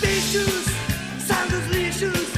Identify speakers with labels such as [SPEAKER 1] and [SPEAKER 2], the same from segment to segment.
[SPEAKER 1] lixos, são dos lixos,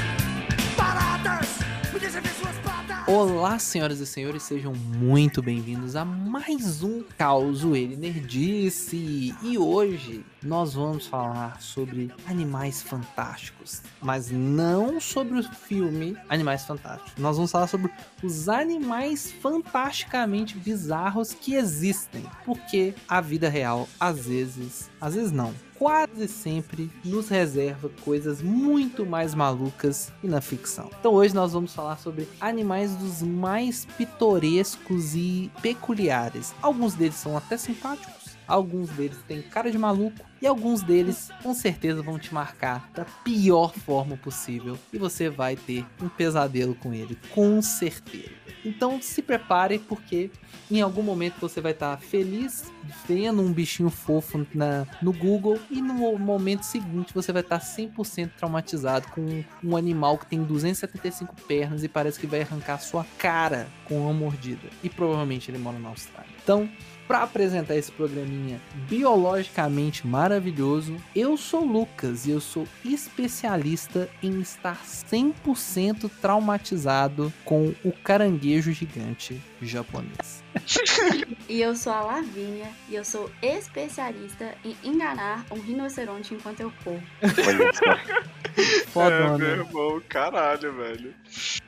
[SPEAKER 1] baratas, muitas vezes suas patas.
[SPEAKER 2] Olá, senhoras e senhores, sejam muito bem-vindos a mais um Caos Ele Nerdice. E hoje nós vamos falar sobre animais fantásticos, mas não sobre o filme Animais Fantásticos. Nós vamos falar sobre os animais fantasticamente bizarros que existem, porque a vida real às vezes, às vezes não, quase sempre nos reserva coisas muito mais malucas e na ficção. Então hoje nós vamos falar sobre animais dos mais pitorescos e peculiares. Alguns deles são até simpáticos, alguns deles têm cara de maluco e alguns deles com certeza vão te marcar da pior forma possível e você vai ter um pesadelo com ele, com certeza. Então se prepare porque em algum momento você vai estar feliz vendo um bichinho fofo na, no Google e no momento seguinte você vai estar 100% traumatizado com um animal que tem 275 pernas e parece que vai arrancar sua cara com uma mordida. E provavelmente ele mora na Austrália. Então, para apresentar esse programinha biologicamente maravilhoso, eu sou o Lucas e eu sou especialista em estar 100% traumatizado com o caranguejo gigante japonês.
[SPEAKER 3] E eu sou a Lavinha e eu sou especialista em enganar um rinoceronte enquanto eu corro.
[SPEAKER 4] Olha só.
[SPEAKER 2] Foda, né?
[SPEAKER 4] é,
[SPEAKER 2] mano.
[SPEAKER 4] meu irmão, caralho, velho.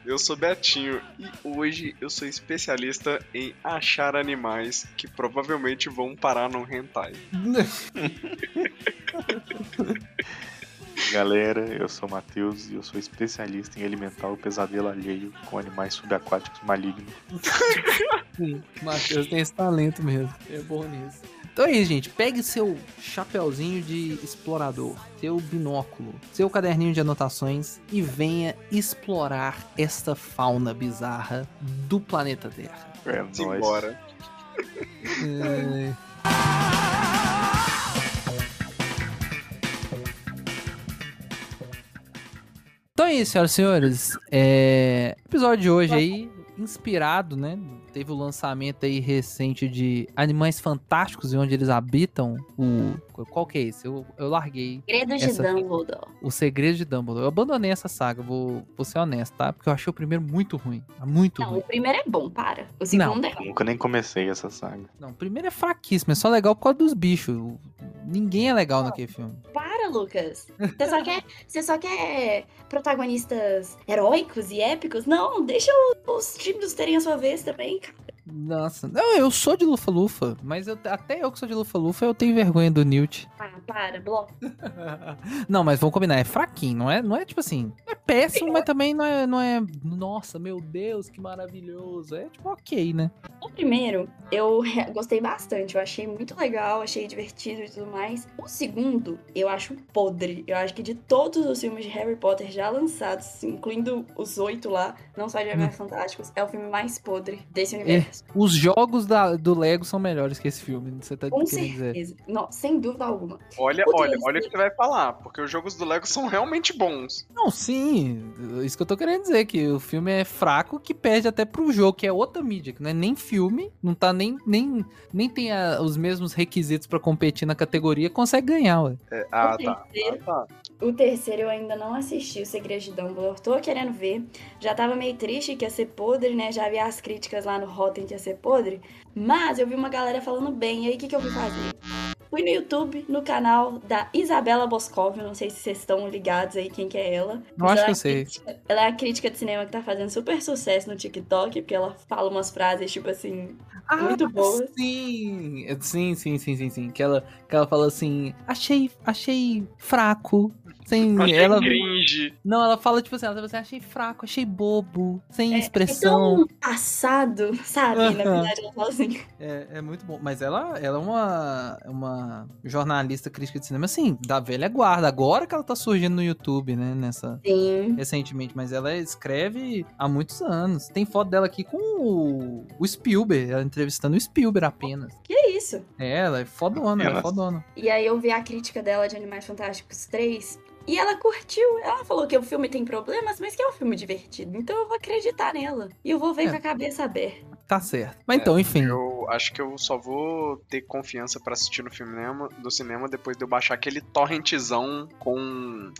[SPEAKER 4] Eu sou Betinho e hoje eu sou especialista em achar animais que provavelmente vão parar num hentai.
[SPEAKER 5] Galera, eu sou o Matheus e eu sou especialista em alimentar o pesadelo alheio com animais subaquáticos malignos.
[SPEAKER 2] Sim, o Matheus tem esse talento mesmo. É bom nisso. Então é isso, gente. Pegue seu chapéuzinho de explorador, seu binóculo, seu caderninho de anotações e venha explorar esta fauna bizarra do planeta Terra.
[SPEAKER 5] É nóis.
[SPEAKER 4] Simbora.
[SPEAKER 2] É, Então é isso, senhoras e senhores. É... Episódio de hoje aí, inspirado, né? Teve o lançamento aí recente de Animais Fantásticos e Onde Eles Habitam. O... Qual que é esse? Eu, eu larguei
[SPEAKER 3] Gredo de
[SPEAKER 2] Essa-
[SPEAKER 3] Dumbledore.
[SPEAKER 2] o Segredo de Dumbledore. Eu abandonei essa saga, vou, vou ser honesto, tá? Porque eu achei o primeiro muito ruim. tá? Muito
[SPEAKER 3] Não,
[SPEAKER 2] ruim.
[SPEAKER 3] o primeiro é bom, para. O segundo é.
[SPEAKER 5] Nunca nem comecei essa saga.
[SPEAKER 2] Não, o primeiro é fraquíssimo, é só legal por causa dos bichos. O- Ninguém é legal naquele filme.
[SPEAKER 3] Para, Lucas. Você só quer, você só quer protagonistas heróicos e épicos? Não, deixa o- os tímidos terem a sua vez também.
[SPEAKER 2] Nossa. Não, eu sou de Lufa-Lufa, mas eu- até eu que sou de Lufa-Lufa, eu tenho vergonha do Newt.
[SPEAKER 3] Ah, para, bloco.
[SPEAKER 2] Não, mas vamos combinar, é fraquinho, não é, não é tipo assim, é péssimo, mas também não é, não é, nossa, meu Deus, que maravilhoso, é tipo ok, né?
[SPEAKER 3] O primeiro, eu re- gostei bastante, eu achei muito legal, achei divertido e tudo mais. O segundo, eu acho podre. Eu acho que de todos os filmes de Harry Potter já lançados, incluindo os oito lá, não só de Animais
[SPEAKER 4] Hum.
[SPEAKER 3] Fantásticos, é o filme mais podre desse
[SPEAKER 4] É,
[SPEAKER 3] universo.
[SPEAKER 2] Os jogos da- do Lego são melhores que esse filme, você tá
[SPEAKER 3] Com
[SPEAKER 2] querendo dizer.
[SPEAKER 3] certeza. Não, sem dúvida alguma.
[SPEAKER 4] Olha,
[SPEAKER 3] Puta,
[SPEAKER 4] olha,
[SPEAKER 3] eu
[SPEAKER 4] olha o
[SPEAKER 3] sei.
[SPEAKER 4] que você vai falar, porque os jogos do Lego são realmente bons.
[SPEAKER 2] Não, sim, isso que eu tô querendo dizer, que o filme é fraco, que perde até pro jogo, que é outra mídia, que não é nem filme, não tá nem, nem, nem tem a- os mesmos requisitos pra competir na categoria, consegue ganhar, ué.
[SPEAKER 4] É, ah,
[SPEAKER 3] o,
[SPEAKER 4] tá.
[SPEAKER 3] terceiro,
[SPEAKER 4] Ah, tá.
[SPEAKER 3] o terceiro eu ainda não assisti, o Segredo de Dumbledore. Tô querendo ver. Já tava meio triste que ia ser podre, né? Já havia as críticas lá no Rotten que ia ser podre. Mas eu vi uma galera falando bem. E aí, o que, que eu fui fazer? Fui no YouTube, no canal da Isabela Boscov. Não sei se vocês estão ligados aí quem que é
[SPEAKER 2] Eu
[SPEAKER 3] ela.
[SPEAKER 2] acho que eu
[SPEAKER 3] Mas ela é
[SPEAKER 2] sei.
[SPEAKER 3] crítica- ela é a crítica de cinema que tá fazendo super sucesso no TikTok, porque ela fala umas frases, tipo assim... Muito boa.
[SPEAKER 2] Ah, Sim, É, sim, sim, sim, sim, sim. Que ela, que ela fala assim, achei, achei fraco. Sem,
[SPEAKER 4] Achei
[SPEAKER 2] ela,
[SPEAKER 4] cringe.
[SPEAKER 2] não, ela fala tipo assim, ela fala assim, achei fraco, achei bobo, sem
[SPEAKER 3] É
[SPEAKER 2] expressão.
[SPEAKER 3] tão assado, sabe? Na
[SPEAKER 2] Aham.
[SPEAKER 3] verdade, ela fala assim...
[SPEAKER 2] É, é muito bom. Mas ela, ela é uma, uma jornalista crítica de cinema, assim, da velha guarda. Agora que ela tá surgindo no YouTube, né, nessa...
[SPEAKER 3] Sim,
[SPEAKER 2] Recentemente, mas ela escreve há muitos anos. Tem foto dela aqui com o, o Spielberg, ela entrevistando o Spielberg apenas.
[SPEAKER 3] que é isso.
[SPEAKER 2] É, ela é fodona, ela é
[SPEAKER 5] Apenas.
[SPEAKER 2] fodona.
[SPEAKER 3] E aí eu vi a crítica dela de Animais Fantásticos 3 e ela curtiu. Ela falou que o filme tem problemas, mas que é um filme divertido. Então eu vou acreditar nela. E eu vou ver
[SPEAKER 2] É.
[SPEAKER 3] com a cabeça aberta.
[SPEAKER 2] tá certo. Mas então, enfim.
[SPEAKER 4] Eu acho que eu só vou ter confiança pra assistir no filme cinema- do cinema depois de eu baixar aquele torrentzão com,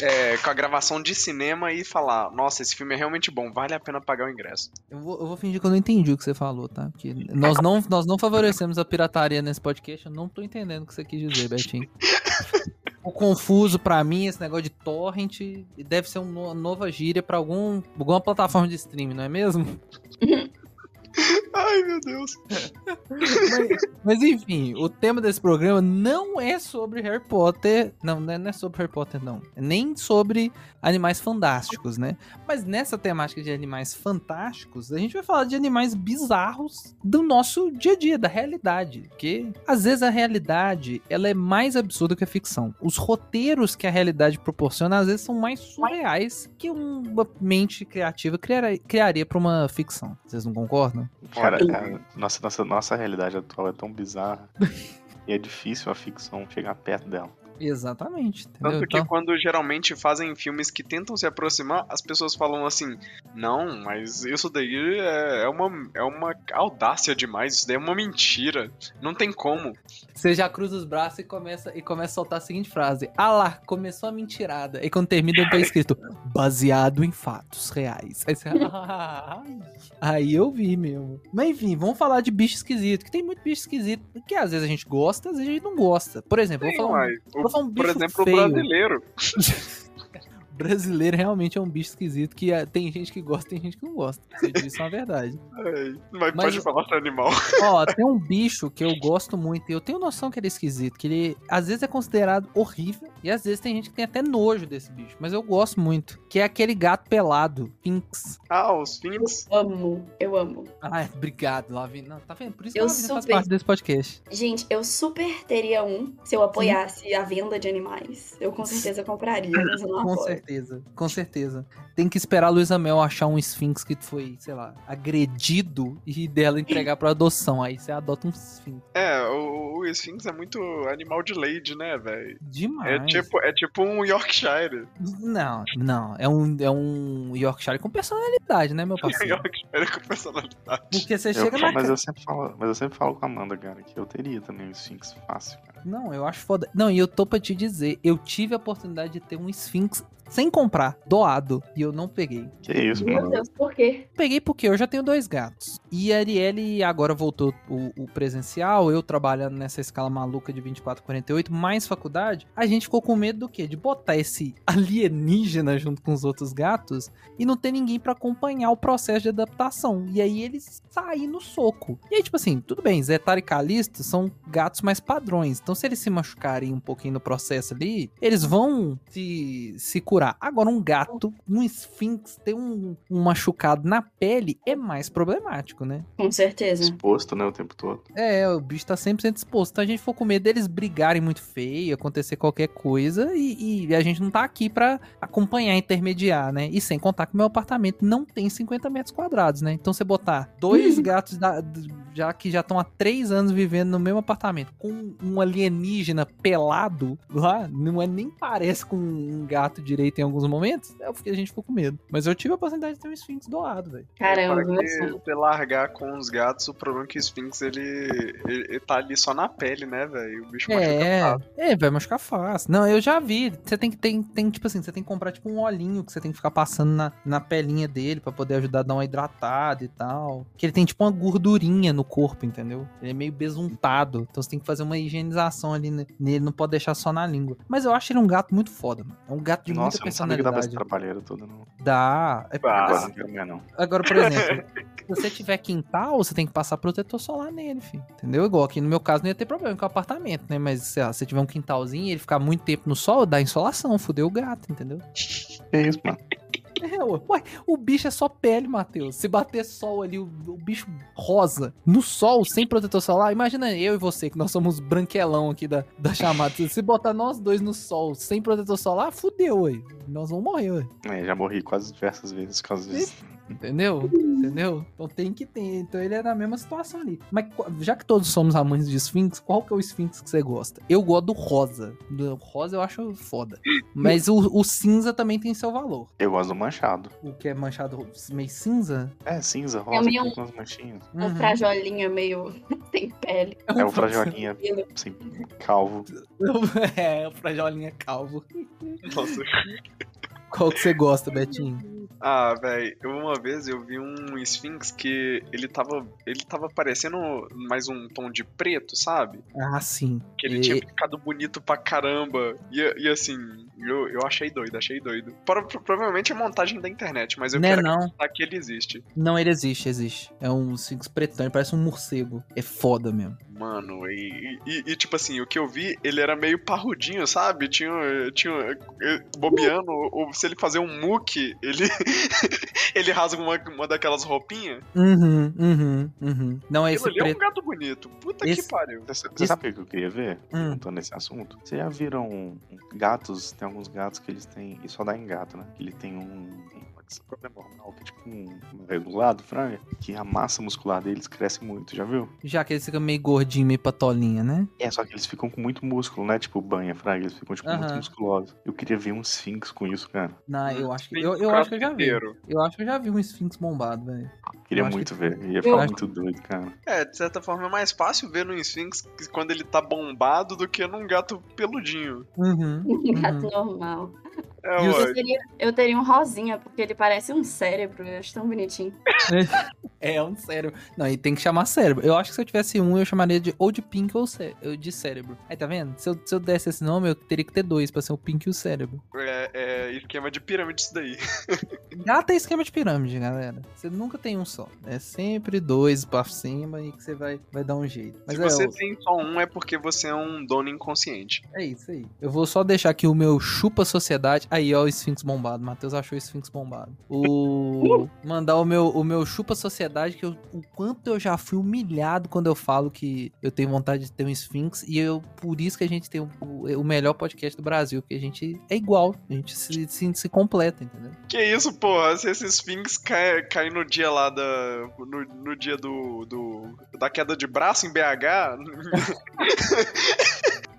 [SPEAKER 4] é, com a gravação de cinema e falar: Nossa, esse filme é realmente bom, vale a pena pagar o ingresso.
[SPEAKER 2] Eu vou, eu vou fingir que eu não entendi o que você falou, tá? Porque nós não, nós não favorecemos a pirataria nesse podcast, eu não tô entendendo o que você quis dizer, Betinho. Ficou confuso pra mim esse negócio de torrent e deve ser uma nova gíria pra algum, alguma plataforma de streaming, não é mesmo?
[SPEAKER 4] Ai, meu Deus.
[SPEAKER 2] Mas enfim, o tema desse programa não é sobre Harry Potter. Não, não é- não é sobre Harry Potter, não. Nem sobre animais fantásticos, né? Mas nessa temática de animais fantásticos, a gente vai falar de animais bizarros do nosso dia a dia, da realidade. Porque às vezes a realidade ela é mais absurda que a ficção. Os roteiros que a realidade proporciona às vezes são mais surreais que uma mente criativa criara- criaria para uma ficção. Vocês não concordam?
[SPEAKER 5] Cara,
[SPEAKER 4] Olha,
[SPEAKER 5] a nossa, nossa, nossa realidade atual é tão bizarra. e é difícil a ficção chegar perto dela.
[SPEAKER 2] Exatamente. Entendeu?
[SPEAKER 4] Tanto que
[SPEAKER 2] Então-
[SPEAKER 4] quando geralmente fazem filmes que tentam se aproximar, as pessoas falam assim: não, mas isso daí é, é uma, é uma audácia demais, isso daí é uma mentira, não tem como.
[SPEAKER 2] Você já cruza os braços e começa, e começa a soltar a seguinte frase. Ah lá, começou a mentirada. E quando termina, tá escrito, baseado em fatos reais. Aí você, "Ai, aí eu vi mesmo. Mas enfim, vamos falar de bicho esquisito, que tem muito bicho esquisito, que às vezes a gente gosta, às vezes a gente não gosta. Por exemplo, eu
[SPEAKER 4] Sim,
[SPEAKER 2] vou falar, um-
[SPEAKER 4] uai. O-
[SPEAKER 2] vou falar um bicho
[SPEAKER 4] por exemplo,
[SPEAKER 2] feio.
[SPEAKER 4] o brasileiro.
[SPEAKER 2] Brasileiro realmente é um bicho esquisito, que ah, tem gente que gosta, tem gente que não gosta. Você disse uma verdade.
[SPEAKER 4] Ai,
[SPEAKER 2] Mas-
[SPEAKER 4] mas, pode falar do animal.
[SPEAKER 2] Ó, tem um bicho que eu gosto muito e eu tenho noção que ele é esquisito, que ele às vezes é considerado horrível e às vezes tem gente que tem até nojo desse bicho, mas eu gosto muito, que é aquele gato pelado, Pinx.
[SPEAKER 4] Ah, os fins.
[SPEAKER 3] Amo, eu amo.
[SPEAKER 2] Ai, obrigado, Lavina. Não, Tá vendo? Por isso que
[SPEAKER 3] Eu
[SPEAKER 2] a Lavina faz
[SPEAKER 3] super-
[SPEAKER 2] parte desse podcast.
[SPEAKER 3] Gente, eu super teria um se eu apoiasse a venda de animais. Eu com certeza compraria, mas eu não
[SPEAKER 2] Com
[SPEAKER 3] apoio.
[SPEAKER 2] certeza, com certeza. Tem que esperar a Luísa Mel achar um Sphinx que foi, sei lá, agredido e dela entregar pra adoção. Aí você adota um Sphinx.
[SPEAKER 4] É, o, o Sphinx é muito animal de lady, né, velho?
[SPEAKER 2] Demais.
[SPEAKER 4] É tipo, é tipo um Yorkshire.
[SPEAKER 2] Não, não. É um, é um Yorkshire com personalidade, né, meu parceiro?
[SPEAKER 4] Yorkshire com personalidade.
[SPEAKER 2] Porque você
[SPEAKER 5] Eu-
[SPEAKER 2] chega na
[SPEAKER 5] mas,
[SPEAKER 2] ca-
[SPEAKER 5] eu sempre falo, mas eu sempre falo com a Amanda, cara, que eu teria também um Sphinx fácil, cara.
[SPEAKER 2] Não, eu acho foda. Não, e eu tô pra te dizer, eu tive a oportunidade de ter um Sphinx sem comprar, doado, e eu não peguei.
[SPEAKER 5] Que é isso,
[SPEAKER 3] Meu
[SPEAKER 5] mano.
[SPEAKER 3] Deus, por quê?
[SPEAKER 2] Peguei porque eu já tenho dois gatos. E a Arielle agora voltou o, o presencial, eu trabalhando nessa escala maluca de 24, 48, mais faculdade. A gente ficou com medo do quê? De botar esse alienígena junto com os outros gatos e não ter ninguém pra acompanhar o processo de adaptação. E aí eles saem no soco. E aí, tipo assim, tudo bem, Zetara e Calisto são gatos mais padrões. Então, se eles se machucarem um pouquinho no processo ali, eles vão se, se curar. Agora, um gato, um esfinx, ter um, um machucado na pele é mais problemático, né?
[SPEAKER 3] Com certeza.
[SPEAKER 5] Exposto, né, o tempo todo.
[SPEAKER 2] É, o bicho tá 100% exposto. Então a gente ficou com medo deles brigarem muito feio, acontecer qualquer coisa e, e a gente não tá aqui pra acompanhar, intermediar, né? E sem contar que meu apartamento não tem 50 metros quadrados, né? Então você botar dois gatos da- d- já que já estão há três anos vivendo no mesmo apartamento com um alienígena pelado lá, não é nem parece com um gato direito em alguns momentos, é porque a gente ficou com medo. Mas eu tive a oportunidade de ter um esfinx doado, velho.
[SPEAKER 3] Caramba,
[SPEAKER 4] Para
[SPEAKER 3] meu
[SPEAKER 4] que
[SPEAKER 3] sonho.
[SPEAKER 4] você largar com os gatos, o problema é que o Sphinx ele, ele, ele tá ali só na pele, né, velho? O bicho machuca
[SPEAKER 2] É,
[SPEAKER 4] fácil.
[SPEAKER 2] é, vai machucar fácil. Não, eu já vi. Você tem que tem, tem, tipo assim, você tem que comprar tipo um olhinho que você tem que ficar passando na, na pelinha dele pra poder ajudar a dar uma hidratada e tal. Que ele tem tipo uma gordurinha no corpo, entendeu? Ele é meio besuntado. Então você tem que fazer uma higienização ali ne- nele, não pode deixar só na língua. Mas eu acho ele um gato muito foda, mano. É um gato de
[SPEAKER 5] Nossa,
[SPEAKER 2] muita
[SPEAKER 5] eu não sabia que dava Ah, essa
[SPEAKER 2] personalidade.
[SPEAKER 5] trabalheira toda, não.
[SPEAKER 2] Dá. É
[SPEAKER 4] Dá.
[SPEAKER 5] Agora
[SPEAKER 2] pra...
[SPEAKER 5] não quero mais, não.
[SPEAKER 2] Agora, por exemplo, se você tiver quintal, você tem que passar protetor solar nele, filho. Entendeu? Igual aqui no meu caso não ia ter problema com o apartamento, né? Mas sei lá, se você tiver um quintalzinho e ele ficar muito tempo no sol, dá insolação, fudeu o gato, entendeu?
[SPEAKER 5] Que isso, mano.
[SPEAKER 2] É, ué. Ué, o bicho é só pele, Matheus. Se bater sol ali, o, o bicho rosa no sol, sem protetor solar, imagina eu e você, que nós somos branquelão aqui da, da chamada. Se botar nós dois no sol sem protetor solar, fudeu, ué. Nós vamos morrer, ué.
[SPEAKER 5] É, já morri quase diversas vezes por causa disso.
[SPEAKER 2] Entendeu? Entendeu? Então tem que ter. Então ele é na mesma situação ali. Mas qu- já que todos somos amantes de Sphinx, qual que é o Sphinx que você gosta? Eu gosto do rosa. Do rosa eu acho foda. Mas o, o cinza também tem seu valor.
[SPEAKER 5] Eu gosto do manchado.
[SPEAKER 2] O que é manchado meio cinza? Uhum.
[SPEAKER 5] É cinza, rosa,
[SPEAKER 3] meio-
[SPEAKER 5] com umas manchinhas.
[SPEAKER 3] Um frajolinha meio sem pele.
[SPEAKER 5] É o frajolinha, assim, calvo.
[SPEAKER 2] é, o frajolinha calvo.
[SPEAKER 4] Nossa.
[SPEAKER 2] Qual que você gosta, Betinho?
[SPEAKER 4] Ah, velho, uma vez eu vi um Sphinx que ele tava. Ele tava parecendo mais um tom de preto, sabe?
[SPEAKER 2] Ah, sim.
[SPEAKER 4] Que ele
[SPEAKER 2] E-
[SPEAKER 4] tinha ficado bonito pra caramba. E, e assim, eu, eu achei doido, achei doido. Pro- pro- provavelmente é montagem da internet, mas eu
[SPEAKER 2] Né,
[SPEAKER 4] quero
[SPEAKER 2] não?
[SPEAKER 4] acreditar que ele existe.
[SPEAKER 2] Não, ele existe, existe. É um Sphinx pretão, ele parece um morcego. É foda mesmo.
[SPEAKER 4] Mano, e, e- e, tipo assim, o que eu vi, ele era meio parrudinho, sabe? Tinha. tinha eh, bobeando, ou se ele fazer um muque, ele. ele rasga uma, uma daquelas roupinhas.
[SPEAKER 2] Uhum, uhum, uhum. Não é esse
[SPEAKER 4] Aquilo ali é um
[SPEAKER 2] preto.
[SPEAKER 4] gato bonito. Puta
[SPEAKER 2] Esse-
[SPEAKER 4] que pariu.
[SPEAKER 5] Você você
[SPEAKER 2] Isso-
[SPEAKER 5] sabe o que eu queria ver?
[SPEAKER 2] Hum.
[SPEAKER 5] Voltando nesse assunto. Vocês já viram um- gatos? Tem alguns gatos que eles têm. E só dá em gato, né? Ele tem um. Esse problema hormonal, que é tipo um regulado, franga, que a massa muscular deles cresce muito, já viu?
[SPEAKER 2] Já que ele fica meio gordinho, meio patolinha, né?
[SPEAKER 5] É, só que eles ficam com muito músculo, né? Tipo banha, franga, eles ficam tipo, muito
[SPEAKER 2] Aham.
[SPEAKER 5] musculosos. Eu queria ver um Sphinx com isso, cara.
[SPEAKER 2] Não, eu acho que.
[SPEAKER 4] Hum, Sphinx
[SPEAKER 2] Eu, eu acho que eu já vi.
[SPEAKER 4] crossfiteiro.
[SPEAKER 2] Eu acho que eu já vi um Sphinx bombado, velho.
[SPEAKER 5] Queria
[SPEAKER 2] Eu acho
[SPEAKER 5] muito
[SPEAKER 2] que-
[SPEAKER 5] ver. Ia ficar
[SPEAKER 2] acho-
[SPEAKER 5] muito doido, cara.
[SPEAKER 4] É, de certa forma é mais fácil ver no Sphinx que- quando ele tá bombado do que num gato peludinho.
[SPEAKER 2] Uhum.
[SPEAKER 3] Um gato
[SPEAKER 2] uhum.
[SPEAKER 3] normal.
[SPEAKER 4] É,
[SPEAKER 2] E
[SPEAKER 4] ué.
[SPEAKER 2] os-
[SPEAKER 3] Eu teria, eu teria um rosinha, porque ele parece um cérebro. Eu acho tão bonitinho.
[SPEAKER 2] É, é um cérebro. Não, e tem que chamar cérebro. Eu acho que se eu tivesse um, eu chamaria de ou de pink ou cé- ou de cérebro. Aí, tá vendo? Se eu, se eu desse esse nome, eu teria que ter dois pra ser o pink e o cérebro.
[SPEAKER 4] É, é esquema de pirâmide isso daí.
[SPEAKER 2] Gato é esquema de pirâmide, galera. Você nunca tem um só. É sempre dois pra cima e que você vai, vai dar um jeito. Mas
[SPEAKER 4] Se
[SPEAKER 2] é,
[SPEAKER 4] você
[SPEAKER 2] eu-
[SPEAKER 4] tem só um, é porque você é um dono inconsciente.
[SPEAKER 2] É isso aí. Eu vou só deixar aqui o meu chupa sociedade. Aí, ó, o Sphinx bombado. Matheus achou o Sphinx bombado. O. Mandar o meu, o meu chupa sociedade, que eu, o quanto eu já fui humilhado quando eu falo que eu tenho vontade de ter um Sphinx. E eu, por isso que a gente tem o, o melhor podcast do Brasil, porque a gente é igual. A gente se, se, se completa, entendeu?
[SPEAKER 4] Que isso, porra? Se esse Sphinx cai, cai no dia lá da. No, no dia do, do. da queda de braço em BH.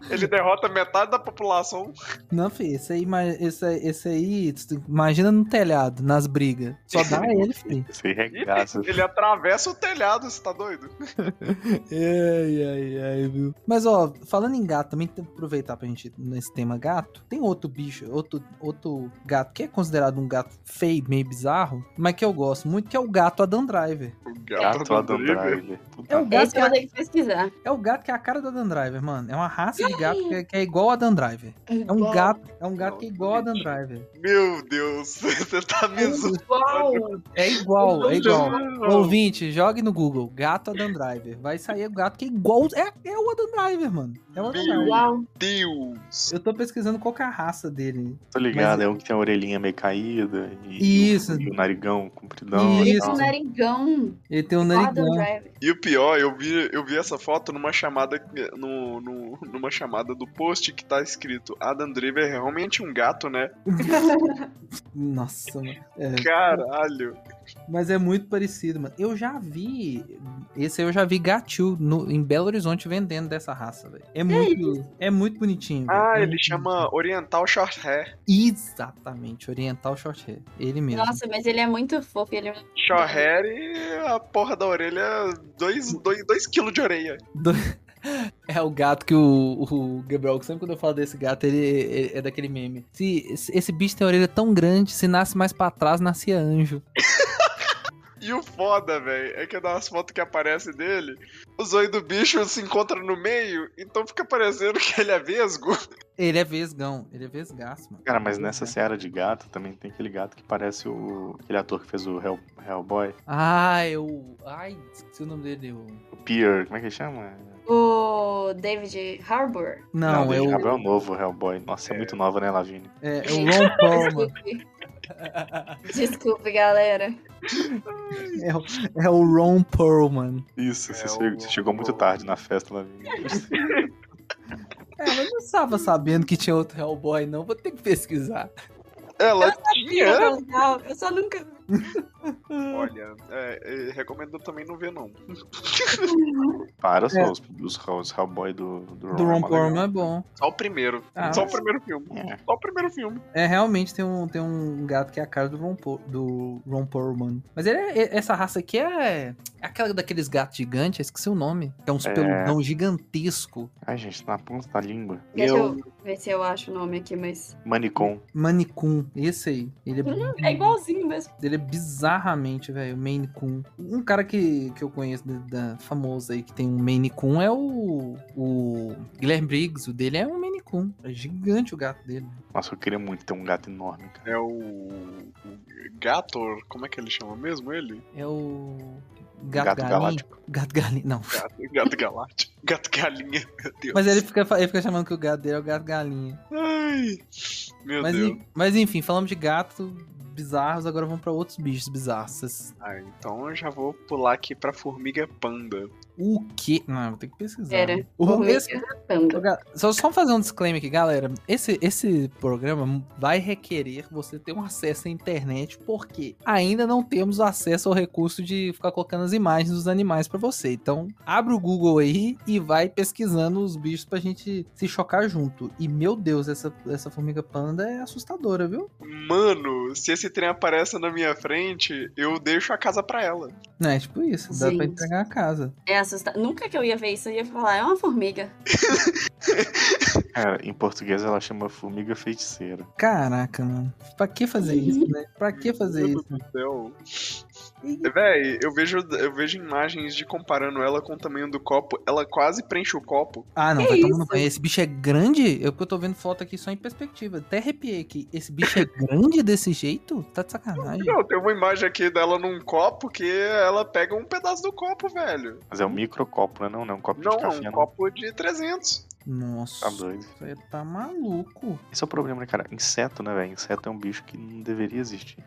[SPEAKER 4] ele derrota metade da população.
[SPEAKER 2] Não, filho, esse aí, ma- esse, aí- esse aí, tu- imagina no telhado, nas brigas. Só dá ele, filho.
[SPEAKER 5] Você
[SPEAKER 4] E
[SPEAKER 5] regaça.
[SPEAKER 4] ele é atravessa o telhado, você tá doido?
[SPEAKER 2] Ai, ai, ai, viu? Mas, ó, falando em gato, também tem que aproveitar pra gente nesse tema gato. Tem outro bicho, outro, outro gato que é considerado um gato feio, meio bizarro, mas que eu gosto muito, que é o gato Adam Driver.
[SPEAKER 4] O
[SPEAKER 5] Gato Adam Driver.
[SPEAKER 2] É o
[SPEAKER 5] Puta
[SPEAKER 2] gato
[SPEAKER 3] Esse
[SPEAKER 2] que
[SPEAKER 3] eu vou
[SPEAKER 2] é,
[SPEAKER 3] ter que pesquisar.
[SPEAKER 2] é o gato que é a cara do Adam Driver, mano. É uma raça de gato que é, que é igual a Adam Driver. É um gato, é um gato que é igual a Adam Driver.
[SPEAKER 4] Meu Deus, você tá me zoando.
[SPEAKER 3] Uau!
[SPEAKER 2] É igual, é igual.
[SPEAKER 4] Não,
[SPEAKER 2] Ouvinte, jogue no Google, gato Adam Driver. Vai sair o gato que é igual. É, é o Adam Driver, mano. É o Adam
[SPEAKER 4] Meu
[SPEAKER 2] Driver.
[SPEAKER 3] Uau!
[SPEAKER 4] Deus!
[SPEAKER 2] Eu tô pesquisando qual que é a raça dele.
[SPEAKER 5] Tô ligado,
[SPEAKER 2] Mas-
[SPEAKER 5] é um que tem a orelhinha meio caída e,
[SPEAKER 2] Isso.
[SPEAKER 5] e o narigão compridão
[SPEAKER 2] Isso.
[SPEAKER 5] e
[SPEAKER 2] né?
[SPEAKER 5] tal.
[SPEAKER 3] Um narigão.
[SPEAKER 2] Ele tem um
[SPEAKER 3] Adam
[SPEAKER 2] narigão.
[SPEAKER 3] Driver.
[SPEAKER 4] E o pior, eu vi, eu vi essa foto numa chamada que- no, no- numa chamada do post que tá escrito Adam Driver é realmente um gato, né?
[SPEAKER 2] Nossa, mano. É,
[SPEAKER 4] Caralho.
[SPEAKER 2] mas é muito parecido, mano. Eu já vi. Esse aí eu já vi gatil no- em Belo Horizonte vendendo dessa raça, velho. É muito, é muito bonitinho. velho.
[SPEAKER 4] Ah,
[SPEAKER 2] É
[SPEAKER 4] ele
[SPEAKER 2] muito
[SPEAKER 4] chama Oriental Short Hair.
[SPEAKER 2] bonitinho. Exatamente, Oriental Short Hair. Ele mesmo.
[SPEAKER 3] Nossa, mas ele é muito fofo. Ele é
[SPEAKER 4] Short Hair e a porra da orelha, 2 dois, dois quilos de orelha.
[SPEAKER 2] É o gato que o, o Gabriel, sempre quando eu falo desse gato, ele, ele é daquele meme. Se, se esse bicho tem a orelha tão grande, se nasce mais pra trás, nascia anjo.
[SPEAKER 4] E o foda, velho, é que nas fotos que aparece dele, o zoio do bicho se encontra no meio, então fica parecendo que ele é vesgo.
[SPEAKER 2] Ele é vesgão, ele é vesgaço, mano.
[SPEAKER 5] Cara, mas
[SPEAKER 4] É.
[SPEAKER 5] nessa
[SPEAKER 2] Vesgaço.
[SPEAKER 5] seara de gato também tem aquele gato que parece o aquele ator que fez o Hell- Hellboy,
[SPEAKER 2] Ah, eu. Ai, esqueci o nome dele. eu-
[SPEAKER 5] o Pier, como é que ele chama?
[SPEAKER 3] o David Harbour.
[SPEAKER 2] Não, é
[SPEAKER 5] deixa
[SPEAKER 2] o.
[SPEAKER 5] eu ver, é o novo Hellboy. Nossa, é, muito nova, né, Lavigne?
[SPEAKER 2] É, é o Ron Paul, mano.
[SPEAKER 3] Desculpe. Desculpe, galera.
[SPEAKER 2] É o, é o Ron Perlman.
[SPEAKER 5] Isso, você,
[SPEAKER 4] É,
[SPEAKER 5] chegou,
[SPEAKER 4] o-
[SPEAKER 5] você chegou muito
[SPEAKER 4] o-
[SPEAKER 5] tarde na festa, Lavigne.
[SPEAKER 2] É, mas eu não estava sabendo que tinha outro Hellboy, não. Vou ter que pesquisar.
[SPEAKER 4] Ela
[SPEAKER 3] Eu né?
[SPEAKER 4] tinha.
[SPEAKER 3] não, eu só nunca.
[SPEAKER 4] Olha, é, é, recomendo também não ver, não.
[SPEAKER 5] Para só, os, os, Hell- os Hellboy do, do Ron.
[SPEAKER 2] É. Do Ron
[SPEAKER 5] legal.
[SPEAKER 2] Perlman é bom.
[SPEAKER 4] Só o primeiro.
[SPEAKER 2] Ah,
[SPEAKER 4] Só o
[SPEAKER 2] mas-
[SPEAKER 4] primeiro filme.
[SPEAKER 5] É.
[SPEAKER 4] Só o primeiro filme.
[SPEAKER 2] É, realmente tem um, tem um gato que é a cara do Ron, Po- do Ron Perlman. Mas ele é- é- essa raça aqui é, é aquela daqueles gatos gigantes, eu esqueci o nome. Que é uns
[SPEAKER 5] É.
[SPEAKER 2] peludão gigantesco.
[SPEAKER 5] Ai, gente, tá na ponta da língua.
[SPEAKER 3] Deixa
[SPEAKER 4] Meu-
[SPEAKER 3] eu ver se eu acho o nome aqui, mas.
[SPEAKER 5] Manicom.
[SPEAKER 2] Manicum, esse aí. Ele
[SPEAKER 3] Hum,
[SPEAKER 2] é,
[SPEAKER 3] É igualzinho mesmo.
[SPEAKER 2] ele é bizarramente, velho, Maine Coon. Um cara que, que eu conheço, da, da- famoso aí, que tem um Maine Coon, é o, o Guilherme Briggs. O dele é um Maine Coon. É gigante o gato dele.
[SPEAKER 5] Nossa, eu queria muito ter um gato enorme, cara.
[SPEAKER 4] É o. o Gator. Como é que ele chama mesmo ele?
[SPEAKER 2] É o...
[SPEAKER 5] Um Gato
[SPEAKER 2] Gato, galinha.
[SPEAKER 5] galáctico.
[SPEAKER 2] Gato galinha, não.
[SPEAKER 4] Gato, gato galáctico. Gato galinha. Meu Deus.
[SPEAKER 2] Mas ele fica, ele fica chamando que o gato dele é o gato galinha.
[SPEAKER 4] Ai, meu
[SPEAKER 2] Mas,
[SPEAKER 4] Deus.
[SPEAKER 2] en- mas enfim, falamos de gato bizarros, agora vamos pra outros bichos bizarros. Vocês-
[SPEAKER 4] Ah, então eu já vou pular aqui pra formiga panda.
[SPEAKER 2] O que? Não, vou ter que pesquisar.
[SPEAKER 3] Pera.
[SPEAKER 2] O,
[SPEAKER 3] Formiga.
[SPEAKER 2] esse-
[SPEAKER 3] Panda.
[SPEAKER 2] só, só fazer um disclaimer aqui, galera. Esse, esse programa vai requerer você ter um acesso à internet, porque ainda não temos acesso ao recurso de ficar colocando as imagens dos animais pra você. Então, abre o Google aí e vai pesquisando os bichos pra gente se chocar junto. E, meu Deus, essa, essa formiga panda é assustadora, viu?
[SPEAKER 4] Mano, se esse trem aparece na minha frente, eu deixo a casa pra ela.
[SPEAKER 2] É, tipo isso, dá pra
[SPEAKER 3] Gente.
[SPEAKER 2] entregar a casa.
[SPEAKER 3] É assustador. Nunca que eu ia ver isso, eu ia falar, é uma formiga.
[SPEAKER 5] Cara, em português ela chama formiga feiticeira.
[SPEAKER 2] Caraca, mano. Pra que fazer isso, né? Pra que fazer
[SPEAKER 4] Meu
[SPEAKER 2] isso?
[SPEAKER 4] Deus do céu.
[SPEAKER 2] Uhum.
[SPEAKER 4] É, Véi, eu vejo, eu vejo imagens de comparando ela com o tamanho do copo. Ela quase preenche o copo.
[SPEAKER 2] Ah, não,
[SPEAKER 3] Que
[SPEAKER 2] vai tomando
[SPEAKER 3] isso?
[SPEAKER 2] banho. Esse bicho é grande? Eu que eu tô vendo foto aqui só em perspectiva. Até arrepiei aqui. Esse bicho é grande desse jeito? Tá de sacanagem.
[SPEAKER 4] Não, tem uma imagem aqui dela num copo que ela pega um pedaço do copo, velho.
[SPEAKER 2] Tá
[SPEAKER 5] Mas é um microcopo, né? Não, não é um copo
[SPEAKER 4] Não,
[SPEAKER 5] de
[SPEAKER 4] é
[SPEAKER 5] café,
[SPEAKER 4] um
[SPEAKER 5] não.
[SPEAKER 4] copo de 300.
[SPEAKER 2] Nossa.
[SPEAKER 5] Tá doido.
[SPEAKER 2] Você tá maluco.
[SPEAKER 5] Esse é o problema, né, cara? Inseto, né, velho? Inseto é um bicho que não deveria existir.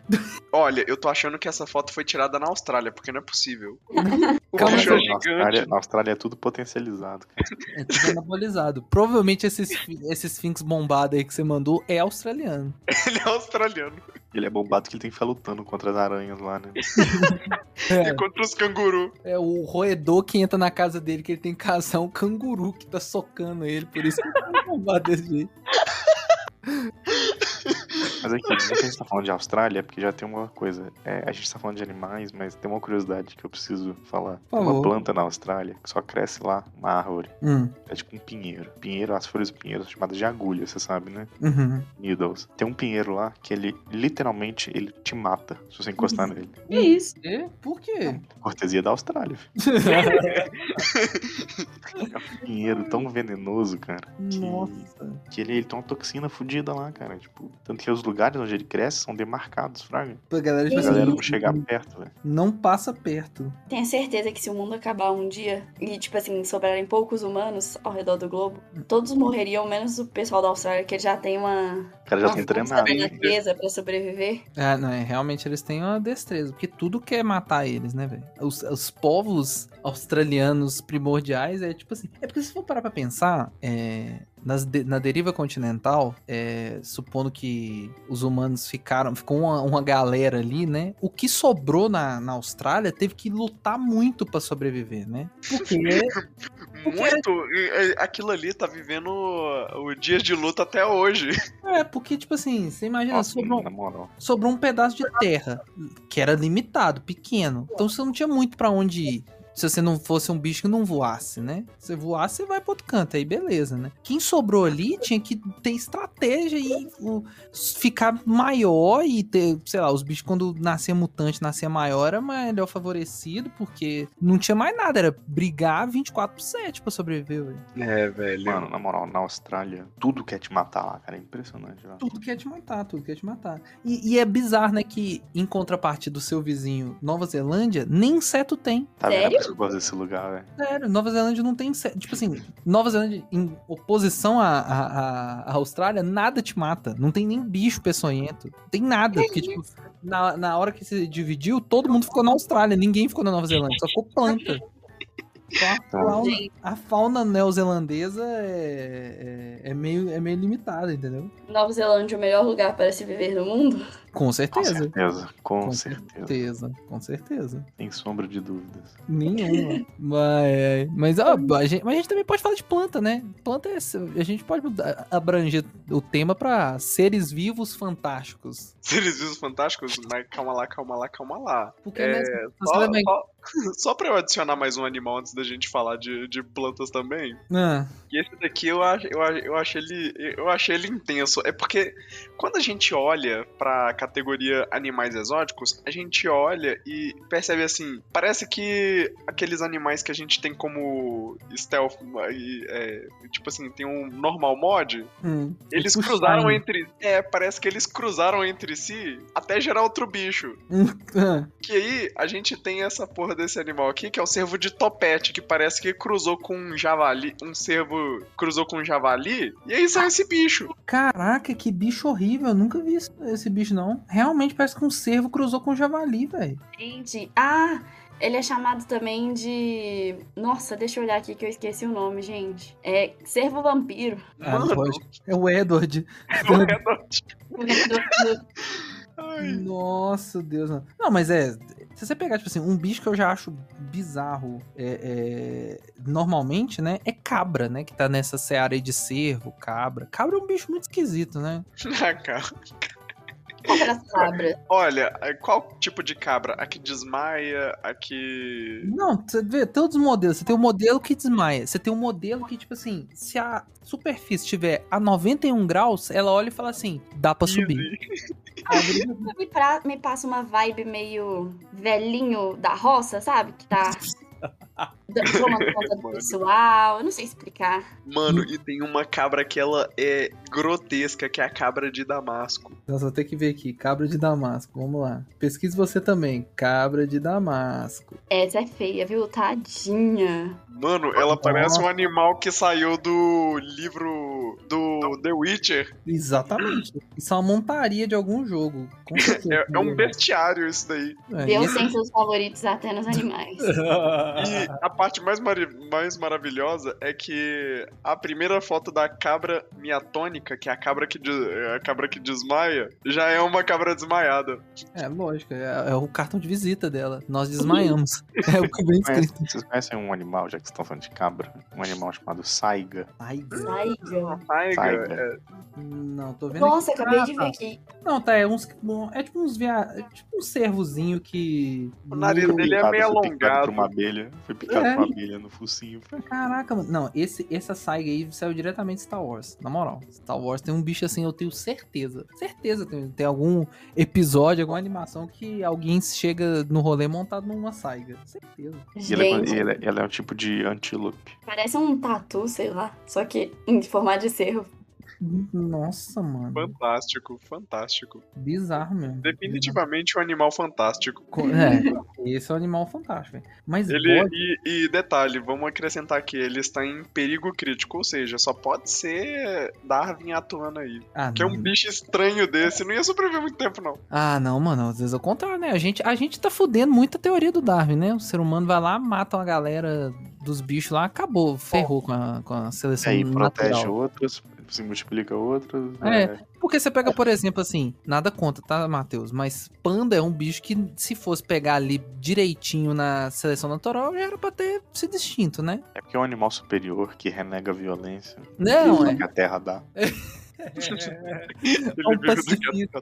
[SPEAKER 4] Olha, eu tô achando que essa foto foi tirada na Austrália, porque não é possível. O
[SPEAKER 2] Calma,
[SPEAKER 4] bicho é
[SPEAKER 5] na,
[SPEAKER 4] gigante.
[SPEAKER 5] Austrália, na Austrália é tudo potencializado, cara.
[SPEAKER 2] É tudo anabolizado. Provavelmente esses, esses Sphinx bombado aí que você mandou é australiano.
[SPEAKER 4] Ele é australiano.
[SPEAKER 5] Ele é bombado que ele tem que ficar lutando contra as aranhas lá, né?
[SPEAKER 4] E contra os canguru.
[SPEAKER 2] É o roedor que entra na casa dele, que ele tem que casar um canguru que tá socando ele, por isso que ele tá bombado desse jeito.
[SPEAKER 5] Mas aqui, já que a gente tá falando de Austrália, é porque já tem uma coisa. É, a gente tá falando de animais, mas tem uma curiosidade que eu preciso falar. Tem uma
[SPEAKER 2] favor.
[SPEAKER 5] planta na Austrália que só cresce lá, uma árvore.
[SPEAKER 2] Hum,
[SPEAKER 5] É tipo um pinheiro. Pinheiro, as folhas do pinheiro são chamadas de agulha, você sabe, né?
[SPEAKER 2] uhum.
[SPEAKER 5] Needles. Tem um pinheiro lá que ele, literalmente, ele te mata se você encostar nele.
[SPEAKER 3] Que isso?
[SPEAKER 2] E? É? Por quê?
[SPEAKER 5] Cortesia da Austrália, filho. É um pinheiro tão venenoso, cara,
[SPEAKER 2] Nossa.
[SPEAKER 5] que ele, ele tem uma toxina fodida lá, cara. Tipo, tanto que os lugares onde ele cresce são demarcados, fraga.
[SPEAKER 2] Pra galera de
[SPEAKER 5] Pra galera não
[SPEAKER 2] Sim.
[SPEAKER 5] chegar perto, velho.
[SPEAKER 2] Não passa perto.
[SPEAKER 3] Tenho certeza que se o mundo acabar um dia e, tipo assim, sobrarem poucos humanos ao redor do globo, todos morreriam, menos o pessoal da Austrália, que já tem uma.
[SPEAKER 5] O cara já
[SPEAKER 3] uma
[SPEAKER 5] tem
[SPEAKER 3] força
[SPEAKER 5] treinado.
[SPEAKER 3] da
[SPEAKER 5] né?
[SPEAKER 3] natureza pra sobreviver.
[SPEAKER 2] É, não, é, realmente eles têm uma destreza, porque tudo quer matar eles, né, velho? Os, os povos australianos primordiais é tipo assim. É porque se for parar pra pensar, é, nas de- na deriva continental, é, supondo que os humanos ficaram, ficou uma, uma galera ali, né? O que sobrou na, na Austrália teve que lutar muito pra sobreviver, né? Porque
[SPEAKER 4] Muito. E, e, Aquilo ali tá vivendo o dia de luta até hoje.
[SPEAKER 2] é, porque, tipo assim, você imagina,
[SPEAKER 5] Nossa,
[SPEAKER 2] sobrou,
[SPEAKER 5] na moral.
[SPEAKER 2] sobrou um pedaço de terra que era limitado, pequeno. Então você não tinha muito pra onde ir. Se você não fosse um bicho que não voasse, né? Você voasse, você vai pro outro canto, aí beleza, né? Quem sobrou ali tinha que ter estratégia e o- ficar maior e ter, sei lá, os bichos quando nascia mutante, nascia maior, era melhor favorecido, porque não tinha mais nada, era brigar 24 por 7 pra sobreviver, velho.
[SPEAKER 4] É, velho.
[SPEAKER 5] Mano, na moral, na Austrália, tudo quer te matar lá, cara. É impressionante, velho.
[SPEAKER 2] Tudo quer te matar, tudo quer te matar. E, e é bizarro, né, que em contrapartida do seu vizinho Nova Zelândia, nem inseto tem.
[SPEAKER 5] Tá vendo?
[SPEAKER 3] Sério?
[SPEAKER 5] Por isso que eu gosto desse lugar, velho.
[SPEAKER 2] Sério, Nova Zelândia não tem inseto. Tipo assim, Nova Zelândia, em oposição à, à, à- à Austrália, nada te mata. Não tem nem bicho peçonhento. Não tem nada. Porque, tipo, na, na hora que se dividiu, todo mundo ficou na Austrália, ninguém ficou na Nova Zelândia, só ficou planta. Então, a, fauna, a fauna neozelandesa é, é, é meio, é meio limitada, entendeu?
[SPEAKER 3] Nova Zelândia é o melhor lugar para se viver no mundo?
[SPEAKER 2] Com certeza.
[SPEAKER 5] certeza. Com,
[SPEAKER 2] Com
[SPEAKER 5] certeza.
[SPEAKER 2] certeza, com certeza.
[SPEAKER 5] Sem sombra de dúvidas.
[SPEAKER 2] Nenhuma. mas, é, mas, ó, a gente, mas a gente também pode falar de planta, né? Planta é. A gente pode mudar- abranger o tema pra seres vivos fantásticos.
[SPEAKER 4] Seres vivos fantásticos? Mas calma lá, calma lá, calma lá.
[SPEAKER 2] Porque,
[SPEAKER 4] É,
[SPEAKER 2] né, você
[SPEAKER 4] Só,
[SPEAKER 2] lembra-
[SPEAKER 4] só, só pra eu adicionar mais um animal antes da gente falar de, de plantas também.
[SPEAKER 2] Ah,
[SPEAKER 4] E esse daqui eu, ach- eu, ach- eu, achei ele, eu achei ele intenso. É porque quando a gente olha pra categoria animais exóticos, a gente olha e percebe assim: parece que aqueles animais que a gente tem como stealth, e, é, tipo assim, tem um normal mod,
[SPEAKER 2] hum.
[SPEAKER 4] eles
[SPEAKER 2] Puxa,
[SPEAKER 4] cruzaram
[SPEAKER 2] né?
[SPEAKER 4] entre. É, parece que eles cruzaram entre si até gerar outro bicho.
[SPEAKER 2] Ah,
[SPEAKER 4] Que aí a gente tem essa porra desse animal aqui, que é o cervo de topete, que parece que cruzou com um javali. Um cervo cruzou com um javali, e aí saiu esse bicho.
[SPEAKER 2] Caraca, que bicho horrível. Eu nunca vi isso- esse bicho, não. Realmente parece que um cervo cruzou com um javali, velho.
[SPEAKER 3] Gente, ah, ele é chamado também de. Nossa, deixa eu olhar aqui que eu esqueci o nome, gente. É Servo Vampiro.
[SPEAKER 2] Ah,
[SPEAKER 4] Mano,
[SPEAKER 2] lógico. É o Edward.
[SPEAKER 4] não é não. Ai.
[SPEAKER 2] Nossa, Deus. Não, Não, mas é. Se você pegar, tipo assim, um bicho que eu já acho bizarro é, é, normalmente, né? É cabra, né? Que tá nessa seara aí de cervo, cabra. Cabra é um bicho muito esquisito, né?
[SPEAKER 4] Ah, cara.
[SPEAKER 3] Outras cabras.
[SPEAKER 4] Olha, qual tipo de cabra? A que desmaia, a que.
[SPEAKER 2] Não, você vê todos os modelos. Você tem o modelo que desmaia. Você tem um modelo que, tipo assim, se a superfície estiver a 91 graus, ela olha e fala assim: dá pra subir.
[SPEAKER 3] Me, pra- me passa uma vibe meio velhinho da roça, sabe? Que tá. da- Tomando conta do
[SPEAKER 4] Mano.
[SPEAKER 3] pessoal. Eu não sei explicar.
[SPEAKER 4] Mano, e tem uma cabra que ela é grotesca, que é a cabra de Damasco.
[SPEAKER 2] Nós vamos ter que ver aqui. Cabra de Damasco. Vamos lá. Pesquise você também. Cabra de Damasco.
[SPEAKER 3] Essa é feia, viu? Tadinha.
[SPEAKER 4] Mano, ela parece um animal que saiu do livro do The Witcher.
[SPEAKER 2] Exatamente. Isso é uma montaria de algum jogo. Com certeza.
[SPEAKER 4] É- é um bestiário isso daí.
[SPEAKER 2] É,
[SPEAKER 3] Deus
[SPEAKER 2] esse-
[SPEAKER 3] tem seus favoritos até nos animais.
[SPEAKER 4] E a parte mais, mari- mais maravilhosa é que a primeira foto da cabra miatônica, que é a cabra que, de- é a cabra que desmaia, já é uma cabra desmaiada.
[SPEAKER 2] É, lógico. É, é o cartão de visita dela. Nós desmaiamos. é o que vem
[SPEAKER 5] Mas
[SPEAKER 2] escrito.
[SPEAKER 5] vocês conhecem um animal, já que vocês estão falando de cabra? Um animal chamado saiga.
[SPEAKER 2] Ai,
[SPEAKER 3] Saiga.
[SPEAKER 4] Taiga.
[SPEAKER 5] Saiga.
[SPEAKER 2] não, tô vendo.
[SPEAKER 3] Nossa,
[SPEAKER 2] aqui.
[SPEAKER 3] acabei
[SPEAKER 2] Ah,
[SPEAKER 3] de
[SPEAKER 2] tá.
[SPEAKER 3] ver aqui.
[SPEAKER 2] Não, tá. É, uns, bom, é tipo uns via... é tipo um cervozinho que.
[SPEAKER 4] O nariz
[SPEAKER 2] Meu-
[SPEAKER 4] dele é meio
[SPEAKER 5] Foi picado
[SPEAKER 4] alongado.
[SPEAKER 5] por uma abelha. Foi picado
[SPEAKER 2] É.
[SPEAKER 5] por uma abelha no focinho.
[SPEAKER 2] Caraca, mano. Não, esse, essa saga aí saiu diretamente de Star Wars. Na moral, Star Wars tem um bicho assim, eu tenho certeza. Certeza, tem, tem algum episódio, alguma animação que alguém chega no rolê montado numa saiga. Certeza.
[SPEAKER 5] E ela, é-
[SPEAKER 3] Gente,
[SPEAKER 5] e ela, ela é um tipo de antílope.
[SPEAKER 3] parece um tatu, sei lá. Só que em formato de cerro.
[SPEAKER 2] Nossa, mano.
[SPEAKER 4] É Fantástico, fantástico.
[SPEAKER 2] Bizarro mesmo.
[SPEAKER 4] Definitivamente um animal fantástico.
[SPEAKER 2] Co- É, esse é um animal fantástico. velho. Mas
[SPEAKER 4] Ele,
[SPEAKER 2] bode-
[SPEAKER 4] e, e detalhe, vamos acrescentar aqui, ele está em perigo crítico, ou seja, só pode ser Darwin atuando aí.
[SPEAKER 2] Ah,
[SPEAKER 4] Que é
[SPEAKER 2] não.
[SPEAKER 4] um bicho estranho desse, não ia sobreviver muito tempo, não.
[SPEAKER 2] Ah, não, mano. Às vezes é o contrário, né? A gente, a gente tá fudendo muito a teoria do Darwin, né? O ser humano vai lá, mata uma galera dos bichos lá, acabou, ferrou com a, com a
[SPEAKER 5] É, E
[SPEAKER 2] seleção
[SPEAKER 5] aí protege
[SPEAKER 2] natural.
[SPEAKER 5] outras, se multiplica outras.
[SPEAKER 2] É.
[SPEAKER 5] né?
[SPEAKER 2] Porque você pega, por exemplo, assim, nada contra, tá, Matheus? Mas panda é um bicho que, se fosse pegar ali direitinho na seleção natural, já era pra ter sido extinto, né?
[SPEAKER 5] É porque é um animal superior que renega a violência.
[SPEAKER 2] Não,
[SPEAKER 5] Tudo
[SPEAKER 2] é.
[SPEAKER 5] que a terra dá.
[SPEAKER 4] Ele
[SPEAKER 2] É um
[SPEAKER 4] vive do que-
[SPEAKER 2] pacifista.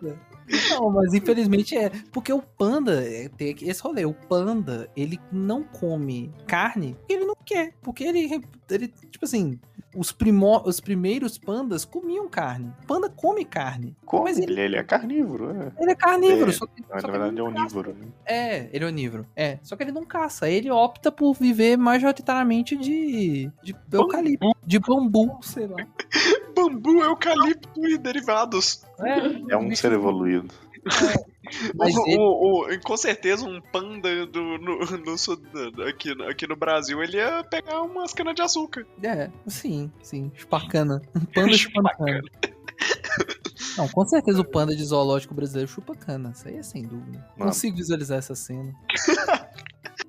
[SPEAKER 2] Não, mas infelizmente é. Porque o panda, é, tem aqui esse rolê, o panda, ele não come carne porque ele não quer. Porque ele, ele tipo assim, os, primó, os primeiros pandas comiam carne. O panda come carne.
[SPEAKER 5] Como?
[SPEAKER 2] Mas ele-
[SPEAKER 5] ele, ele é carnívoro, é.
[SPEAKER 2] Ele é carnívoro,
[SPEAKER 5] É,
[SPEAKER 2] só que,
[SPEAKER 5] Na
[SPEAKER 2] só que
[SPEAKER 5] verdade
[SPEAKER 2] ele
[SPEAKER 5] é
[SPEAKER 2] não caça.
[SPEAKER 5] onívoro, né?
[SPEAKER 2] É, ele é onívoro. É, só que ele não caça. Ele opta por viver majoritariamente de, de eucalipto, de bambu, sei lá.
[SPEAKER 4] é Bambu, eucalipto e derivados.
[SPEAKER 5] É um ser evoluído.
[SPEAKER 2] Mas
[SPEAKER 4] O-
[SPEAKER 2] ele-
[SPEAKER 4] o- o- com certeza um panda do, no, no sul- aqui, aqui no Brasil, ele ia pegar umas canas de açúcar.
[SPEAKER 2] É, sim, sim. Chupacana. Um panda chupando cana. Não, com certeza o panda de zoológico brasileiro chupa cana. Isso aí é sem dúvida.
[SPEAKER 5] Mano.
[SPEAKER 2] Consigo visualizar essa cena.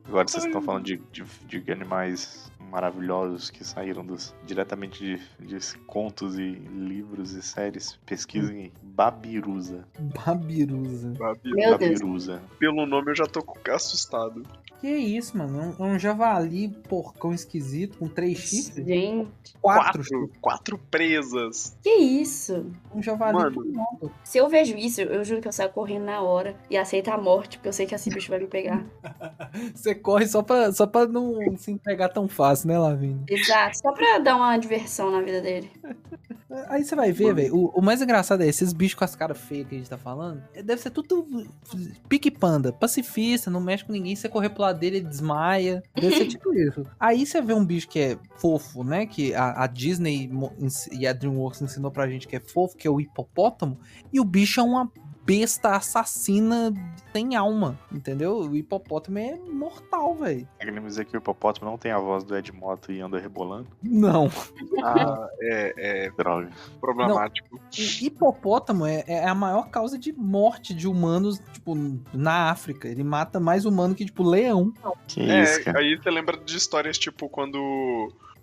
[SPEAKER 5] Agora vocês estão falando de, de, de animais maravilhosos que saíram dos, diretamente de, de contos e livros e séries. Pesquisem aí. Babirusa.
[SPEAKER 2] Babirusa.
[SPEAKER 4] Babi-
[SPEAKER 3] Meu Deus.
[SPEAKER 5] Babirusa.
[SPEAKER 4] Pelo nome eu já tô com- assustado.
[SPEAKER 2] Que isso, mano? É um, é um javali porcão esquisito com três chifres?
[SPEAKER 3] Gente,
[SPEAKER 2] Quatro,
[SPEAKER 4] Quatro,
[SPEAKER 2] chifres.
[SPEAKER 4] quatro presas.
[SPEAKER 3] que isso?
[SPEAKER 2] Um javali
[SPEAKER 4] Mano.
[SPEAKER 2] pulando.
[SPEAKER 3] Se eu vejo isso, eu juro que eu saio correndo na hora e aceito a morte, porque eu sei que esse bicho vai me pegar.
[SPEAKER 2] Você corre só pra, só pra não se entregar tão fácil, né, Lavigne?
[SPEAKER 3] Exato, só pra dar uma diversão na vida dele.
[SPEAKER 2] Aí você vai ver,
[SPEAKER 4] Mano.
[SPEAKER 2] velho. O, o mais engraçado é esses bichos com as caras feias que a gente tá falando. é, Deve ser tudo pique-panda, pacifista, não mexe com ninguém. Você correr pro lado dele, ele desmaia. Deve ser tipo isso. Aí você vê um bicho que é fofo, né? Que a, a Disney mo- ens- e a Dreamworks ensinou pra gente que é fofo, que é o hipopótamo. E o bicho é uma besta assassina sem alma, entendeu? O hipopótamo é mortal, velho.
[SPEAKER 5] Queremos dizer que o hipopótamo não tem a voz do Ed Mota e anda rebolando?
[SPEAKER 2] Não.
[SPEAKER 4] Ah, é, é
[SPEAKER 5] Droga.
[SPEAKER 4] problemático.
[SPEAKER 2] O hipopótamo é, é a maior causa de morte de humanos, tipo, na África. Ele mata mais humano que, tipo, leão.
[SPEAKER 5] Que
[SPEAKER 4] É,
[SPEAKER 5] isso, cara.
[SPEAKER 4] aí você lembra de histórias tipo quando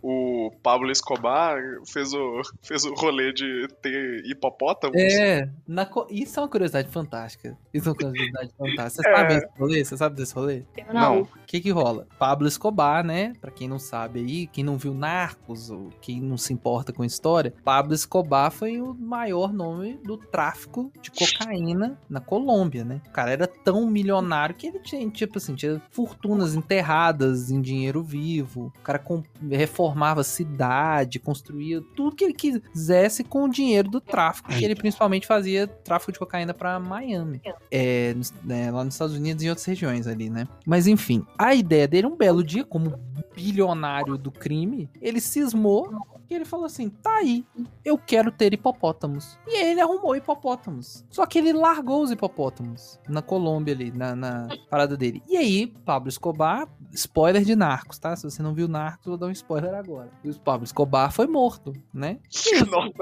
[SPEAKER 4] o Pablo Escobar fez o, fez o rolê de ter hipopótamos.
[SPEAKER 2] É. na co- Isso é uma curiosidade fantástica. Isso é uma curiosidade fantástica. Você
[SPEAKER 4] É.
[SPEAKER 2] sabe esse rolê? Você sabe desse rolê?
[SPEAKER 3] Eu não.
[SPEAKER 2] O que que rola? Pablo Escobar, né? Pra quem não sabe aí, quem não viu Narcos, ou quem não se importa com história, Pablo Escobar foi o maior nome do tráfico de cocaína na Colômbia, né? O cara era tão milionário que ele tinha, tipo assim, tinha fortunas enterradas em dinheiro vivo. O cara com- reformava a cidade, construía tudo que ele quisesse com o dinheiro do tráfico, que ele principalmente fazia tráfico de cocaína pra Miami é, nos- né, lá nos Estados Unidos e em outras regiões ali, né? Mas enfim, a ideia dele, um belo dia, como bilionário do crime, ele cismou e ele falou assim: tá aí, eu quero ter hipopótamos. E aí ele arrumou hipopótamos. Só que ele largou os hipopótamos na Colômbia ali, na, na parada dele. E aí, Pablo Escobar, spoiler de Narcos, tá? Se você não viu Narcos, eu vou dar um spoiler agora. O Pablo Escobar foi morto, né?
[SPEAKER 4] Nossa,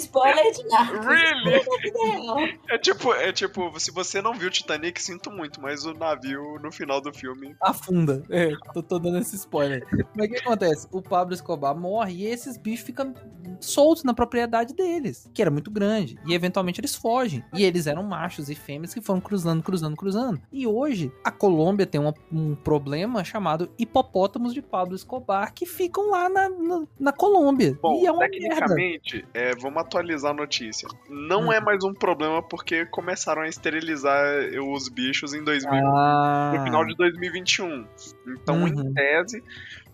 [SPEAKER 3] Spoiler de nada.
[SPEAKER 4] really?
[SPEAKER 3] Real.
[SPEAKER 4] É tipo, é tipo, se você não viu Titanic, sinto muito, mas o navio no final do filme.
[SPEAKER 2] afunda. É, tô, tô dando esse spoiler. Mas o que acontece? O Pablo Escobar morre e esses bichos ficam soltos na propriedade deles, que era muito grande. E eventualmente eles fogem. E eles eram machos e fêmeas que foram cruzando, cruzando, cruzando. E hoje a Colômbia tem uma- um problema chamado hipopótamos de Pablo Escobar que ficam lá na, na, na Colômbia.
[SPEAKER 4] Bom,
[SPEAKER 2] e é uma merda.
[SPEAKER 4] tecnicamente, é, vamos atualizar a notícia. Não
[SPEAKER 2] Hum.
[SPEAKER 4] é mais um problema porque começaram a esterilizar os bichos em 2000,
[SPEAKER 2] Ah,
[SPEAKER 4] no final de 2021. Então,
[SPEAKER 2] Uhum. É.
[SPEAKER 4] em tese,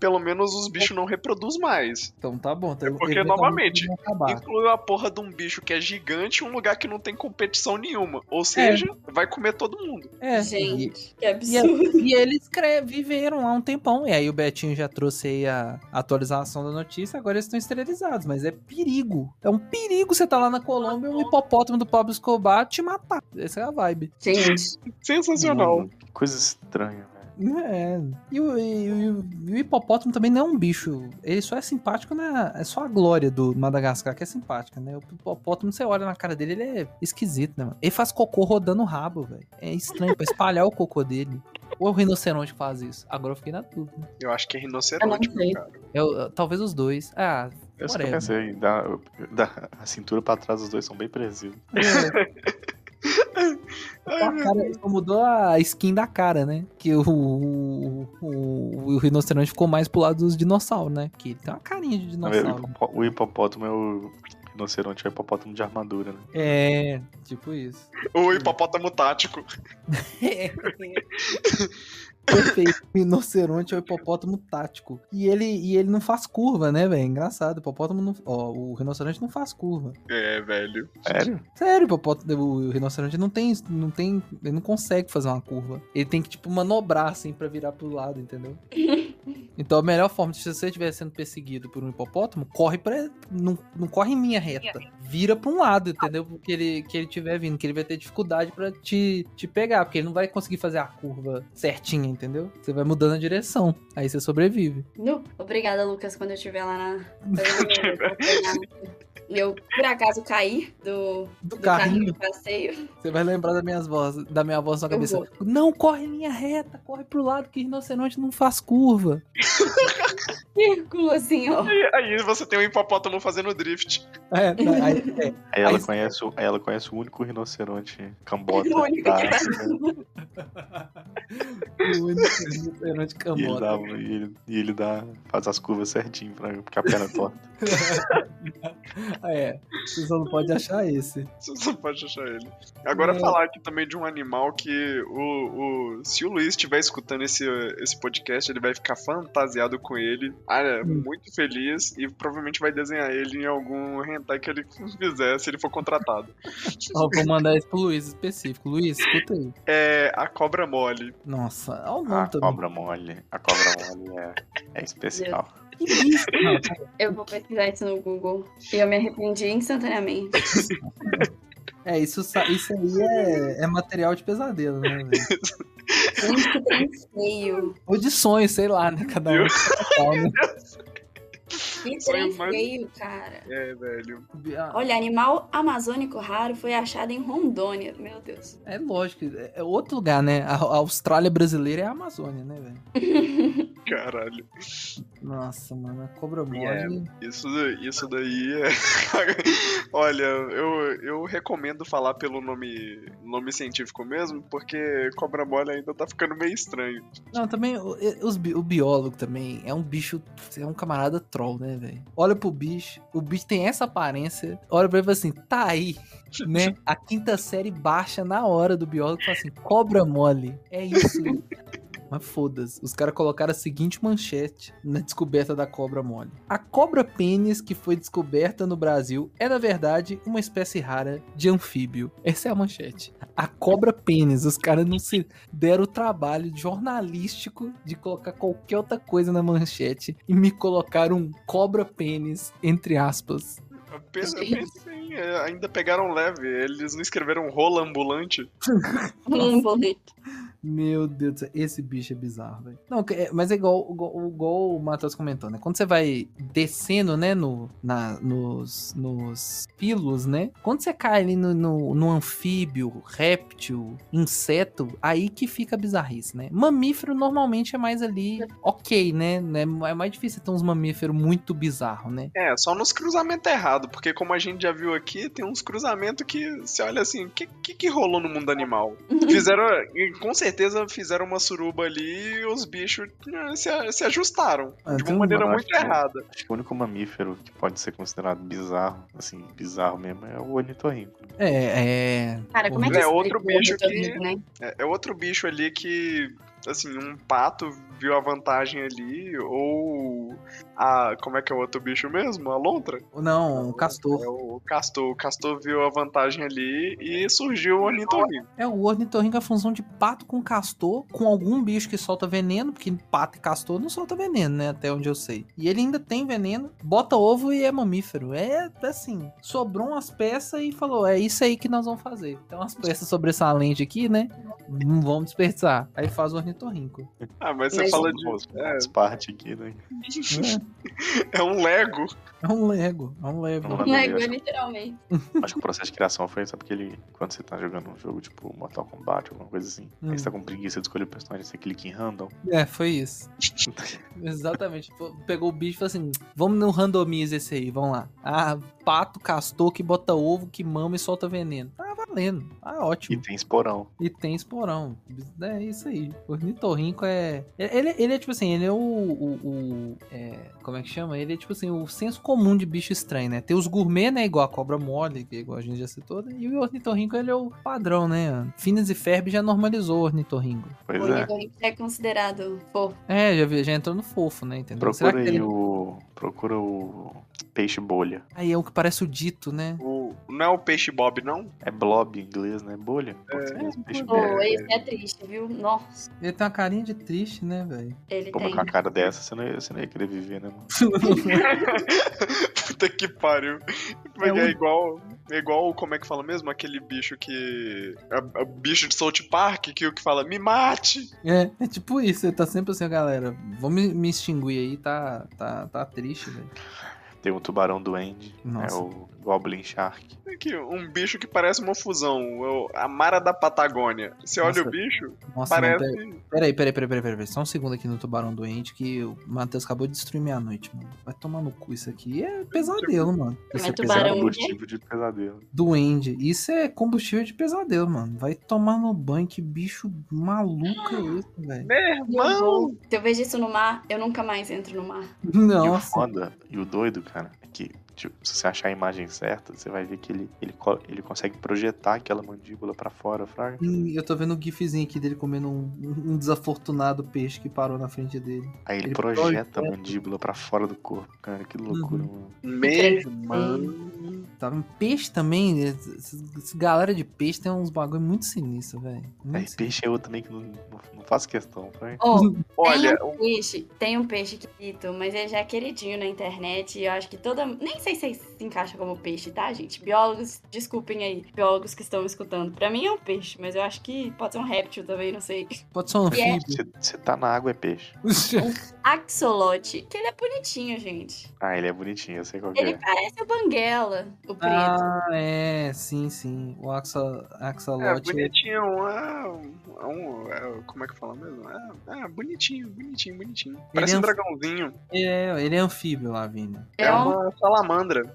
[SPEAKER 4] pelo menos os bichos não reproduzem mais.
[SPEAKER 2] então tá bom. Então,
[SPEAKER 4] porque,
[SPEAKER 2] eventualmente,
[SPEAKER 4] novamente,
[SPEAKER 2] vão acabar.
[SPEAKER 4] Incluiu a porra de um bicho que é gigante em um lugar que não tem competição nenhuma. Ou seja, vai comer todo mundo.
[SPEAKER 2] É, e-
[SPEAKER 3] Gente, que
[SPEAKER 2] E,
[SPEAKER 3] absurdo.
[SPEAKER 2] e eles cre- viveram lá um tempão. E aí o Betinho já trouxe aí a atualização da notícia. Agora eles estão esterilizados. Mas é perigo. É um perigo você tá lá na Colômbia um hipopótamo do Pablo Escobar te matar. Essa é a vibe.
[SPEAKER 3] Gente,
[SPEAKER 4] Sensacional.
[SPEAKER 2] Uhum.
[SPEAKER 5] Mano, Hum, que coisa estranha, velho.
[SPEAKER 2] É. E o, e o- e o- e o hipopótamo também não é um bicho. Ele só é simpático na. É só a glória do Madagascar que é simpática, né? O hipopótamo, você olha na cara dele, ele é esquisito, né, mano? Ele faz cocô rodando o rabo, velho. É estranho pra espalhar o cocô dele. Ou é o rinoceronte que faz isso? Agora eu fiquei na dúvida.
[SPEAKER 4] Eu acho que é
[SPEAKER 3] Eu
[SPEAKER 4] rinoceronte,
[SPEAKER 3] Ah, não sei.
[SPEAKER 4] cara.
[SPEAKER 2] Eu- eu- É talvez os dois. Ah,
[SPEAKER 5] É isso que eu
[SPEAKER 2] Whatever.
[SPEAKER 5] pensei. Da, da- a cintura pra trás, os dois são bem parecidos.
[SPEAKER 2] a cara, só mudou a skin da cara, né? Que o, o, o- o rinoceronte ficou mais pro lado dos dinossauros, né? Porque ele tem uma carinha de
[SPEAKER 5] Na verdade, o,
[SPEAKER 2] dinossauro.
[SPEAKER 5] hipopó- o hipopótamo é o rinoceronte, é o hipopótamo de armadura, né?
[SPEAKER 2] É, tipo isso.
[SPEAKER 4] O hipopótamo tático.
[SPEAKER 2] Perfeito. O rinoceronte é o hipopótamo tático. E ele, e ele não faz curva, né, velho? Engraçado. O hipopótamo não. Ó, o rinoceronte não faz curva.
[SPEAKER 4] É, velho.
[SPEAKER 5] Sério?
[SPEAKER 2] Sério, o hipopótamo, o rinoceronte não tem, não tem, ele não consegue fazer uma curva. Ele tem que tipo manobrar assim pra virar pro lado, entendeu? então a melhor forma, se você estiver sendo perseguido por um hipopótamo, corre para não, não corre em linha reta, vira pra um lado, entendeu? Porque ele que ele tiver vindo, que ele vai ter dificuldade pra te, te pegar, porque ele não vai conseguir fazer a curva certinha, entendeu? Você vai mudando a direção, aí você sobrevive.
[SPEAKER 3] nu. obrigada, Lucas, quando eu estiver lá na. Eu, por acaso, caí do,
[SPEAKER 2] Do
[SPEAKER 3] do carrinho
[SPEAKER 2] carrinho,
[SPEAKER 3] do passeio.
[SPEAKER 2] você vai lembrar das minhas vozes, da minha voz na
[SPEAKER 3] Eu
[SPEAKER 2] cabeça. Não corre em linha reta, corre pro lado que rinoceronte não faz curva.
[SPEAKER 3] Círculo, assim, ó.
[SPEAKER 4] Aí, aí você tem um hipopótamo fazendo drift.
[SPEAKER 2] É, tá, aí, é.
[SPEAKER 5] Aí ela,
[SPEAKER 2] Aí-
[SPEAKER 5] conhece, o- aí ela conhece o único rinoceronte cambota
[SPEAKER 3] O único
[SPEAKER 5] da
[SPEAKER 3] que tá-
[SPEAKER 5] África,
[SPEAKER 2] O único rinoceronte
[SPEAKER 5] e ele, dá,
[SPEAKER 2] cambota.
[SPEAKER 5] e ele- e ele dá- faz as curvas certinho pra ficar a perna torta.
[SPEAKER 2] É, você só não pode achar esse.
[SPEAKER 4] Você só pode achar ele. Agora
[SPEAKER 2] É.
[SPEAKER 4] falar aqui também de um animal que o, o- se o Luiz estiver escutando esse, esse podcast, ele vai ficar fantasiado com ele, ah, é,
[SPEAKER 2] Hum.
[SPEAKER 4] muito feliz e provavelmente vai desenhar ele em algum hentai que ele fizer, se ele for contratado.
[SPEAKER 2] Ó, vou mandar esse pro Luiz específico. Luiz, escuta aí.
[SPEAKER 4] É a cobra mole.
[SPEAKER 2] Nossa, olha o né? nome
[SPEAKER 5] A
[SPEAKER 2] também.
[SPEAKER 5] Ah, cobra mole. A cobra mole é, é especial.
[SPEAKER 2] Que bicho, cara.
[SPEAKER 3] Eu vou pesquisar isso no Google. E eu me arrependi instantaneamente.
[SPEAKER 2] É, isso, sa- isso aí é, é material de pesadelo, né, velho?
[SPEAKER 3] Gente, que trem feio.
[SPEAKER 2] Ou de sonho, sei lá, né? Cada um.
[SPEAKER 4] Meu Sonho
[SPEAKER 3] Que trem
[SPEAKER 4] mais-
[SPEAKER 3] feio, cara.
[SPEAKER 4] É, velho.
[SPEAKER 2] Ah,
[SPEAKER 3] Olha, animal amazônico raro foi achado em Rondônia. Meu Deus.
[SPEAKER 2] É lógico, é é outro lugar, né? A a Austrália brasileira é a Amazônia, né, velho?
[SPEAKER 4] Caralho.
[SPEAKER 2] Nossa, mano, a cobra mole.
[SPEAKER 4] É. Isso, isso daí é. Olha, eu, eu recomendo falar pelo nome, nome científico mesmo, porque cobra mole ainda tá ficando meio estranho.
[SPEAKER 2] Não, também o- e- os bi- o biólogo também é um bicho, é um camarada troll, né, velho? Olha pro bicho, o bicho tem essa aparência, olha pra ele e fala assim, tá aí, né? A quinta série baixa na hora do biólogo e fala assim, cobra mole, é isso. Mas foda-se, os caras colocaram a seguinte manchete na descoberta da cobra mole. A cobra pênis que foi descoberta no Brasil é, na verdade, uma espécie rara de anfíbio. Essa é a manchete. A cobra pênis, os caras não se deram o trabalho jornalístico de colocar qualquer outra coisa na manchete e me colocaram um cobra pênis, entre aspas.
[SPEAKER 4] Eu penso- eu pensei, é, ainda pegaram leve, eles não escreveram rola ambulante.
[SPEAKER 3] Hum, bonito.
[SPEAKER 2] Meu Deus do céu, esse bicho é bizarro, velho. Não, que- é, mas é igual, igual- igual o Matheus comentou, né? Quando você vai descendo, né, no, na, nos, nos pilos, né? Quando você cai ali no, no, no anfíbio, réptil, inseto, aí que fica a bizarrice, né? Mamífero normalmente é mais ali ok, né? Né? É mais difícil ter uns mamíferos muito bizarros, né?
[SPEAKER 4] É, só nos cruzamentos errados, porque como a gente já viu aqui, tem uns cruzamentos que você olha assim, o que, que que rolou no mundo animal? Fizeram, e com certeza fizeram uma suruba ali e os bichos né, se, a- se ajustaram
[SPEAKER 2] Ah,
[SPEAKER 4] de
[SPEAKER 2] tem
[SPEAKER 4] uma
[SPEAKER 2] um
[SPEAKER 4] maneira
[SPEAKER 5] macho,
[SPEAKER 4] muito
[SPEAKER 5] né?
[SPEAKER 4] errada.
[SPEAKER 5] Acho que o único mamífero que pode ser considerado bizarro, assim, bizarro mesmo, é o ornitorrinco.
[SPEAKER 2] É, é.
[SPEAKER 3] Cara, como é que
[SPEAKER 4] É,
[SPEAKER 3] explica
[SPEAKER 4] outro
[SPEAKER 3] o
[SPEAKER 4] bicho que-
[SPEAKER 3] ornitorrinco, Né?
[SPEAKER 4] É, é outro bicho ali que, assim, um pato viu a vantagem ali, ou a. Como é que é o outro bicho mesmo? A lontra?
[SPEAKER 2] Não, o um castor.
[SPEAKER 4] É o Castor. O Castor viu a vantagem ali e surgiu o ornitorrinco.
[SPEAKER 2] É o ornitorrinco é a função de pato com castor, com algum bicho que solta veneno, porque pato e castor não solta veneno, né? Até onde eu sei. E ele ainda tem veneno, bota ovo e é mamífero. É assim, sobrou umas peças e falou: é isso aí que nós vamos fazer. Tem umas peças sobressalentes aqui, né? Não vamos desperdiçar. Aí faz o ornitorrinco.
[SPEAKER 4] Ah, mas você
[SPEAKER 3] Mas-
[SPEAKER 4] fala
[SPEAKER 5] Os-
[SPEAKER 4] de.
[SPEAKER 5] os- As partes aqui, né?
[SPEAKER 4] É um Lego.
[SPEAKER 2] É um Lego, é um Lego.
[SPEAKER 5] Não,
[SPEAKER 3] Não é
[SPEAKER 5] Deus.
[SPEAKER 3] igual, literalmente.
[SPEAKER 5] Acho que o processo de criação foi só porque ele, quando você tá jogando um jogo tipo Mortal Kombat, alguma coisa assim,
[SPEAKER 2] Hum.
[SPEAKER 5] aí você tá com preguiça de escolher o personagem, você clica em random.
[SPEAKER 2] É, foi isso. Exatamente. Pô, Pegou o bicho e falou assim: vamos no randomize esse aí, vamos lá. Ah, pato, castor que bota ovo, que mama e solta veneno. Tá valendo. Tá
[SPEAKER 5] E
[SPEAKER 2] ótimo.
[SPEAKER 5] tem esporão.
[SPEAKER 2] E tem esporão. É isso aí. O ornitorrinco é. Ele, ele é tipo assim, ele é o. o- o- é, como é que chama? Ele é tipo assim, o senso comum de bicho estranho, né? Tem os gourmet, né? Igual a cobra mole, que é igual a gente já citou, né? E o ornitorrinco, ele é o padrão, né? Finas e Ferb já normalizou o ornitorrinco.
[SPEAKER 5] Pois
[SPEAKER 3] o
[SPEAKER 5] é.
[SPEAKER 3] ornitorrinco é considerado fofo.
[SPEAKER 2] É, já, vi- já entrou no fofo, né? Entendeu?
[SPEAKER 5] Procura
[SPEAKER 2] que
[SPEAKER 5] aí
[SPEAKER 2] ele-
[SPEAKER 5] o. Procura o. Peixe bolha.
[SPEAKER 2] Aí é o que parece o dito, né?
[SPEAKER 4] O- Não é o peixe Bob, não?
[SPEAKER 5] É blob em inglês, né? Bolha? Em português, peixe
[SPEAKER 3] Pô,
[SPEAKER 5] bolha.
[SPEAKER 3] esse é triste, viu? Nossa,
[SPEAKER 2] Ele tem uma carinha de triste, né, velho?
[SPEAKER 3] ele
[SPEAKER 5] Pô, mas
[SPEAKER 3] tem.
[SPEAKER 5] com a cara dessa, você não, ia, você não ia querer viver, né, mano?
[SPEAKER 4] Puta que pariu. Mas
[SPEAKER 2] É um-
[SPEAKER 4] é igual. É igual, como é que fala mesmo? Aquele bicho que. É, é bicho de South Park que o que fala, me mate!
[SPEAKER 2] É, é tipo isso, ele tá sempre assim, galera. Vou me, me extinguir aí, tá, tá, tá triste, velho.
[SPEAKER 5] Tem um tubarão duende,
[SPEAKER 2] Nossa.
[SPEAKER 5] é o Goblin Shark.
[SPEAKER 4] Aqui, um bicho que parece uma fusão. é o- A Mara da Patagônia. Você olha
[SPEAKER 2] Nossa.
[SPEAKER 4] o bicho,
[SPEAKER 2] Nossa, não,
[SPEAKER 4] parece.
[SPEAKER 2] pera- peraí, peraí, peraí, peraí, peraí, peraí. Só um segundo aqui no Tubarão Doente que o Matheus acabou de destruir minha noite, mano. Vai tomar no cu isso aqui. É pesadelo, mano.
[SPEAKER 3] Mas
[SPEAKER 2] Isso é
[SPEAKER 3] tubarão-
[SPEAKER 2] pesadelo.
[SPEAKER 5] combustível de pesadelo.
[SPEAKER 2] Duende. Isso é combustível de pesadelo, mano. Vai tomar no banho, que bicho maluco é esse, velho.
[SPEAKER 4] Meu
[SPEAKER 3] Eu
[SPEAKER 4] irmão!
[SPEAKER 3] vou- um Se eu vejo isso no mar, eu nunca mais entro no mar.
[SPEAKER 5] E o
[SPEAKER 2] Nossa.
[SPEAKER 5] foda e o doido, cara, é que, tipo, se você achar a imagem certa, você vai ver que ele, ele, co- ele consegue projetar aquela mandíbula pra fora, fraga.
[SPEAKER 2] Hum, Eu tô vendo um gifzinho aqui dele comendo um, um desafortunado peixe que parou na frente dele.
[SPEAKER 5] Aí ele,
[SPEAKER 2] Ele
[SPEAKER 5] projeta
[SPEAKER 2] projeta. Uhum.
[SPEAKER 5] a mandíbula pra fora do corpo, cara. Que loucura, mano.
[SPEAKER 4] Meu
[SPEAKER 3] Três.
[SPEAKER 4] irmão.
[SPEAKER 2] Tá? Peixe também, né? esse- esse galera de peixe tem uns bagulho muito sinistro, velho.
[SPEAKER 5] Aí
[SPEAKER 2] Muito sinistro.
[SPEAKER 5] peixe é outro também que não, não, não faz questão, fraga.
[SPEAKER 3] Ó,
[SPEAKER 4] Olha,
[SPEAKER 3] tem um peixe, tem um peixe que pito, mas ele já é queridinho na internet. E eu acho que toda. Nem sei se ele se encaixa como peixe, tá, gente? Biólogos, desculpem aí, biólogos que estão me escutando. Pra mim é um peixe, mas eu acho que pode ser um réptil também, não sei.
[SPEAKER 2] Pode ser um
[SPEAKER 3] Yeah.
[SPEAKER 2] anfíbio.
[SPEAKER 5] Você você tá na água é peixe.
[SPEAKER 3] Axolote, que ele é bonitinho, gente.
[SPEAKER 5] Ah, ele é bonitinho, eu sei qual que
[SPEAKER 3] Ele
[SPEAKER 5] é.
[SPEAKER 3] parece o Banguela, o preto.
[SPEAKER 2] Ah, é, sim, sim. O Axa,
[SPEAKER 4] é
[SPEAKER 2] Axolote.
[SPEAKER 4] bonitinho. É, um- é um, é, como é que fala mesmo? É, é bonitinho, bonitinho, bonitinho. Parece
[SPEAKER 2] é
[SPEAKER 4] um
[SPEAKER 2] um-
[SPEAKER 4] dragãozinho.
[SPEAKER 2] é, ele é anfíbio, Lavínia.
[SPEAKER 4] É,
[SPEAKER 3] um
[SPEAKER 4] uma salamandra.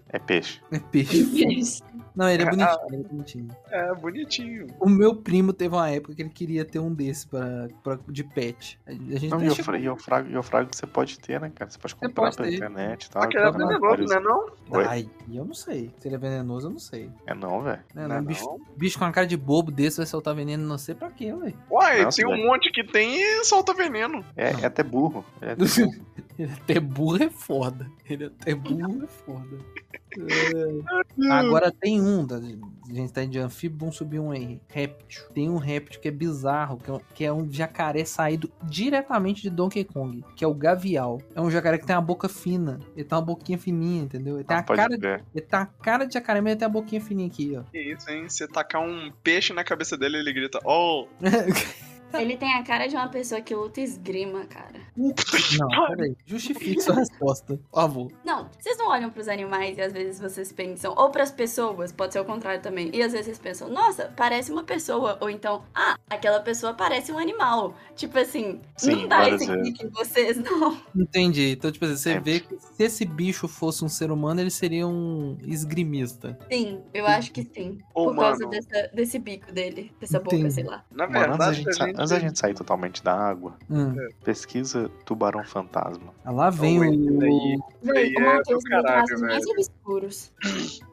[SPEAKER 5] É peixe.
[SPEAKER 2] É peixe.
[SPEAKER 3] peixe.
[SPEAKER 2] Não, ele é
[SPEAKER 4] Ah.
[SPEAKER 2] bonitinho, ele é bonitinho.
[SPEAKER 4] É bonitinho.
[SPEAKER 2] O meu primo teve uma época que ele queria ter um desse pra, pra, de pet. A gente
[SPEAKER 5] Não, e,
[SPEAKER 2] até
[SPEAKER 5] o
[SPEAKER 2] chegou-
[SPEAKER 5] fra- e o frago, e o frago que você pode ter, né, cara? Você pode comprar
[SPEAKER 2] pode
[SPEAKER 5] pela
[SPEAKER 2] ter.
[SPEAKER 5] internet e tal.
[SPEAKER 4] Aquele é
[SPEAKER 5] comprar
[SPEAKER 4] venenoso,
[SPEAKER 5] vários-
[SPEAKER 4] né? Não?
[SPEAKER 5] Oi?
[SPEAKER 2] Ai, eu não sei. Se ele é venenoso, eu não sei.
[SPEAKER 5] É não, velho.
[SPEAKER 2] Né,
[SPEAKER 4] Não é
[SPEAKER 2] não, bicho, bicho com uma cara de bobo desse vai soltar veneno não sei pra quê, ué.
[SPEAKER 4] Uai,
[SPEAKER 5] Nossa,
[SPEAKER 4] tem um
[SPEAKER 5] velho.
[SPEAKER 4] monte que tem e solta veneno.
[SPEAKER 5] É,
[SPEAKER 2] Não.
[SPEAKER 5] é até burro. É até
[SPEAKER 2] Ele até
[SPEAKER 5] burro.
[SPEAKER 2] burro é foda. Ele até burro é foda. É. Agora tem um, da- a gente tá de anfíbio, vamos subir um aí, réptil. Tem um réptil que é bizarro, que é um, que é um jacaré saído diretamente de Donkey Kong, que é o gavial. É um jacaré que tem uma boca fina, ele tem uma boquinha fininha, entendeu? Ele tem,
[SPEAKER 5] Não
[SPEAKER 2] a
[SPEAKER 5] Ah, pode
[SPEAKER 2] cara, de-
[SPEAKER 5] ver.
[SPEAKER 2] ele tem a cara de jacaré, mas ele tem a boquinha fininha aqui, ó.
[SPEAKER 4] Que isso, hein? Você tacar um peixe na cabeça dele, ele grita, oh!
[SPEAKER 3] Ele tem a cara de uma pessoa que luta esgrima, cara.
[SPEAKER 2] Não, peraí, justifique sua resposta, por favor.
[SPEAKER 3] Não, vocês não olham pros animais e às vezes vocês pensam, ou pras pessoas, pode ser o contrário também. E às vezes vocês pensam, nossa, parece uma pessoa, ou então, ah, aquela pessoa parece um animal. Tipo assim,
[SPEAKER 5] Sim,
[SPEAKER 3] não dá
[SPEAKER 5] várias
[SPEAKER 3] esse
[SPEAKER 5] vezes.
[SPEAKER 3] clique em vocês, não.
[SPEAKER 2] Entendi. Então, tipo assim, você
[SPEAKER 5] É.
[SPEAKER 2] vê que se esse bicho fosse um ser humano, ele seria um esgrimista.
[SPEAKER 3] Sim, eu acho que sim.
[SPEAKER 4] Ô,
[SPEAKER 3] por causa
[SPEAKER 4] mano.
[SPEAKER 3] dessa- desse bico dele, dessa boca,
[SPEAKER 2] Entendi.
[SPEAKER 3] sei lá.
[SPEAKER 4] Na
[SPEAKER 5] Mano, antes, a
[SPEAKER 4] verdade,
[SPEAKER 5] gente sa- antes da gente sair totalmente da água,
[SPEAKER 2] Hum.
[SPEAKER 5] É. pesquisa tubarão fantasma.
[SPEAKER 2] Ah, Lá
[SPEAKER 5] um
[SPEAKER 2] vem
[SPEAKER 4] Oi,
[SPEAKER 2] o.
[SPEAKER 4] daí.
[SPEAKER 3] Véi,
[SPEAKER 4] aí
[SPEAKER 3] o
[SPEAKER 4] é
[SPEAKER 3] Matheus
[SPEAKER 4] do
[SPEAKER 3] tem
[SPEAKER 4] caralho,
[SPEAKER 3] traços mais obscuros.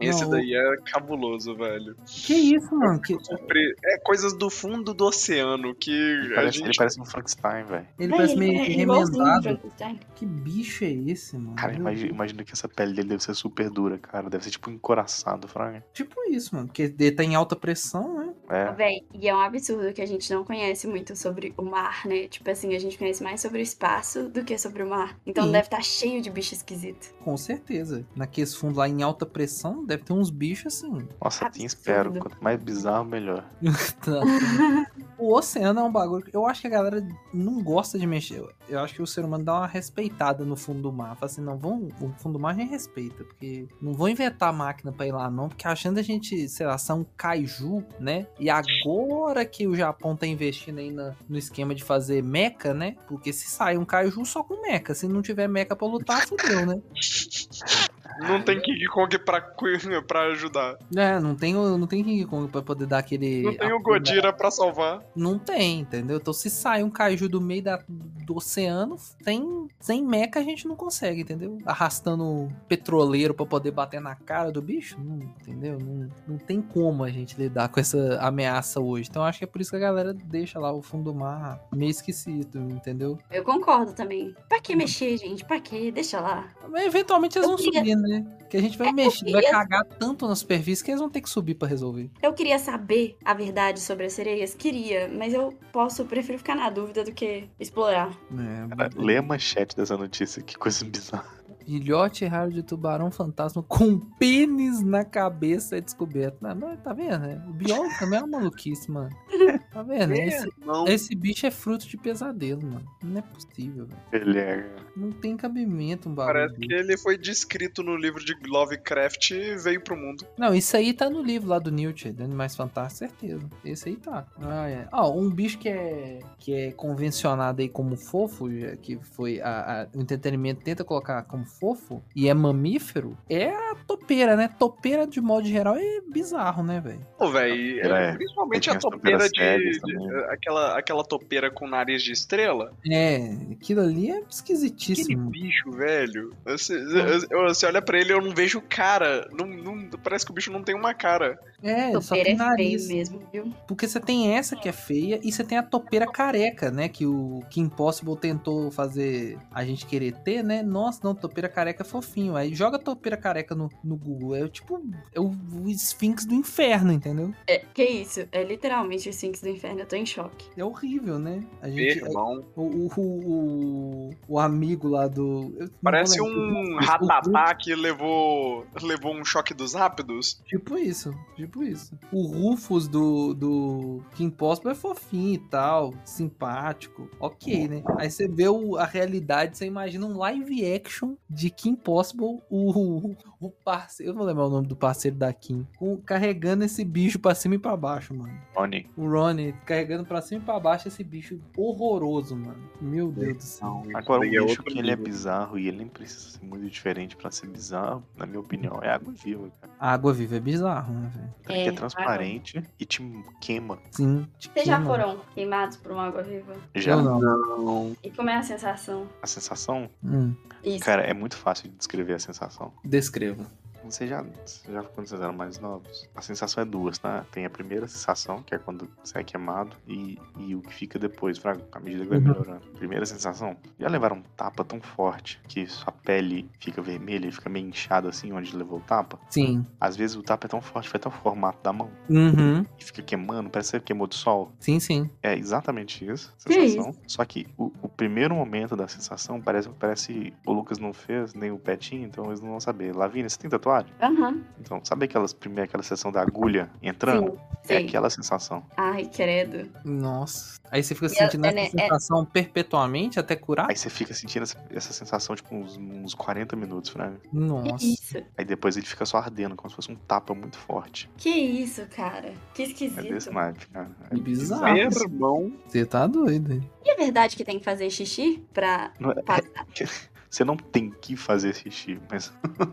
[SPEAKER 4] Esse
[SPEAKER 2] Não,
[SPEAKER 4] daí é cabuloso, velho.
[SPEAKER 2] Que é isso, mano? Que...
[SPEAKER 4] Pre- É coisas do fundo do oceano que
[SPEAKER 5] Ele
[SPEAKER 4] a
[SPEAKER 5] parece,
[SPEAKER 4] gente.
[SPEAKER 5] ele parece um Frankenstein, velho.
[SPEAKER 2] Ele
[SPEAKER 3] Véi,
[SPEAKER 2] parece meio
[SPEAKER 3] é
[SPEAKER 2] que
[SPEAKER 3] igualzinho tá? o
[SPEAKER 2] remendado.
[SPEAKER 3] Frankenstein.
[SPEAKER 2] Que bicho é esse, mano?
[SPEAKER 5] Cara, imagina, imagina que essa pele dele deve ser super dura, cara. Deve ser tipo encoraçado, Frank.
[SPEAKER 2] Tipo isso, mano. Porque ele tá em alta pressão, né?
[SPEAKER 5] É.
[SPEAKER 3] Véi, e é um absurdo que a gente não conhece muito sobre o mar, né? Tipo assim, a gente conhece mais sobre o espaço do que sobre o mar. Então
[SPEAKER 2] Sim.
[SPEAKER 3] deve estar cheio de bicho esquisito.
[SPEAKER 2] Com certeza. Naqueles fundos lá em alta pressão, deve ter uns bichos assim.
[SPEAKER 5] Nossa,
[SPEAKER 3] Absurdo.
[SPEAKER 5] tem espero. Quanto mais bizarro, melhor.
[SPEAKER 2] Tá. o oceano é um bagulho. que Eu acho que a galera não gosta de mexer. Eu acho que o ser humano dá uma respeitada no fundo do mar. Fala assim, não, vão, o fundo do mar a gente respeita. Porque não vão inventar máquina pra ir lá, não. Porque achando a gente, sei lá, são kaiju, né? E agora que o Japão tá investindo aí na- no esquema de fazer meca, né? Porque se sai um kaiju só com meca. Se não tiver meca pra lutar, fudeu, né?
[SPEAKER 4] Não tem King Kong pra, cu- pra ajudar.
[SPEAKER 2] É, não tem, o- não tem King Kong pra poder dar aquele.
[SPEAKER 4] Não tem o
[SPEAKER 2] apoio.
[SPEAKER 4] Godira pra salvar.
[SPEAKER 2] Não tem, entendeu? Então se sai um caju do meio da- do oceano, sem, sem meca a gente não consegue, entendeu? Arrastando um petroleiro pra poder bater na cara do bicho, não, entendeu? Não, não tem como a gente lidar com essa ameaça hoje. Então acho que é por isso que a galera deixa lá o fundo do mar meio esquisito, entendeu?
[SPEAKER 3] Eu concordo também. Pra que mexer, gente? Pra que? Deixa lá.
[SPEAKER 2] Mas eventualmente eles
[SPEAKER 3] Eu
[SPEAKER 2] vão
[SPEAKER 3] queria- É,
[SPEAKER 2] subir, né? Que a gente vai mexer, vai
[SPEAKER 3] queria-
[SPEAKER 2] cagar tanto na superfície que eles vão ter que subir pra resolver.
[SPEAKER 3] Eu queria saber a verdade sobre as sereias, queria, mas eu posso, prefiro ficar na dúvida do que explorar.
[SPEAKER 5] Cara,
[SPEAKER 2] É,
[SPEAKER 5] lê a manchete dessa notícia. Que coisa bizarra.
[SPEAKER 2] Filhote raro de tubarão fantasma com pênis na cabeça é descoberto. Não, mas tá vendo? né? O biólogo também é uma é maluquice, mano. Tá vendo? Esse,
[SPEAKER 4] Não,
[SPEAKER 2] esse bicho é fruto de pesadelo, mano. Não é possível, velho.
[SPEAKER 5] Ele é.
[SPEAKER 2] Não tem cabimento um bagulho.
[SPEAKER 4] parece
[SPEAKER 2] desse.
[SPEAKER 4] que ele foi descrito no livro de Lovecraft e veio pro mundo.
[SPEAKER 2] Não, isso aí tá no livro lá do Newt, do Animais Fantásticos, certeza. Esse aí tá. Ah, é. Ó, um bicho que é, que é convencionado aí como fofo, já que foi a- a- o entretenimento tenta colocar como fofo, e é mamífero, é a topeira, né? Topeira, de modo geral, é bizarro, né, velho?
[SPEAKER 4] Pô, velho,
[SPEAKER 5] É,
[SPEAKER 4] principalmente
[SPEAKER 5] tem
[SPEAKER 4] a
[SPEAKER 5] as
[SPEAKER 4] topeira
[SPEAKER 5] topeiras
[SPEAKER 4] de.
[SPEAKER 5] sérias também.
[SPEAKER 4] de- Aquela, aquela topeira com nariz de estrela.
[SPEAKER 2] É, aquilo ali é
[SPEAKER 4] Aquele
[SPEAKER 2] esquisitíssimo.
[SPEAKER 4] bicho, velho. Você, eu- eu- você olha pra ele eu não vejo cara. Não, não- parece que o bicho não tem uma cara.
[SPEAKER 2] É, ele só
[SPEAKER 3] Topeira
[SPEAKER 2] tem
[SPEAKER 3] é feio
[SPEAKER 2] nariz.
[SPEAKER 3] mesmo, viu?
[SPEAKER 2] Porque você tem essa que é feia e você tem a topeira careca, né? Que o Kim Possible tentou fazer a gente querer ter, né? Nossa, não, topeira careca é fofinho. Aí joga topeira careca no, no Google. É o tipo, é o, o Sphinx do inferno, entendeu?
[SPEAKER 3] É, que isso? É literalmente o Sphinx do Inferno, eu tô em choque.
[SPEAKER 2] É horrível, né? A gente.
[SPEAKER 5] é um
[SPEAKER 4] Irmão.
[SPEAKER 2] O, o, o, o amigo lá do. eu não vou
[SPEAKER 4] Parece
[SPEAKER 2] lembrar.
[SPEAKER 4] um
[SPEAKER 2] O- o-
[SPEAKER 5] né?
[SPEAKER 4] ratatá que levou, levou um choque dos rápidos.
[SPEAKER 2] Tipo isso, tipo isso. O Rufus do, do Kim Possible é fofinho e tal, simpático, ok, né? Aí você vê o- a realidade, você imagina um live action de Kim Possible, o, o parceiro, eu não vou lembrar o nome do parceiro da Kim, com- carregando esse bicho pra cima e pra baixo, mano.
[SPEAKER 5] Oni.
[SPEAKER 2] O Ronnie carregando pra cima e pra baixo esse bicho horroroso, mano. Meu Deus do céu.
[SPEAKER 5] Agora, um
[SPEAKER 4] Ele é
[SPEAKER 5] bicho
[SPEAKER 4] outro
[SPEAKER 5] que ele é
[SPEAKER 4] nível.
[SPEAKER 5] bizarro e ele nem precisa ser muito diferente pra ser bizarro, na minha opinião, é água viva, cara.
[SPEAKER 2] A água viva é bizarro, né, velho?
[SPEAKER 5] Ele
[SPEAKER 3] É,
[SPEAKER 5] é transparente e te queima.
[SPEAKER 2] Sim. te
[SPEAKER 3] Vocês já
[SPEAKER 2] queima.
[SPEAKER 3] foram queimados por uma água viva?
[SPEAKER 5] Já
[SPEAKER 2] Eu não.
[SPEAKER 3] E como é a sensação?
[SPEAKER 5] a sensação,
[SPEAKER 2] Hum,
[SPEAKER 3] Isso.
[SPEAKER 5] cara, é muito fácil de descrever a sensação.
[SPEAKER 2] descreva.
[SPEAKER 5] Vocês já, vocês já quando vocês eram mais novos, a sensação é duas, tá? Tem a primeira sensação, que é quando você é queimado, e, e o que fica depois, fraco, à medida que vai
[SPEAKER 2] Uhum.
[SPEAKER 5] melhorando. Primeira sensação, já levaram um tapa tão forte que sua pele fica vermelha e fica meio inchada assim onde levou o tapa.
[SPEAKER 2] Sim.
[SPEAKER 5] Às vezes o tapa é tão forte, foi até o formato da mão,
[SPEAKER 2] Uhum.
[SPEAKER 5] e fica queimando, parece que você queimou de sol.
[SPEAKER 2] Sim, sim.
[SPEAKER 5] É exatamente isso.
[SPEAKER 3] Que
[SPEAKER 5] Sensação. Só que o, o primeiro momento da sensação parece parece o Lucas não fez, nem o Petinho, então eles não vão saber. Lavínia, você tem tatuagem?
[SPEAKER 3] Aham,
[SPEAKER 5] Então, sabe aquelas primeira aquela sessão da agulha entrando?
[SPEAKER 3] sim.
[SPEAKER 5] É aquela sensação.
[SPEAKER 3] Ai, credo.
[SPEAKER 2] Nossa. Aí você fica
[SPEAKER 3] E
[SPEAKER 2] sentindo
[SPEAKER 3] é,
[SPEAKER 2] essa
[SPEAKER 3] né, é-
[SPEAKER 2] sensação perpetuamente até curar?
[SPEAKER 5] Aí você fica sentindo essa, essa sensação tipo uns, uns 40 minutos, né?
[SPEAKER 3] Que
[SPEAKER 2] Nossa.
[SPEAKER 3] isso?
[SPEAKER 5] Aí depois ele fica só ardendo, como se fosse um tapa muito forte.
[SPEAKER 3] Que isso, cara? Que
[SPEAKER 5] É
[SPEAKER 3] esquisito.
[SPEAKER 5] desse naipe, cara. É
[SPEAKER 2] Que bizarro. Ah,
[SPEAKER 5] isso.
[SPEAKER 4] Irmão.
[SPEAKER 2] Você tá doido. hein?
[SPEAKER 3] E é verdade que tem que fazer xixi pra
[SPEAKER 5] Não é-
[SPEAKER 3] passar?
[SPEAKER 5] Você não tem que fazer xixi, mas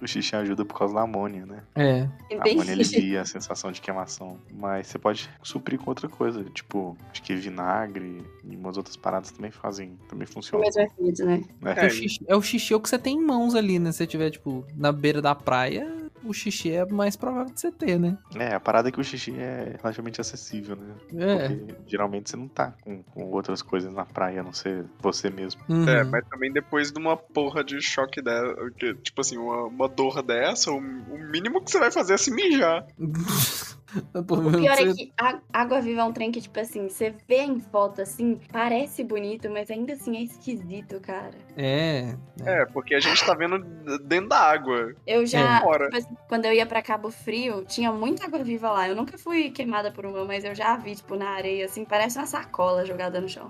[SPEAKER 5] o xixi ajuda por causa da amônia, né?
[SPEAKER 2] É.
[SPEAKER 5] A amônia
[SPEAKER 3] Entendi.
[SPEAKER 5] alivia a sensação de queimação. Mas você pode suprir com outra coisa. Tipo, acho que vinagre e umas outras paradas também fazem. Também
[SPEAKER 3] O
[SPEAKER 5] funcionam.
[SPEAKER 3] mesmo efeito, né?
[SPEAKER 5] né?
[SPEAKER 4] É,
[SPEAKER 2] O xixi- é o xixi é o que você tem em mãos ali, né? Se você tiver, tipo, na beira da praia, o xixi é mais provável de você ter, né?
[SPEAKER 5] É, a parada é que o xixi é relativamente acessível, né?
[SPEAKER 2] É.
[SPEAKER 5] Porque geralmente você não tá com, com outras coisas na praia, a não ser você mesmo.
[SPEAKER 2] Uhum.
[SPEAKER 4] É, mas também depois de uma porra de choque dessa, que, tipo assim, uma, uma dor dessa, o, o mínimo que você vai fazer é se mijar.
[SPEAKER 2] Pô,
[SPEAKER 3] O pior é
[SPEAKER 2] você-
[SPEAKER 3] que a água viva é um trem que, tipo assim, você vê em foto assim, parece bonito, mas ainda assim é esquisito, cara.
[SPEAKER 2] É.
[SPEAKER 4] É, porque a gente tá vendo dentro da água.
[SPEAKER 3] Eu já,
[SPEAKER 4] Ora.
[SPEAKER 3] tipo assim, quando eu ia pra Cabo Frio, tinha muita água viva lá. Eu nunca fui queimada por uma, mas eu já vi, tipo, na areia, assim, parece uma sacola jogada no chão.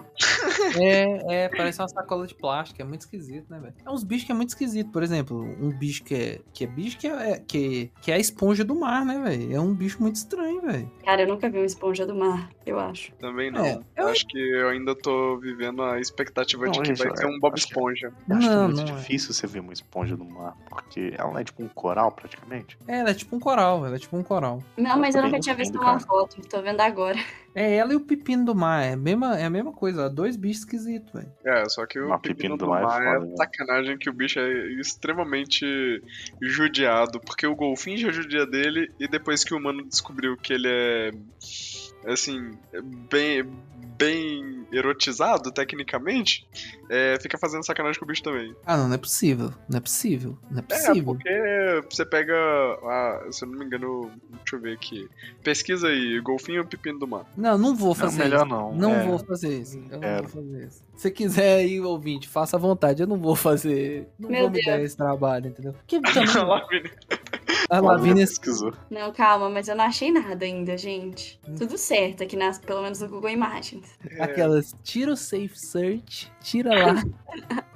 [SPEAKER 2] É, é, parece uma sacola de plástico, é muito esquisito, né, velho? É uns bichos que é muito esquisito, por exemplo, um bicho que é, que é bicho que é, que, que é a esponja do mar, né, velho? É um bicho muito estranho, velho.
[SPEAKER 3] Cara, eu nunca vi uma esponja do mar, eu acho.
[SPEAKER 4] Também não.
[SPEAKER 2] É,
[SPEAKER 4] Eu Acho que eu ainda tô vivendo a expectativa de
[SPEAKER 5] Não,
[SPEAKER 4] que
[SPEAKER 5] gente,
[SPEAKER 4] vai
[SPEAKER 5] eu
[SPEAKER 4] ser um Bob
[SPEAKER 5] acho que-
[SPEAKER 4] Esponja.
[SPEAKER 5] Eu acho
[SPEAKER 2] Não,
[SPEAKER 5] muito
[SPEAKER 2] não é.
[SPEAKER 5] difícil você ver uma esponja no mar, porque ela não é tipo um coral praticamente.
[SPEAKER 2] É, ela é tipo um coral, ela é tipo um coral.
[SPEAKER 3] Não, mas eu
[SPEAKER 5] Bem
[SPEAKER 3] nunca tinha visto
[SPEAKER 5] lindo,
[SPEAKER 3] uma
[SPEAKER 5] cara.
[SPEAKER 3] foto, tô vendo agora.
[SPEAKER 2] É ela e o pepino do mar. É a mesma, é a mesma coisa. ó, Dois bichos esquisitos, velho.
[SPEAKER 4] É, só que o
[SPEAKER 5] Mas
[SPEAKER 4] pepino do mar é,
[SPEAKER 5] foda, né?
[SPEAKER 4] sacanagem que o bicho é extremamente judiado, porque o golfinho já judia dele e depois que o humano descobriu que ele é assim, bem bem erotizado tecnicamente, é, fica fazendo sacanagem com o bicho também.
[SPEAKER 2] Ah, não, não é possível. Não é possível. Não é
[SPEAKER 4] É,
[SPEAKER 2] possível.
[SPEAKER 4] porque você pega, ah, se eu não me engano, deixa eu ver aqui. Pesquisa aí, golfinho ou pepino do mar.
[SPEAKER 2] Não, não vou
[SPEAKER 5] Não,
[SPEAKER 2] fazer
[SPEAKER 5] melhor
[SPEAKER 2] isso.
[SPEAKER 5] não.
[SPEAKER 2] Não
[SPEAKER 5] é.
[SPEAKER 2] vou fazer isso. Eu não
[SPEAKER 5] Quero.
[SPEAKER 2] vou fazer isso. Se quiser aí, ouvinte, faça à vontade. Eu não vou fazer. Não
[SPEAKER 3] Meu
[SPEAKER 2] vou me dar esse trabalho, entendeu? Porque também,
[SPEAKER 4] Lá, menino.
[SPEAKER 2] A Lavínia
[SPEAKER 5] pesquisou.
[SPEAKER 3] Não, calma, mas eu não achei nada ainda, gente. Tudo certo aqui, nas, pelo menos no Google Imagens.
[SPEAKER 2] Aquelas, tira o safe search, tira lá,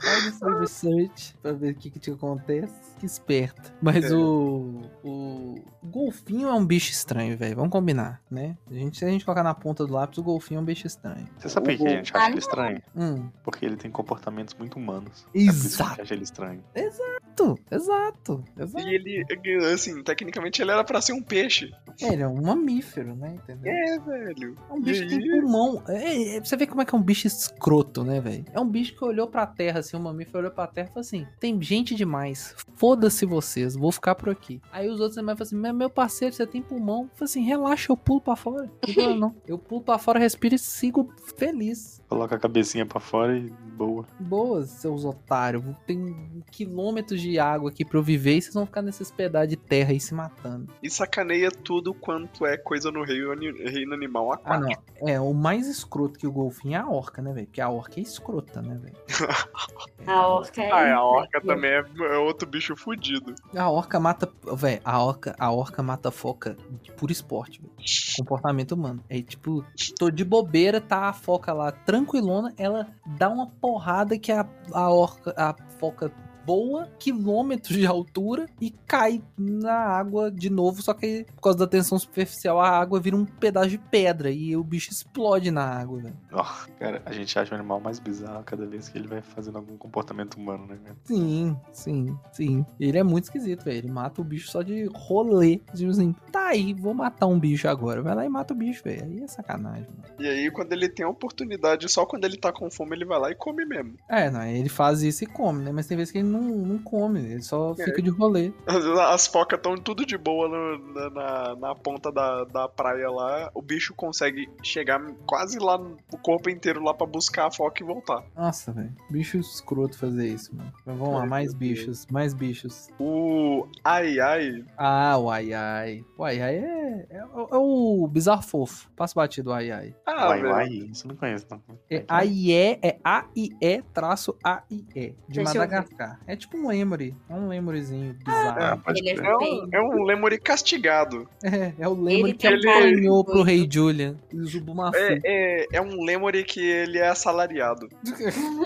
[SPEAKER 2] faz o safe search pra ver o que, que te acontece. Que esperto. Mas
[SPEAKER 4] É.
[SPEAKER 2] o, o. o Golfinho é um bicho estranho, velho. Vamos combinar, né? A gente, se a gente colocar na ponta do lápis, o golfinho é um bicho estranho.
[SPEAKER 5] Você sabe por que
[SPEAKER 3] Uhum.
[SPEAKER 5] a gente acha ele estranho?
[SPEAKER 2] Hum.
[SPEAKER 5] Porque ele tem comportamentos muito humanos. É por isso que a
[SPEAKER 2] Exato,
[SPEAKER 5] gente acha ele estranho.
[SPEAKER 2] exato, exato.
[SPEAKER 4] E ele, assim, tecnicamente ele era pra ser um peixe.
[SPEAKER 2] É, Ele é um mamífero, né? Entendeu?
[SPEAKER 4] É, velho.
[SPEAKER 2] É um bicho que tem
[SPEAKER 4] E aí?
[SPEAKER 2] pulmão. É, é, pra você ver como é que é um bicho escroto, né, velho? É um bicho que olhou pra terra, assim, um mamífero olhou pra terra e falou assim: tem gente demais, foda-se vocês, vou ficar por aqui. Aí os outros animais falam assim: "Mas, meu parceiro, você tem pulmão. Falei assim: relaxa, eu pulo pra fora. Não tem problema, não. Eu pulo pra fora, respiro e sigo feliz.
[SPEAKER 5] Coloca a cabecinha pra fora e boa.
[SPEAKER 2] Boas, seus otários. Tem quilômetros de água aqui pra eu viver e vocês vão ficar nesses pedaços de terra aí se matando.
[SPEAKER 4] E sacaneia tudo quanto é coisa no reino, ani- reino animal
[SPEAKER 2] Ah,
[SPEAKER 4] aquático.
[SPEAKER 2] não. É, o mais escroto que o golfinho é a orca, né, velho? Porque a orca é escrota, né, velho?
[SPEAKER 3] A orca é.
[SPEAKER 4] Ah, é, a orca também é, é outro bicho fudido.
[SPEAKER 2] A orca mata. Véi, a orca, a orca mata foca por esporte, velho. Comportamento humano. É tipo, tô de bobeira, tá a foca lá tranquilona, ela dá uma porrada que a, a orca, a foca boa, quilômetros de altura e cai na água de novo, só que por causa da tensão superficial a água vira um pedaço de pedra e o bicho explode na água, velho.
[SPEAKER 5] Ó, cara, a gente acha o animal mais bizarro cada vez que ele vai fazendo algum comportamento humano, né, cara?
[SPEAKER 2] Sim, sim, sim. Ele é muito esquisito, velho. Ele mata o bicho só de rolê. Tipo assim, tá aí, vou matar um bicho agora. Vai lá e mata o bicho, velho. Aí é sacanagem, mano.
[SPEAKER 4] E aí, quando ele tem a oportunidade, só quando ele tá com fome, ele vai lá e come mesmo.
[SPEAKER 2] É, não, ele faz isso e come, né? Mas tem vezes que ele não, não come, ele só
[SPEAKER 4] É.
[SPEAKER 2] fica de rolê.
[SPEAKER 4] As, as focas estão tudo de boa no- na, na- na ponta da, da praia lá. O bicho consegue chegar quase lá, no- o corpo inteiro lá pra buscar a foca e voltar.
[SPEAKER 2] Nossa, velho. Bicho escroto fazer isso, mano. Mas vamos lá,
[SPEAKER 4] Ai,
[SPEAKER 2] mais
[SPEAKER 4] É, meu Deus.
[SPEAKER 2] bichos, mais bichos.
[SPEAKER 4] O ai ai,
[SPEAKER 2] Ah, o ai ai. O ai ai é, é, o- é o bizarro fofo. Passa batido o ai ai.
[SPEAKER 4] ah,
[SPEAKER 5] uai,
[SPEAKER 4] velho.
[SPEAKER 5] uai, isso eu não conheço, não.
[SPEAKER 2] É AIE, é AIE traço AIE, de
[SPEAKER 3] Deixa eu ver.
[SPEAKER 2] Madagascar. É tipo um êmore, é um êmorezinho bizarro.
[SPEAKER 5] Ah, pode
[SPEAKER 3] Ele é
[SPEAKER 5] crer.
[SPEAKER 4] É um, é um lemuri castigado.
[SPEAKER 2] É, é o lembre
[SPEAKER 3] Ele
[SPEAKER 2] que
[SPEAKER 4] tem
[SPEAKER 2] apanhou
[SPEAKER 3] cara de
[SPEAKER 2] pro rei Julian, o Zubumafu.
[SPEAKER 4] É, é, é um lemuri que ele é assalariado.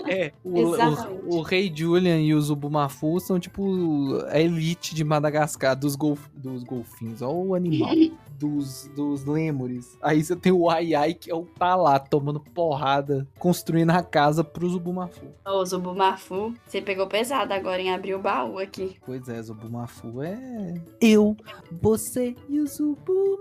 [SPEAKER 2] É, o,
[SPEAKER 3] Exatamente.
[SPEAKER 2] o, o rei Julian e o Zubumafu são tipo a elite de Madagascar, dos, golf, dos golfinhos, ó o animal, dos, dos lemures. Aí você tem o Ai Ai, que é o tá lá tomando porrada, construindo a casa pro Zubumafu.
[SPEAKER 3] Ô, Zubumafu, você pegou pesado agora em abrir o baú aqui.
[SPEAKER 2] Pois é, Zubumafu é. Eu, você e o Zubumafu.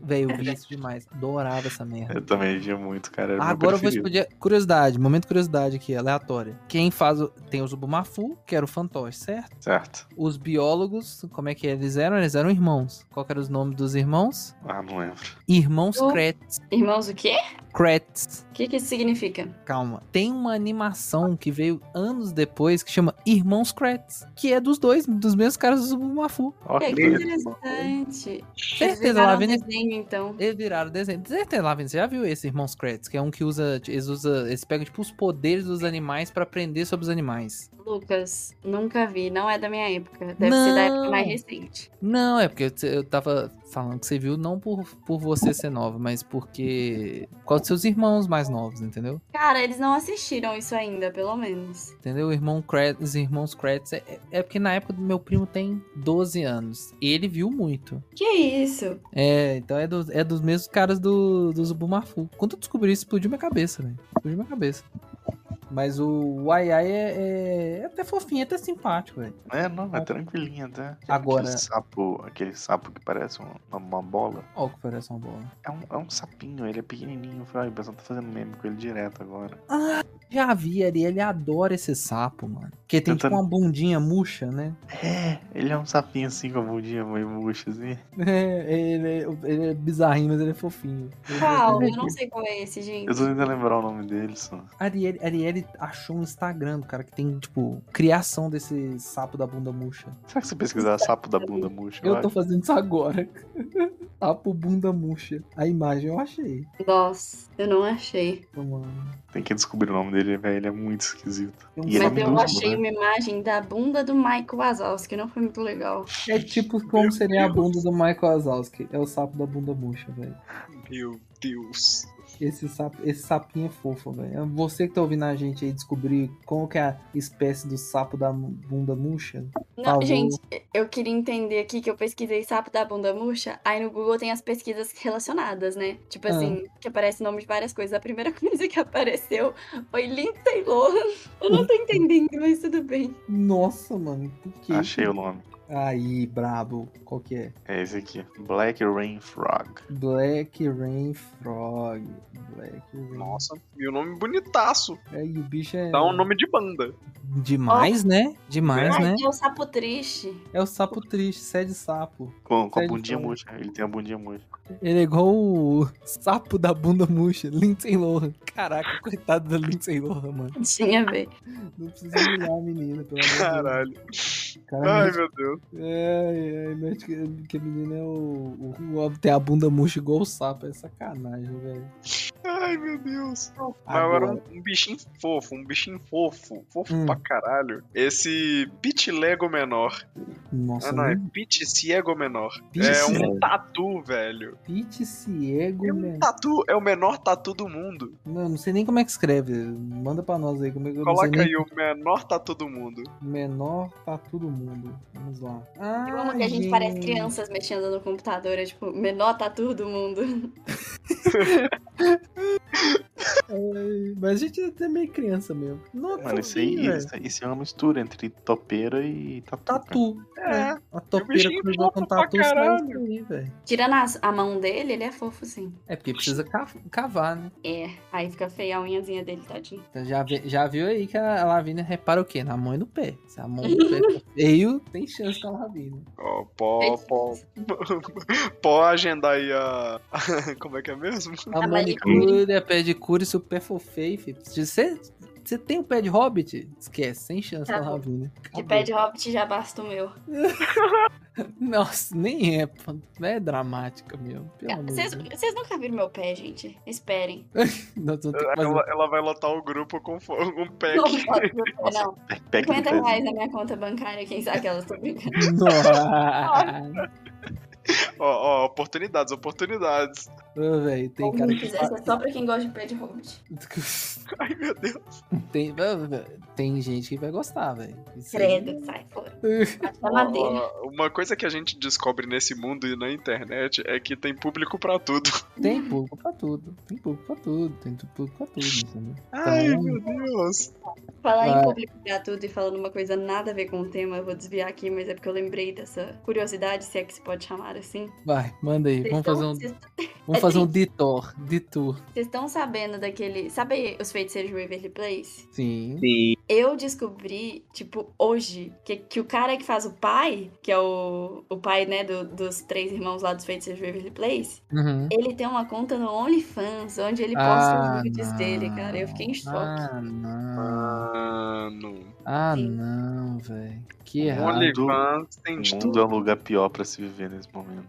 [SPEAKER 2] Véi, eu vi isso demais. Adorava essa merda.
[SPEAKER 5] Eu também via muito, cara. Era o meu
[SPEAKER 2] Agora eu vou
[SPEAKER 5] preferido.
[SPEAKER 2] explodir. Curiosidade, momento curiosidade aqui, aleatória. Quem faz. o- Tem o Zubumafu, que era o fantoche, certo?
[SPEAKER 5] Certo.
[SPEAKER 2] Os biólogos, como é que eles eram? Eles eram irmãos. Qual que era os nomes dos irmãos?
[SPEAKER 5] Ah, não lembro.
[SPEAKER 2] Irmãos
[SPEAKER 3] Oh.
[SPEAKER 2] Kretz.
[SPEAKER 3] Irmãos, o quê?
[SPEAKER 2] Kretz.
[SPEAKER 3] O que, que isso significa?
[SPEAKER 2] Calma. Tem uma animação que veio anos depois que chama Irmãos Kretz, que é dos dois, dos mesmos caras do Zubumafu.
[SPEAKER 5] Ó,
[SPEAKER 3] É,
[SPEAKER 5] que
[SPEAKER 3] que
[SPEAKER 5] doido.
[SPEAKER 3] interessante. Vocês
[SPEAKER 2] Certeza,
[SPEAKER 3] viraram um
[SPEAKER 2] Lavínia.
[SPEAKER 3] desenho, então.
[SPEAKER 2] Eles viraram desenho. Certeza, Lavin, você já viu esse Irmãos Kratz? Que é um que usa. Eles, usa, eles pegam, tipo, os poderes dos animais pra aprender sobre os animais.
[SPEAKER 3] Lucas, nunca vi, não é da minha época. Deve ser
[SPEAKER 2] Não.
[SPEAKER 3] da época mais recente.
[SPEAKER 2] Não, é porque eu te- eu tava falando que você viu não por, por você ser nova, mas porque. Por causa dos seus irmãos mais novos, entendeu?
[SPEAKER 3] Cara, eles não assistiram isso ainda, pelo menos.
[SPEAKER 2] Entendeu? O irmão Kratz, os irmãos Kratz. É, é- é porque na época do meu primo tem 12 anos. E ele viu muito.
[SPEAKER 3] Que isso?
[SPEAKER 2] É, então é, do- é dos mesmos caras do, do Zubumafu. Quando eu descobri isso, explodiu minha cabeça, velho. Explodiu minha cabeça. Mas o Ai Ai é, é- é até fofinho, é até simpático, velho.
[SPEAKER 5] É, não, é tranquilinho até.
[SPEAKER 2] Agora-
[SPEAKER 5] Aquele sapo, aquele sapo que parece um- uma, uma bola.
[SPEAKER 2] Ó, que parece uma bola.
[SPEAKER 5] É um, é um sapinho, ele é pequenininho. Eu falei, "Ai, o pessoal tá fazendo meme com ele direto agora.
[SPEAKER 2] Já vi ali, ele adora esse sapo, mano. Porque tem
[SPEAKER 5] Eu
[SPEAKER 2] tipo
[SPEAKER 5] também.
[SPEAKER 2] uma bundinha murcha, né?
[SPEAKER 5] É, ele é um sapinho assim com a bundinha meio murcha assim.
[SPEAKER 2] É, ele, é- ele é bizarrinho, mas ele é fofinho.
[SPEAKER 3] Qual? Eu não sei qual é esse, gente.
[SPEAKER 5] Eu tô tentando lembrar o nome dele, só.
[SPEAKER 2] Arielle, Arielle achou um Instagram do cara que tem, tipo, criação desse sapo da bunda murcha.
[SPEAKER 5] Será que se pesquisar sapo da bunda murcha?
[SPEAKER 2] Eu
[SPEAKER 5] vai?
[SPEAKER 2] tô fazendo isso agora. Sapo bunda murcha. A imagem eu achei. é?
[SPEAKER 3] Nossa, eu não achei.
[SPEAKER 2] Vamos lá.
[SPEAKER 5] Tem que descobrir o nome dele dele, velho, ele é muito esquisito.
[SPEAKER 2] Tem um
[SPEAKER 5] E ele é
[SPEAKER 3] Mas
[SPEAKER 2] saco-
[SPEAKER 5] muito
[SPEAKER 3] eu achei
[SPEAKER 5] né?
[SPEAKER 3] uma imagem da bunda do Mike Wazowski, não foi muito legal.
[SPEAKER 2] É tipo como seria a bunda do Michael Wazowski. É o sapo da bunda murcha, velho.
[SPEAKER 4] Meu Deus.
[SPEAKER 2] Esse, sapo, esse sapinho é fofo, velho. Você que tá ouvindo a gente aí descobrir como que é a espécie do sapo da mu- bunda murcha.
[SPEAKER 3] Não,
[SPEAKER 2] Falou.
[SPEAKER 3] gente, eu queria entender aqui que eu pesquisei sapo da bunda murcha, aí no Google tem as pesquisas relacionadas, né? Tipo
[SPEAKER 2] Ah.
[SPEAKER 3] assim, que aparece nome de várias coisas. A primeira coisa que apareceu foi Lindsay Lohan. Eu não tô entendendo, mas tudo bem.
[SPEAKER 2] Nossa, mano. Por que?
[SPEAKER 5] Achei o nome.
[SPEAKER 2] Aí, brabo. Qual que é?
[SPEAKER 5] É esse aqui. Black Rain Frog.
[SPEAKER 2] Black Rain Frog. Black Rain.
[SPEAKER 4] Nossa, e o nome bonitaço.
[SPEAKER 2] É, e o bicho é.
[SPEAKER 4] Dá um nome de
[SPEAKER 2] Uhum.
[SPEAKER 4] banda.
[SPEAKER 2] Demais, né? Demais,
[SPEAKER 3] Ai,
[SPEAKER 2] né?
[SPEAKER 3] é o sapo triste.
[SPEAKER 2] É o sapo triste, sede sapo.
[SPEAKER 5] Com, com a
[SPEAKER 2] Sério,
[SPEAKER 5] bundinha
[SPEAKER 2] cara.
[SPEAKER 5] murcha. Ele tem a bundinha murcha.
[SPEAKER 2] Ele é igual o sapo da bunda murcha, Lindsay Lohan. Caraca, coitado da Lindsay Lohan, mano.
[SPEAKER 3] Tinha, velho.
[SPEAKER 2] Não precisa humilhar a menina, pelo amor de Deus.
[SPEAKER 4] Caralho.
[SPEAKER 2] Cara,
[SPEAKER 4] Ai,
[SPEAKER 2] mete-
[SPEAKER 4] meu Deus.
[SPEAKER 2] é, é, mete que, que a menina é o, o, o- Tem a bunda murcha igual o sapo, é sacanagem, velho.
[SPEAKER 4] Ai, meu Deus. Mas
[SPEAKER 2] Agora-
[SPEAKER 4] Agora um, um bichinho fofo, um bichinho fofo, fofo
[SPEAKER 2] Hum.
[SPEAKER 4] pra caralho. Esse Pit Lego menor.
[SPEAKER 2] Nossa,
[SPEAKER 4] Ah, não, é
[SPEAKER 2] não.
[SPEAKER 4] Pit Ciego menor.
[SPEAKER 2] Pit
[SPEAKER 4] é um
[SPEAKER 5] Ciego.
[SPEAKER 4] tatu, velho.
[SPEAKER 2] Pete Ciego,
[SPEAKER 4] É um
[SPEAKER 2] velho.
[SPEAKER 4] tatu, é o menor tatu do mundo.
[SPEAKER 2] Não, não sei nem como é que escreve. Manda pra nós aí como é que eu não sei
[SPEAKER 4] Coloca
[SPEAKER 2] nem
[SPEAKER 4] aí o menor tatu do mundo.
[SPEAKER 2] Menor tá todo mundo. Vamos lá. Ah,
[SPEAKER 3] Eu amo que a gente parece crianças mexendo no computador, é tipo, menor tatu do mundo.
[SPEAKER 2] Ai, Mas a gente ainda é meio criança mesmo. Nossa,
[SPEAKER 5] Mano, isso aí,
[SPEAKER 2] velho.
[SPEAKER 5] isso, isso é uma mistura entre topeira e tatu. cara.
[SPEAKER 2] Tatu.
[SPEAKER 4] É.
[SPEAKER 2] É. A topeira
[SPEAKER 4] bichinho
[SPEAKER 2] cruzou com
[SPEAKER 4] fofo pra
[SPEAKER 2] tatu saiu
[SPEAKER 4] caralho.
[SPEAKER 2] isso aí, velho.
[SPEAKER 3] Tirando as- a mão dele, ele é fofo, sim.
[SPEAKER 2] É porque precisa ca- cavar, né?
[SPEAKER 3] É, aí fica feia a unhazinha dele, tadinho.
[SPEAKER 2] Então já, vi- já viu aí que a Lavínia repara o quê? Na mão e no pé. Se a mão e o pé tá feio, tem chance da Lavínia.
[SPEAKER 4] Ó,
[SPEAKER 3] É
[SPEAKER 4] pó, pó. Pó agendar aí a. Como é que é mesmo?
[SPEAKER 2] A
[SPEAKER 3] A
[SPEAKER 2] manicure, a pedicure, se o pé for feio, filho. Se você, você tem o pé de hobbit, esquece, sem chance da
[SPEAKER 3] Acabou.
[SPEAKER 2] Lavínia.
[SPEAKER 3] Que
[SPEAKER 2] Acabou.
[SPEAKER 3] pé de hobbit já basta o meu.
[SPEAKER 2] Nossa, nem é, pô. É dramática mesmo. Pelo amor de
[SPEAKER 3] É, Vocês
[SPEAKER 2] Deus.
[SPEAKER 3] vocês nunca viram meu pé, gente? Esperem.
[SPEAKER 2] Nós vamos ter que fazer-
[SPEAKER 4] Ela, ela vai lotar o grupo com fo- um pack.
[SPEAKER 3] Não, não, pode meu pé, não.
[SPEAKER 5] Pack do
[SPEAKER 3] 50
[SPEAKER 5] pezinho.
[SPEAKER 3] reais na minha conta bancária, quem sabe elas estão brincando.
[SPEAKER 2] Nossa,
[SPEAKER 4] Ó, ó, oportunidades, oportunidades.
[SPEAKER 2] Ô, Ah, velho, tem
[SPEAKER 3] Ou
[SPEAKER 2] cara
[SPEAKER 3] não
[SPEAKER 2] que
[SPEAKER 3] quiser, isso é só pra quem gosta de pé de hobbit.
[SPEAKER 2] fa-
[SPEAKER 4] Ai, meu Deus.
[SPEAKER 2] tem, ô, velho, tem gente que vai gostar, velho. Isso aí-
[SPEAKER 3] Credo, sai fora. Bate na madeira.
[SPEAKER 4] Ó, ó, Uma coisa que a gente descobre nesse mundo e na internet é que tem público pra tudo.
[SPEAKER 2] Tem público pra tudo. Tem público pra tudo. Tem tu- público pra tudo. entendeu?
[SPEAKER 4] Ai,
[SPEAKER 2] Então-
[SPEAKER 4] meu Deus.
[SPEAKER 3] Falar
[SPEAKER 2] Vai.
[SPEAKER 3] em público gratuito e falando uma coisa nada a ver com o tema, eu vou desviar aqui, mas é porque eu lembrei dessa curiosidade, se é que se pode chamar assim.
[SPEAKER 2] Vai, manda aí.
[SPEAKER 3] Vocês
[SPEAKER 2] Vamos fazer
[SPEAKER 3] tão-
[SPEAKER 2] um,
[SPEAKER 3] vocês é
[SPEAKER 2] vamos fazer um detour. Detour.
[SPEAKER 3] Vocês estão sabendo daquele. Sabe os feiticeiros de Waverly Place?
[SPEAKER 2] Sim.
[SPEAKER 3] Eu descobri, tipo, hoje, que, que o cara que faz o pai, que é o, o pai, né, do- dos três irmãos lá dos feiticeiros de Waverly Place,
[SPEAKER 2] Uhum.
[SPEAKER 3] ele tem uma conta no OnlyFans, onde ele posta
[SPEAKER 2] Ah,
[SPEAKER 3] os vídeos
[SPEAKER 2] não.
[SPEAKER 3] dele, cara. Eu fiquei em choque.
[SPEAKER 2] Ah, não.
[SPEAKER 4] Mano.
[SPEAKER 2] Ah,
[SPEAKER 3] Sim.
[SPEAKER 2] não, velho. Que
[SPEAKER 5] Um
[SPEAKER 2] errado.
[SPEAKER 5] olho-
[SPEAKER 4] OnlyFans tem de
[SPEAKER 5] O
[SPEAKER 4] tudo.
[SPEAKER 5] mundo é um lugar pior pra se viver nesse momento.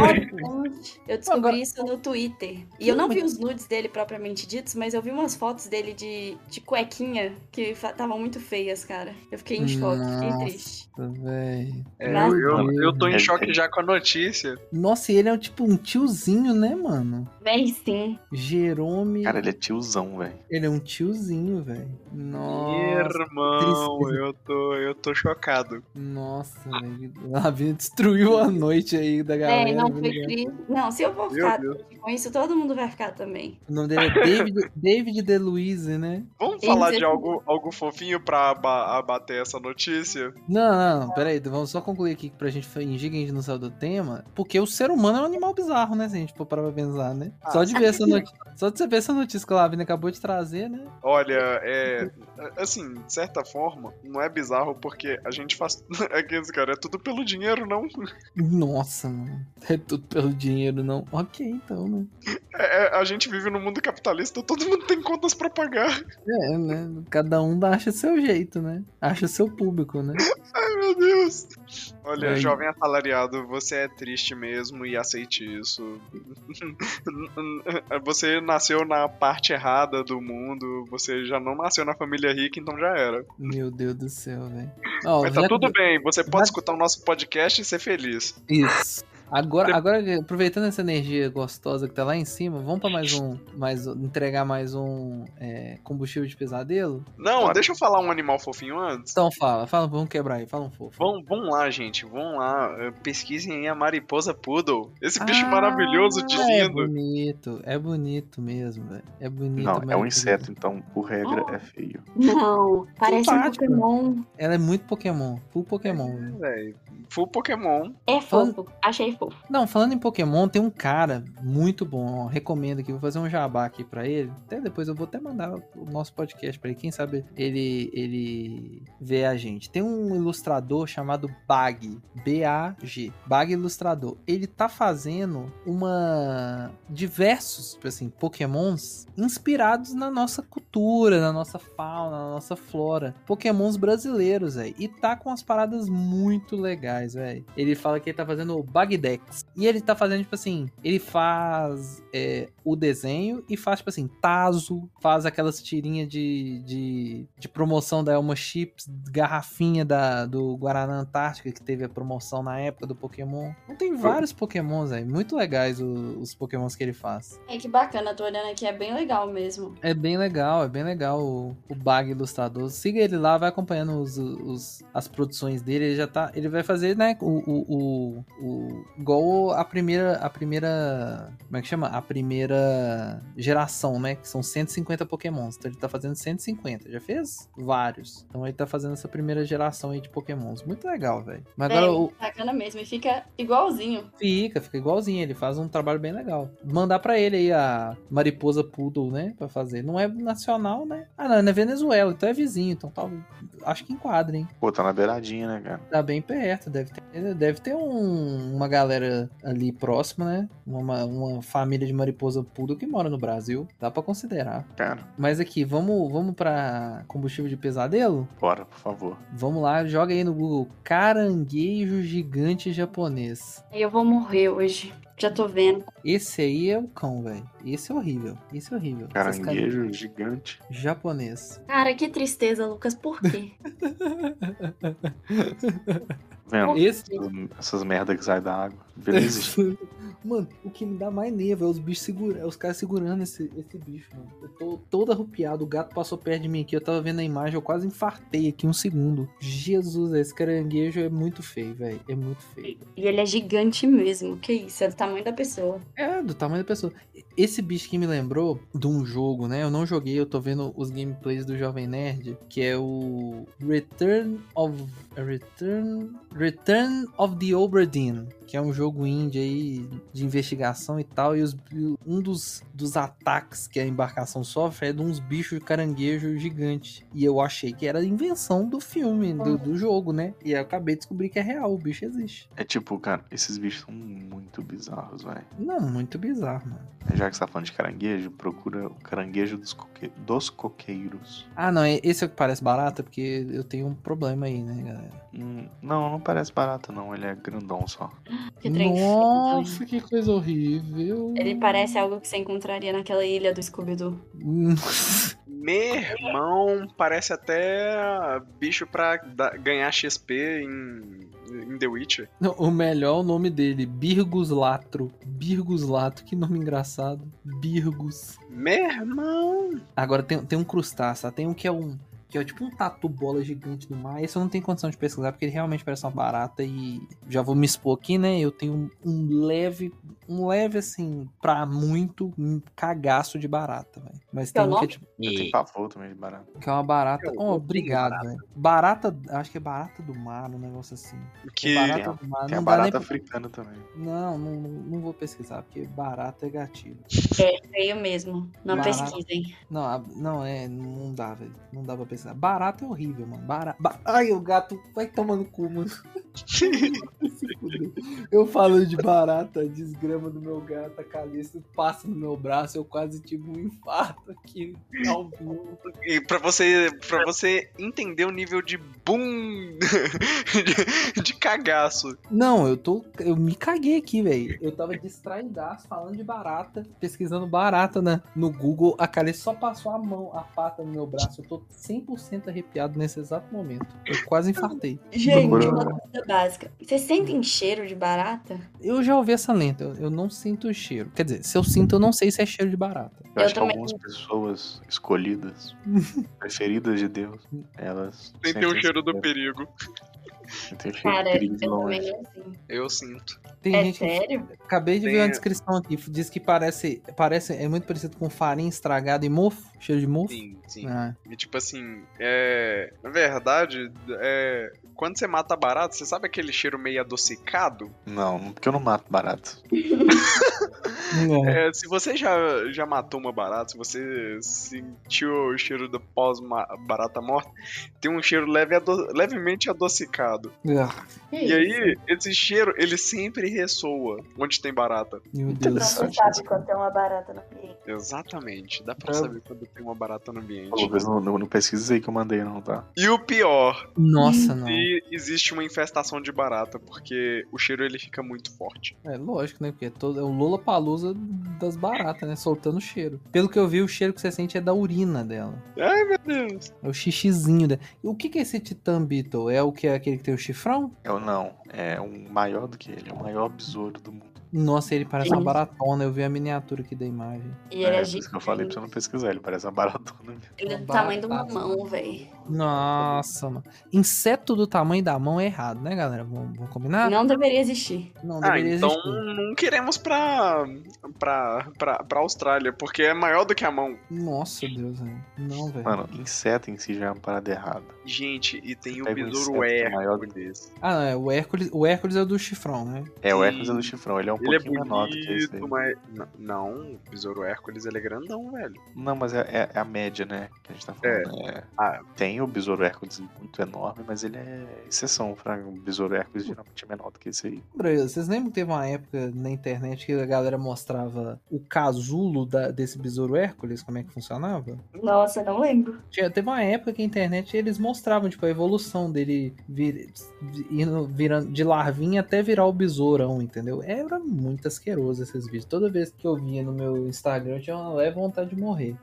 [SPEAKER 3] Nossa, Eu descobri
[SPEAKER 2] Agora-
[SPEAKER 3] isso no Twitter. E eu não vi os nudes dele propriamente ditos, mas eu vi umas fotos dele de, de cuequinha que estavam muito feias, cara. Eu fiquei em choque, fiquei
[SPEAKER 2] Nossa.
[SPEAKER 3] triste.
[SPEAKER 2] velho.
[SPEAKER 4] É,
[SPEAKER 3] Mas-
[SPEAKER 4] eu, eu- eu tô em
[SPEAKER 5] É,
[SPEAKER 4] choque
[SPEAKER 5] é.
[SPEAKER 4] já com a notícia.
[SPEAKER 2] Nossa, e ele é tipo um tiozinho, né, mano?
[SPEAKER 3] Véi, sim.
[SPEAKER 2] Jerome.
[SPEAKER 5] Cara, ele é tiozão, velho.
[SPEAKER 2] Ele é um tiozinho, velho. Nossa,
[SPEAKER 4] Irmão,
[SPEAKER 2] tristeza.
[SPEAKER 4] eu tô, eu tô chocado.
[SPEAKER 2] nossa, velho. A vida destruiu a noite aí da galera.
[SPEAKER 3] é, não,
[SPEAKER 2] viu,
[SPEAKER 3] foi
[SPEAKER 2] galera?
[SPEAKER 3] triste. Não, se eu for
[SPEAKER 4] Meu
[SPEAKER 3] ficar
[SPEAKER 4] Deus.
[SPEAKER 3] com isso, todo mundo vai ficar também.
[SPEAKER 2] O nome dele é David, David DeLuise, né?
[SPEAKER 4] Vamos
[SPEAKER 3] Ele
[SPEAKER 4] falar de
[SPEAKER 3] sempre-
[SPEAKER 4] algo, algo fofinho pra aba- abater essa notícia?
[SPEAKER 2] Não, não, não, peraí, vamos só concluir aqui pra gente fingir que a gente não saiu do tema, porque o ser humano é um animal bizarro, né, se a gente for parar pra pensar, né?
[SPEAKER 3] Ah,
[SPEAKER 2] Só de ver essa notícia, só de você ver essa notícia que a Lavina acabou de trazer, né?
[SPEAKER 4] Olha, é. Assim, de certa forma, não é bizarro porque a gente faz. Aqueles cara, é tudo pelo dinheiro, não?
[SPEAKER 2] Nossa, mano, é tudo pelo dinheiro, não? Ok, então, né?
[SPEAKER 4] É, é, a gente vive num mundo capitalista, todo mundo tem contas pra pagar.
[SPEAKER 2] É, né? Cada um acha seu jeito, né? Acha seu público, né?
[SPEAKER 4] Ai, meu Deus. Olha,
[SPEAKER 2] Ai.
[SPEAKER 4] jovem assalariado, você é triste mesmo e aceite isso. você nasceu na parte errada do mundo, você já não nasceu na família rica, então já era.
[SPEAKER 2] Meu Deus do céu, velho. Ó,
[SPEAKER 4] Mas tá
[SPEAKER 2] já-
[SPEAKER 4] tudo bem, você pode
[SPEAKER 2] já-
[SPEAKER 4] escutar o nosso podcast e ser feliz.
[SPEAKER 2] Isso. Agora, agora, aproveitando essa energia gostosa que tá lá em cima, vamos pra mais um. Mais um- entregar mais um é, combustível de pesadelo?
[SPEAKER 4] Não,
[SPEAKER 5] Bora.
[SPEAKER 4] deixa eu falar um animal fofinho antes.
[SPEAKER 2] Então fala, fala, vamos quebrar aí, fala um fofo.
[SPEAKER 4] Vão, vão lá, gente, vão lá. eh, Pesquisem aí a mariposa poodle. Esse
[SPEAKER 2] Ah,
[SPEAKER 4] bicho maravilhoso de
[SPEAKER 5] Ah,
[SPEAKER 2] É
[SPEAKER 4] lindo.
[SPEAKER 2] bonito, é bonito mesmo, velho. É bonito.
[SPEAKER 5] Não, é um
[SPEAKER 2] mas-
[SPEAKER 5] inseto, então, por regra, é feio.
[SPEAKER 3] Não, parece
[SPEAKER 4] Simpático.
[SPEAKER 3] um Pokémon.
[SPEAKER 2] Ela é muito Pokémon, full Pokémon. velho.
[SPEAKER 4] Véi, Full Pokémon.
[SPEAKER 3] É fofo, achei fofo.
[SPEAKER 2] Não, falando em Pokémon, tem um cara muito bom, ó, recomendo aqui, vou fazer um jabá aqui pra ele. Até depois eu vou até mandar o nosso podcast pra ele, quem sabe ele ele vê a gente. Tem um ilustrador chamado Bag, B A G, Bag ilustrador. Ele tá fazendo uma diversos, tipo assim, Pokémons inspirados na nossa cultura, na nossa fauna, na nossa flora. Pokémons brasileiros, velho. E tá com umas paradas muito legais, velho. Ele fala que ele tá fazendo o Bagdex. E ele tá fazendo, tipo assim, ele faz é, o desenho e faz, tipo assim, Tazo, faz aquelas tirinhas de, de, de promoção da Elma Chips, garrafinha da, do Guaraná Antártica, que teve a promoção na época do Pokémon. Então tem vários Pokémons, velho. Muito legais o- os Pokémons que ele faz.
[SPEAKER 3] É que bacana, tô olhando aqui, é bem legal mesmo.
[SPEAKER 2] É bem legal, é bem legal o, o Bag Ilustrador. Siga ele lá, vai acompanhando os, os- as produções dele. Ele já tá. Ele vai fazer, né? O. o, o, o igual a primeira. A primeira. Como é que chama? A primeira geração, né? Que são 150 Pokémons. Então ele tá fazendo 150. Já fez vários. Então ele tá fazendo essa primeira geração aí de Pokémons. Muito legal, velho. Mas agora
[SPEAKER 3] Bem,
[SPEAKER 2] o,
[SPEAKER 3] Bacana mesmo, e fica igualzinho.
[SPEAKER 2] Fica, fica igualzinho. Ele faz um trabalho bem legal. Mandar pra ele aí a mariposa poodle, né? Pra fazer. Não é nacional, né? Ah, não, é na Venezuela, então é vizinho. Então tal. Acho que enquadra, hein?
[SPEAKER 5] Pô, tá na beiradinha, né, cara?
[SPEAKER 2] Tá bem perto. Deve ter, deve ter um- uma galera ali próxima, né? Uma, uma família de mariposa poodle que mora no Brasil. Dá pra considerar.
[SPEAKER 5] Cara,
[SPEAKER 2] Mas aqui, vamos, vamos pra combustível de pesadelo?
[SPEAKER 5] bora, por favor.
[SPEAKER 2] Vamos lá, joga aí no Google. Caranguejo gigante japonês.
[SPEAKER 3] Eu vou morrer hoje, já tô vendo.
[SPEAKER 2] Esse aí é o cão, velho. Esse é horrível. Esse é horrível. Essas
[SPEAKER 5] Caranguejo
[SPEAKER 2] can-
[SPEAKER 5] gigante.
[SPEAKER 2] Japonês.
[SPEAKER 3] Cara, que tristeza, Lucas, por quê?
[SPEAKER 5] Vendo? hum,
[SPEAKER 2] Esse.
[SPEAKER 5] Essas merdas que saem da água. Beleza?
[SPEAKER 2] mano, o que me dá mais nervo é os bichos segura... é os caras segurando esse, esse bicho, mano. Eu tô todo arrupiado, o gato passou perto de mim aqui, eu tava vendo a imagem, eu quase infartei aqui um segundo. Jesus, esse caranguejo é muito feio, velho. É muito feio.
[SPEAKER 3] E ele é gigante mesmo, que isso, é do tamanho da pessoa.
[SPEAKER 2] É, do tamanho da pessoa. Esse bicho que me lembrou de um jogo, né? Eu não joguei, eu tô vendo os gameplays do Jovem Nerd, que é o Return of é Return Return of the Obra Dinn, que é um jogo indie aí de investigação e tal, e os- e um dos, dos ataques que a embarcação sofre é de uns bichos de caranguejo gigante. E eu achei que era invenção do filme, do, do jogo, né? E aí eu acabei de descobrir que é real, o bicho existe.
[SPEAKER 5] É tipo, cara, esses bichos são muito bizarros, velho.
[SPEAKER 2] Não, muito bizarro, mano.
[SPEAKER 5] Já que você tá falando de caranguejo, procura o caranguejo dos, coque... dos coqueiros.
[SPEAKER 2] Ah, não, é- esse é o que parece barata, porque eu tenho um problema aí, né, galera?
[SPEAKER 5] Hum, não, não parece barato, não. Ele é grandão só.
[SPEAKER 3] Que trem feio, então.
[SPEAKER 2] Nossa, que coisa horrível.
[SPEAKER 3] Ele parece algo que você encontraria naquela ilha do Scooby-Doo.
[SPEAKER 2] Hum,
[SPEAKER 4] Meu irmão, parece até bicho pra da- ganhar XP em, em The Witcher.
[SPEAKER 2] não, o melhor é o nome dele, Birgus Latro. Birgus Latro, que nome engraçado. Birgus.
[SPEAKER 4] Meu irmão.
[SPEAKER 2] Agora tem, tem um crustáceo, tá? tem um que é um. Que é tipo um tatu bola gigante no mar. Esse eu não tenho condição de pesquisar, porque ele realmente parece uma barata e. Já vou me expor aqui, né? Eu tenho um, um leve. Um leve, assim, pra muito um cagaço de barata, velho. Mas tem
[SPEAKER 3] Qual é o
[SPEAKER 2] um que é tipo.
[SPEAKER 3] nome?
[SPEAKER 5] Eu tenho pavor também de barato.
[SPEAKER 2] Que é uma barata.
[SPEAKER 4] Eu
[SPEAKER 2] Oh,
[SPEAKER 4] odeio
[SPEAKER 2] obrigado, velho. Barata, acho que é barata do mar, um negócio assim.
[SPEAKER 4] Que
[SPEAKER 2] barata do mar. Ah,
[SPEAKER 5] Tem a
[SPEAKER 2] não dá nem
[SPEAKER 5] barata
[SPEAKER 2] pra-
[SPEAKER 5] africana também.
[SPEAKER 2] Não, não, não vou pesquisar, porque barata é gatilho.
[SPEAKER 3] É feio mesmo. Não
[SPEAKER 2] Barato.
[SPEAKER 3] pesquisem.
[SPEAKER 2] Não, a- não é, não dá, velho. Não dá pra pesquisar. Barata é horrível, mano. Bara... ba- Ai, o gato vai tomando cu, mano. Se fuder. Eu falo de barata, desgrama do meu gato, a Calista passa no meu braço, eu quase tive um infarto aqui ao vivo.
[SPEAKER 4] E pra você, pra você entender o nível de boom de, de cagaço.
[SPEAKER 2] Não, eu tô. Eu me caguei aqui, velho. Eu tava distraidaço falando de barata, pesquisando barata né? no Google. A Calista só passou a mão, a pata no meu braço. Eu tô 100% arrepiado nesse exato momento. Eu quase infartei.
[SPEAKER 3] Gente,
[SPEAKER 5] Procura-
[SPEAKER 3] uma coisa básica. Vocês sentem cheiro de barata?
[SPEAKER 2] Eu já ouvi essa lenda, eu- eu não sinto o cheiro. Quer dizer, se eu sinto, eu não sei se é cheiro de barata.
[SPEAKER 5] Eu,
[SPEAKER 3] Eu
[SPEAKER 5] acho que
[SPEAKER 3] também.
[SPEAKER 5] algumas pessoas escolhidas, preferidas de Deus, elas.
[SPEAKER 4] Tem
[SPEAKER 5] sentem
[SPEAKER 4] o cheiro do
[SPEAKER 5] esse-
[SPEAKER 4] perigo.
[SPEAKER 5] Sentem o cheiro do
[SPEAKER 3] Cara, eu
[SPEAKER 5] perigo de
[SPEAKER 3] também
[SPEAKER 5] longe.
[SPEAKER 3] não sinto.
[SPEAKER 4] Eu sinto.
[SPEAKER 2] né? Tem
[SPEAKER 3] É
[SPEAKER 2] gente que
[SPEAKER 3] sério?
[SPEAKER 2] Acabei de
[SPEAKER 4] Tem-
[SPEAKER 2] ver uma descrição aqui. Diz que parece, parece. É muito parecido com farinha estragada e mofo. Cheiro de mofo.
[SPEAKER 4] Sim, sim.
[SPEAKER 2] Ah,
[SPEAKER 4] E tipo assim, é. Na verdade, é. Quando você mata barato, você sabe aquele cheiro meio adocicado?
[SPEAKER 5] Não, porque eu não mato barato.
[SPEAKER 2] é.
[SPEAKER 4] É, se você já, já matou uma barata, se você sentiu o cheiro do pós-barata morta, tem um cheiro leve ado- levemente adocicado.
[SPEAKER 2] Ah,
[SPEAKER 3] Que
[SPEAKER 4] E
[SPEAKER 3] isso?
[SPEAKER 4] aí, esse cheiro, ele sempre ressoa onde tem barata.
[SPEAKER 2] Meu
[SPEAKER 3] Então
[SPEAKER 2] Deus.
[SPEAKER 3] você sabe quando tem uma barata no ambiente.
[SPEAKER 4] Exatamente, dá pra
[SPEAKER 2] É.
[SPEAKER 4] saber quando tem uma barata no ambiente.
[SPEAKER 5] Lucas, não, não, não pesquisa aí que eu mandei, não, tá?
[SPEAKER 4] E o pior,
[SPEAKER 2] Nossa, não.
[SPEAKER 4] se existe uma infestação de barata, porque o cheiro ele fica muito forte.
[SPEAKER 2] É lógico, né? Porque é, todo, é o Lola Palusa das baratas, né? Soltando cheiro. Pelo que eu vi, o cheiro que você sente é da urina dela.
[SPEAKER 4] Meu Deus.
[SPEAKER 2] É o xixizinho dela. E o que, que é esse Titã Beetle? É o que é aquele que tem o chifrão?
[SPEAKER 5] Eu não. É um maior do que ele, é o maior besouro do mundo.
[SPEAKER 2] Nossa, ele parece
[SPEAKER 3] Sim.
[SPEAKER 2] uma baratona. Eu vi a miniatura aqui da imagem.
[SPEAKER 3] E ele é,
[SPEAKER 5] é por isso que eu falei pra você não pesquisar, ele parece uma baratona. mesmo.
[SPEAKER 3] Ele é
[SPEAKER 2] Uma
[SPEAKER 3] do tamanho de uma
[SPEAKER 2] barata.
[SPEAKER 3] mão, velho.
[SPEAKER 2] Nossa, mano. Inseto do tamanho da mão é errado, né, galera? Vamos, vamos combinar?
[SPEAKER 3] Não deveria existir.
[SPEAKER 2] Não
[SPEAKER 4] Ah,
[SPEAKER 2] deveria
[SPEAKER 4] então
[SPEAKER 2] existir.
[SPEAKER 4] não queremos pra, pra, pra, pra Austrália, porque é maior do que a mão.
[SPEAKER 2] Nossa, Deus, velho. Não, velho.
[SPEAKER 5] Mano, inseto em si já é uma parada errada.
[SPEAKER 4] Gente, e tem o
[SPEAKER 5] Pega um
[SPEAKER 4] besouro
[SPEAKER 5] inseto maior
[SPEAKER 4] Hércules.
[SPEAKER 5] do que esse.
[SPEAKER 2] Ah, não, é, o Hércules, o Hércules é o do chifrão, né?
[SPEAKER 5] É, o
[SPEAKER 4] Sim.
[SPEAKER 5] Hércules é do chifrão, ele é um
[SPEAKER 4] Ele é
[SPEAKER 5] pouquinho menor do que esse. aí.
[SPEAKER 4] bonito, mas. N- Não, o besouro Hércules ele é grandão, velho.
[SPEAKER 5] Não, mas é, é- é a média, né? Que a gente tá falando. É.
[SPEAKER 4] Ah.
[SPEAKER 5] Tem o besouro Hércules muito enorme, mas ele é exceção, Frango. O besouro Hércules geralmente é menor do que esse aí.
[SPEAKER 2] Lembra, vocês lembram que teve uma época na internet que a galera mostrava o casulo da- desse besouro Hércules, como é que funcionava?
[SPEAKER 3] Nossa, não lembro.
[SPEAKER 2] Tinha- teve uma época que a internet eles mostravam, tipo, a evolução dele vir- vi- indo, virando de larvinha até virar o besourão, entendeu? Era muito asqueroso esses vídeos. Toda vez que eu via no meu Instagram, eu tinha uma leve vontade de morrer.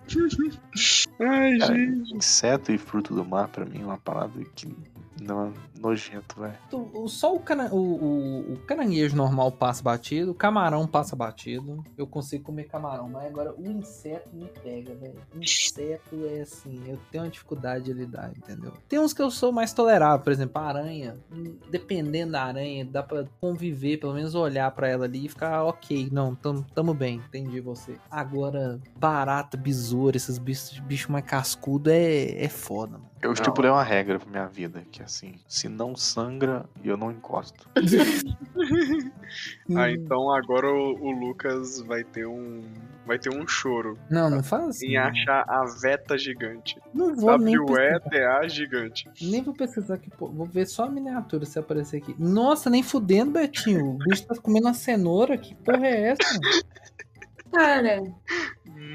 [SPEAKER 4] Ai,
[SPEAKER 5] Cara,
[SPEAKER 4] gente.
[SPEAKER 5] inseto e fruto do mar, pra mim, é uma parada que não é nojento, velho.
[SPEAKER 2] Tu- o- Só o, cana- o- o- o caranguejo normal passa batido, o camarão passa batido. Eu consigo comer camarão, mas agora o inseto me pega, velho. Inseto é assim, eu tenho uma dificuldade de lidar, entendeu? Tem uns que eu sou mais tolerável, por exemplo, a aranha. hum, Dependendo da aranha, dá pra conviver, pelo menos olhar pra ela ali e ficar "Ah, ok. Não, tamo, tamo bem, entendi você. Agora, barata, besouro, esses bichos, bicho mais cascudo é, é foda, mano.
[SPEAKER 5] Eu estipulei uma regra pra minha vida, que assim, se não sangra, eu não encosto.
[SPEAKER 4] Ah, então agora o, o Lucas vai ter um. Vai ter um choro
[SPEAKER 2] Não, não fala assim.
[SPEAKER 4] em
[SPEAKER 2] não.
[SPEAKER 4] achar a veta gigante.
[SPEAKER 2] Não vou nem pesquisar.
[SPEAKER 4] W-E-T-A gigante.
[SPEAKER 2] Nem vou pesquisar aqui, pô. Vou ver só a miniatura se aparecer aqui. Nossa, nem fudendo, Betinho. O bicho tá comendo uma cenoura. Que porra é essa?
[SPEAKER 3] Cara,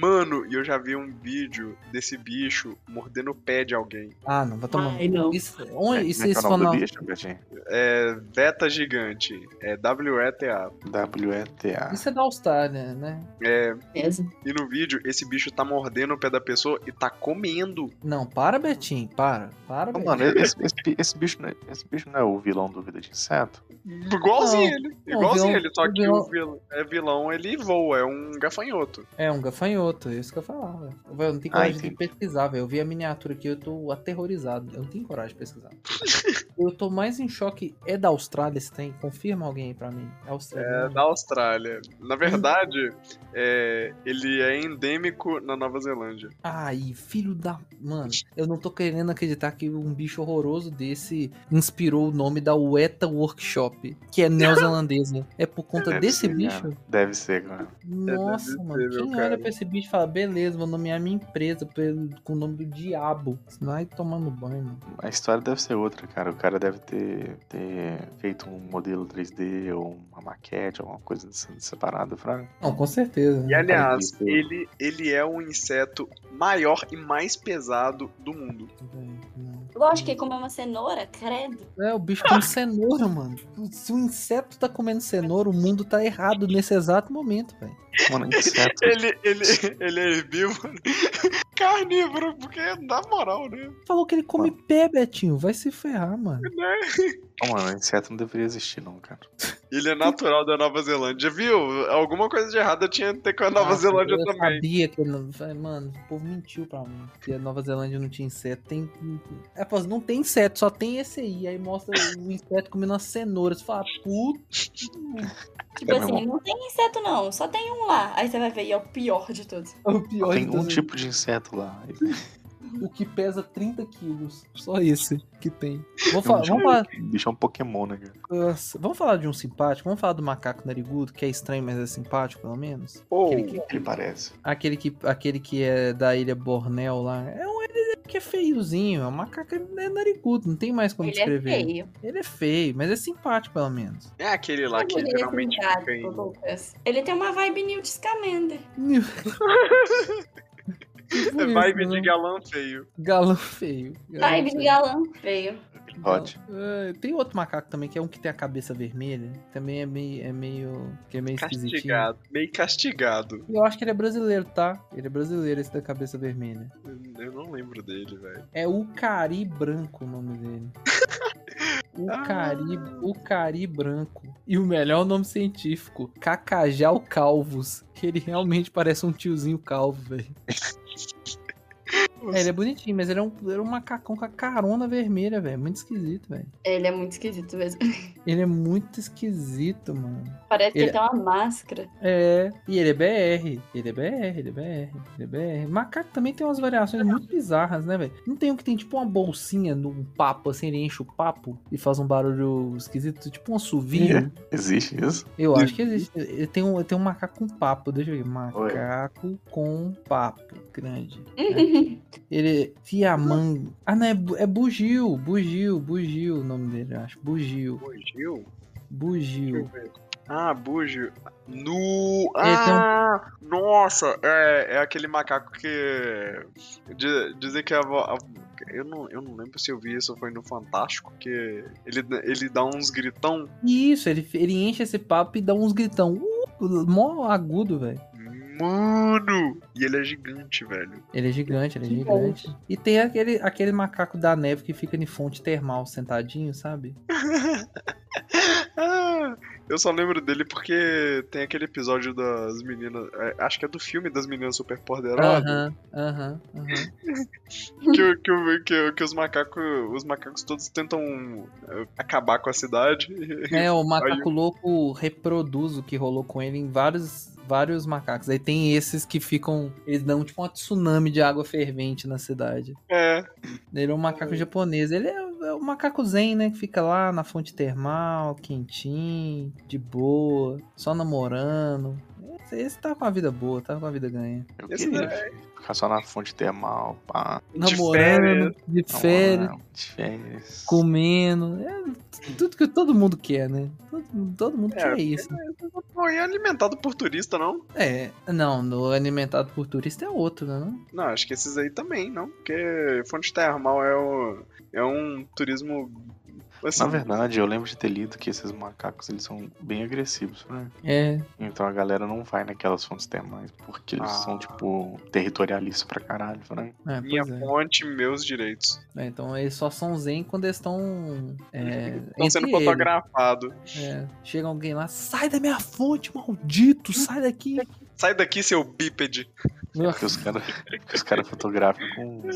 [SPEAKER 4] Mano, e eu já vi um vídeo desse bicho mordendo o pé de alguém.
[SPEAKER 2] Ah, não, vai tomar.
[SPEAKER 3] ai, não.
[SPEAKER 2] Isso, onde,
[SPEAKER 5] Como
[SPEAKER 2] isso,
[SPEAKER 5] é que é
[SPEAKER 2] isso
[SPEAKER 5] o
[SPEAKER 2] for
[SPEAKER 5] nome do
[SPEAKER 2] na-
[SPEAKER 5] bicho, Betinho?
[SPEAKER 4] É veta gigante. É W-E-T-A.
[SPEAKER 5] W-E-T-A.
[SPEAKER 2] isso é da Austrália, né?
[SPEAKER 4] É,
[SPEAKER 3] Mesmo.
[SPEAKER 4] e no vídeo, esse bicho tá mordendo o pé da pessoa e tá comendo.
[SPEAKER 2] Não, para, Betinho. Para. Para,
[SPEAKER 5] Ô,
[SPEAKER 2] Betinho.
[SPEAKER 5] Mano, esse, esse- esse bicho, não é- esse bicho não é o vilão do Vida de Inseto?
[SPEAKER 4] Hum. Igualzinho
[SPEAKER 2] Não.
[SPEAKER 4] ele.
[SPEAKER 2] Não,
[SPEAKER 4] Igualzinho
[SPEAKER 2] vilão-
[SPEAKER 4] ele, só que
[SPEAKER 2] vilão-
[SPEAKER 4] o vilão, é vilão, ele voa, é um gafanhoto.
[SPEAKER 2] É um gafanhoto, é isso que eu falava. velho. Velho, Eu não tenho
[SPEAKER 5] Ah,
[SPEAKER 2] coragem de
[SPEAKER 5] entendi.
[SPEAKER 2] pesquisar, velho. Eu vi a miniatura aqui, eu tô aterrorizado. Eu não tenho coragem de pesquisar. eu tô mais em choque. É da Austrália esse tem? Confirma alguém aí pra mim. É
[SPEAKER 4] É
[SPEAKER 2] australiano.
[SPEAKER 4] da Austrália. Na verdade, é, ele é endêmico na Nova Zelândia.
[SPEAKER 2] Ai, filho da. Mano, eu não tô querendo acreditar que um bicho horroroso desse inspirou o nome da Weta Workshop, que é neozelandesa. É por conta
[SPEAKER 5] Deve
[SPEAKER 2] desse
[SPEAKER 5] ser,
[SPEAKER 2] bicho?
[SPEAKER 5] Deve ser, né? cara.
[SPEAKER 2] Nossa,
[SPEAKER 4] deve
[SPEAKER 2] mano.
[SPEAKER 4] ser, meu
[SPEAKER 2] Quem
[SPEAKER 4] É cara.
[SPEAKER 2] olha pra esse esse bicho e fala, beleza, vou nomear minha empresa pelo- com o nome do diabo. Vai tomando banho, mano.
[SPEAKER 5] A história deve ser outra, cara. O cara deve ter, ter feito um modelo 3D ou uma maquete, alguma coisa dessa, dessa parada, fraga.
[SPEAKER 2] Não, com certeza. né?
[SPEAKER 4] E aliás,
[SPEAKER 5] isso.
[SPEAKER 4] ele, ele é o inseto maior e mais pesado do mundo.
[SPEAKER 3] Lógico que comer uma cenoura, credo.
[SPEAKER 2] né? É, o bicho come cenoura, mano. Se o inseto tá comendo cenoura, o mundo tá errado nesse exato momento, velho.
[SPEAKER 5] Mano, inseto.
[SPEAKER 4] Ele, ele, ele é herbívoro, carnívoro, porque dá moral, né?
[SPEAKER 2] Falou que ele come pé, Betinho. Vai se ferrar, mano.
[SPEAKER 5] Não, mano, inseto não deveria existir, não, cara.
[SPEAKER 4] Ele é natural da Nova Zelândia, viu? Alguma coisa de errada tinha que ter com a Nova
[SPEAKER 2] Ah,
[SPEAKER 4] Zelândia
[SPEAKER 2] eu
[SPEAKER 4] também.
[SPEAKER 2] sabia que... Não... Falei, Mano, o povo mentiu pra mim. Que a Nova Zelândia não tinha inseto. Tem... É, fala, não tem inseto, só tem esse aí. Aí mostra o inseto comendo uma cenoura. Você fala, puta...
[SPEAKER 3] Tipo
[SPEAKER 5] É, meu
[SPEAKER 3] assim, não tem inseto não, só tem um lá. Aí você vai ver, e é o pior de todos.
[SPEAKER 2] é O pior
[SPEAKER 5] Tem
[SPEAKER 2] de
[SPEAKER 5] um
[SPEAKER 2] todos.
[SPEAKER 5] tipo de inseto lá.
[SPEAKER 2] O que pesa 30 quilos. Só esse que tem. Vou
[SPEAKER 5] Tem um
[SPEAKER 2] falar, vamos falar...
[SPEAKER 5] tipo- O bicho é um Pokémon, né, cara?
[SPEAKER 2] Nossa, vamos falar de um simpático? Vamos falar do macaco narigudo, que é estranho, mas é simpático, pelo menos?
[SPEAKER 4] Ou,
[SPEAKER 2] Aquele que,
[SPEAKER 5] Ele parece.
[SPEAKER 2] aquele que, aquele que é da ilha Bornéu lá. É um ele que é feiozinho, é um macaco é narigudo, não tem mais como
[SPEAKER 3] Ele é
[SPEAKER 2] descrever.
[SPEAKER 3] feio.
[SPEAKER 2] ele é feio, mas é simpático, pelo menos.
[SPEAKER 4] é aquele lá que
[SPEAKER 3] Como ele é
[SPEAKER 4] geralmente
[SPEAKER 3] simpático,
[SPEAKER 4] fica em...
[SPEAKER 3] Lucas? Ele tem uma vibe Newt Scamander.
[SPEAKER 2] Tipo
[SPEAKER 4] É vibe
[SPEAKER 2] né?
[SPEAKER 4] de galã feio.
[SPEAKER 2] galão feio. galão
[SPEAKER 3] Vibe de
[SPEAKER 2] feio.
[SPEAKER 3] galã feio.
[SPEAKER 5] Aquele Hot.
[SPEAKER 2] É, tem outro macaco também, que é um que tem a cabeça vermelha. Também é meio. É meio que é meio esquisitinho.
[SPEAKER 4] Castigado. Meio castigado.
[SPEAKER 2] Eu acho que ele é brasileiro, tá? Ele é brasileiro, esse da cabeça vermelha.
[SPEAKER 4] Eu não lembro dele, velho.
[SPEAKER 2] É o Cari Branco o nome dele. O
[SPEAKER 4] Ah.
[SPEAKER 2] Cari, o Cari Branco. E o melhor nome científico, Cacajal Calvos. Que ele realmente parece um tiozinho calvo, velho. É, ele é bonitinho, mas ele é um, ele é um macacão com a carona vermelha, velho. Muito esquisito, velho.
[SPEAKER 3] Ele é muito esquisito mesmo.
[SPEAKER 2] Ele é muito esquisito, mano.
[SPEAKER 3] Parece que
[SPEAKER 2] Ele-
[SPEAKER 3] ele tem uma máscara.
[SPEAKER 2] É, e ele é BR. Ele é BR, ele é BR, ele é BR. Macaco também tem umas variações muito bizarras, né, velho? Não tem um que tem tipo uma bolsinha num papo, assim, ele enche o papo e faz um barulho esquisito, tipo um assovio.
[SPEAKER 5] Existe isso?
[SPEAKER 2] Eu acho que existe. Ele tem um, tem um macaco com papo, deixa eu ver. Macaco com papo, grande. Ele. Fiamang. Ah, não, é, bu- é Bugio, Bugio, Bugio o nome dele, eu acho. Bugio,
[SPEAKER 4] Pô, Gil? Deixa eu
[SPEAKER 2] Bugio.
[SPEAKER 4] ver. Ah, Bujo. No.
[SPEAKER 2] É, tem um-
[SPEAKER 4] Ah! Nossa! É, é aquele macaco que. di- Dizem que a, vo- a- eu, não, eu não lembro se eu vi isso ou foi no Fantástico, que ele, ele dá uns gritão.
[SPEAKER 2] Isso, ele, ele enche esse papo e dá uns gritão. Uh, mó agudo, velho.
[SPEAKER 4] Mano! E ele é gigante, velho.
[SPEAKER 2] Ele é gigante, ele é
[SPEAKER 3] Gigante.
[SPEAKER 2] gigante. E tem aquele, aquele macaco da neve que fica em fonte termal sentadinho, sabe?
[SPEAKER 4] Ah, eu só lembro dele porque tem aquele episódio das meninas. é, Acho que é do filme das meninas super poderosas.
[SPEAKER 2] Aham, aham, aham.
[SPEAKER 4] que, o- que, o- que, o- que os macacos. Os macacos todos tentam eh, acabar com a cidade.
[SPEAKER 2] É, o macaco louco reproduz o que rolou com ele em vários, vários macacos. Aí tem esses que ficam. Eles dão tipo um tsunami de água fervente na cidade.
[SPEAKER 4] É.
[SPEAKER 2] Ele é um macaco japonês. Ele é, é o macaco zen, né? Que fica lá na fonte termal, quentinho, de boa, só namorando. Esse, esse tá com a vida boa, tá com a vida ganha.
[SPEAKER 5] Eu
[SPEAKER 4] Esse
[SPEAKER 5] queria ficar só na fonte termal, pá.
[SPEAKER 2] Namorando, de
[SPEAKER 5] Não,
[SPEAKER 2] férias,
[SPEAKER 5] não, de férias.
[SPEAKER 2] comendo. É t- tudo que todo mundo quer, né? Todo, todo mundo
[SPEAKER 4] É,
[SPEAKER 2] quer isso.
[SPEAKER 4] Pô, e é alimentado por turista, não?
[SPEAKER 2] É, não, no alimentado por turista é outro, né? Não?
[SPEAKER 4] Não, acho que esses aí também, não. Porque fonte termal é, o, é um turismo. Assim,
[SPEAKER 5] Na verdade, eu lembro de ter lido que esses macacos eles são bem agressivos, né?
[SPEAKER 2] É,
[SPEAKER 5] Então a galera não vai naquelas fontes termais porque eles
[SPEAKER 4] Ah.
[SPEAKER 5] são, tipo, territorialistas pra caralho, né?
[SPEAKER 2] é
[SPEAKER 4] minha
[SPEAKER 2] pois é.
[SPEAKER 4] fonte, meus direitos.
[SPEAKER 2] É, Então eles só são zen quando eles estão. É,
[SPEAKER 4] Estão sendo
[SPEAKER 2] entre eles.
[SPEAKER 4] fotografados.
[SPEAKER 2] É, chega alguém lá, sai da minha fonte, maldito, sai daqui.
[SPEAKER 4] Sai daqui, seu bípede.
[SPEAKER 5] Porque os caras os cara fotografam com, com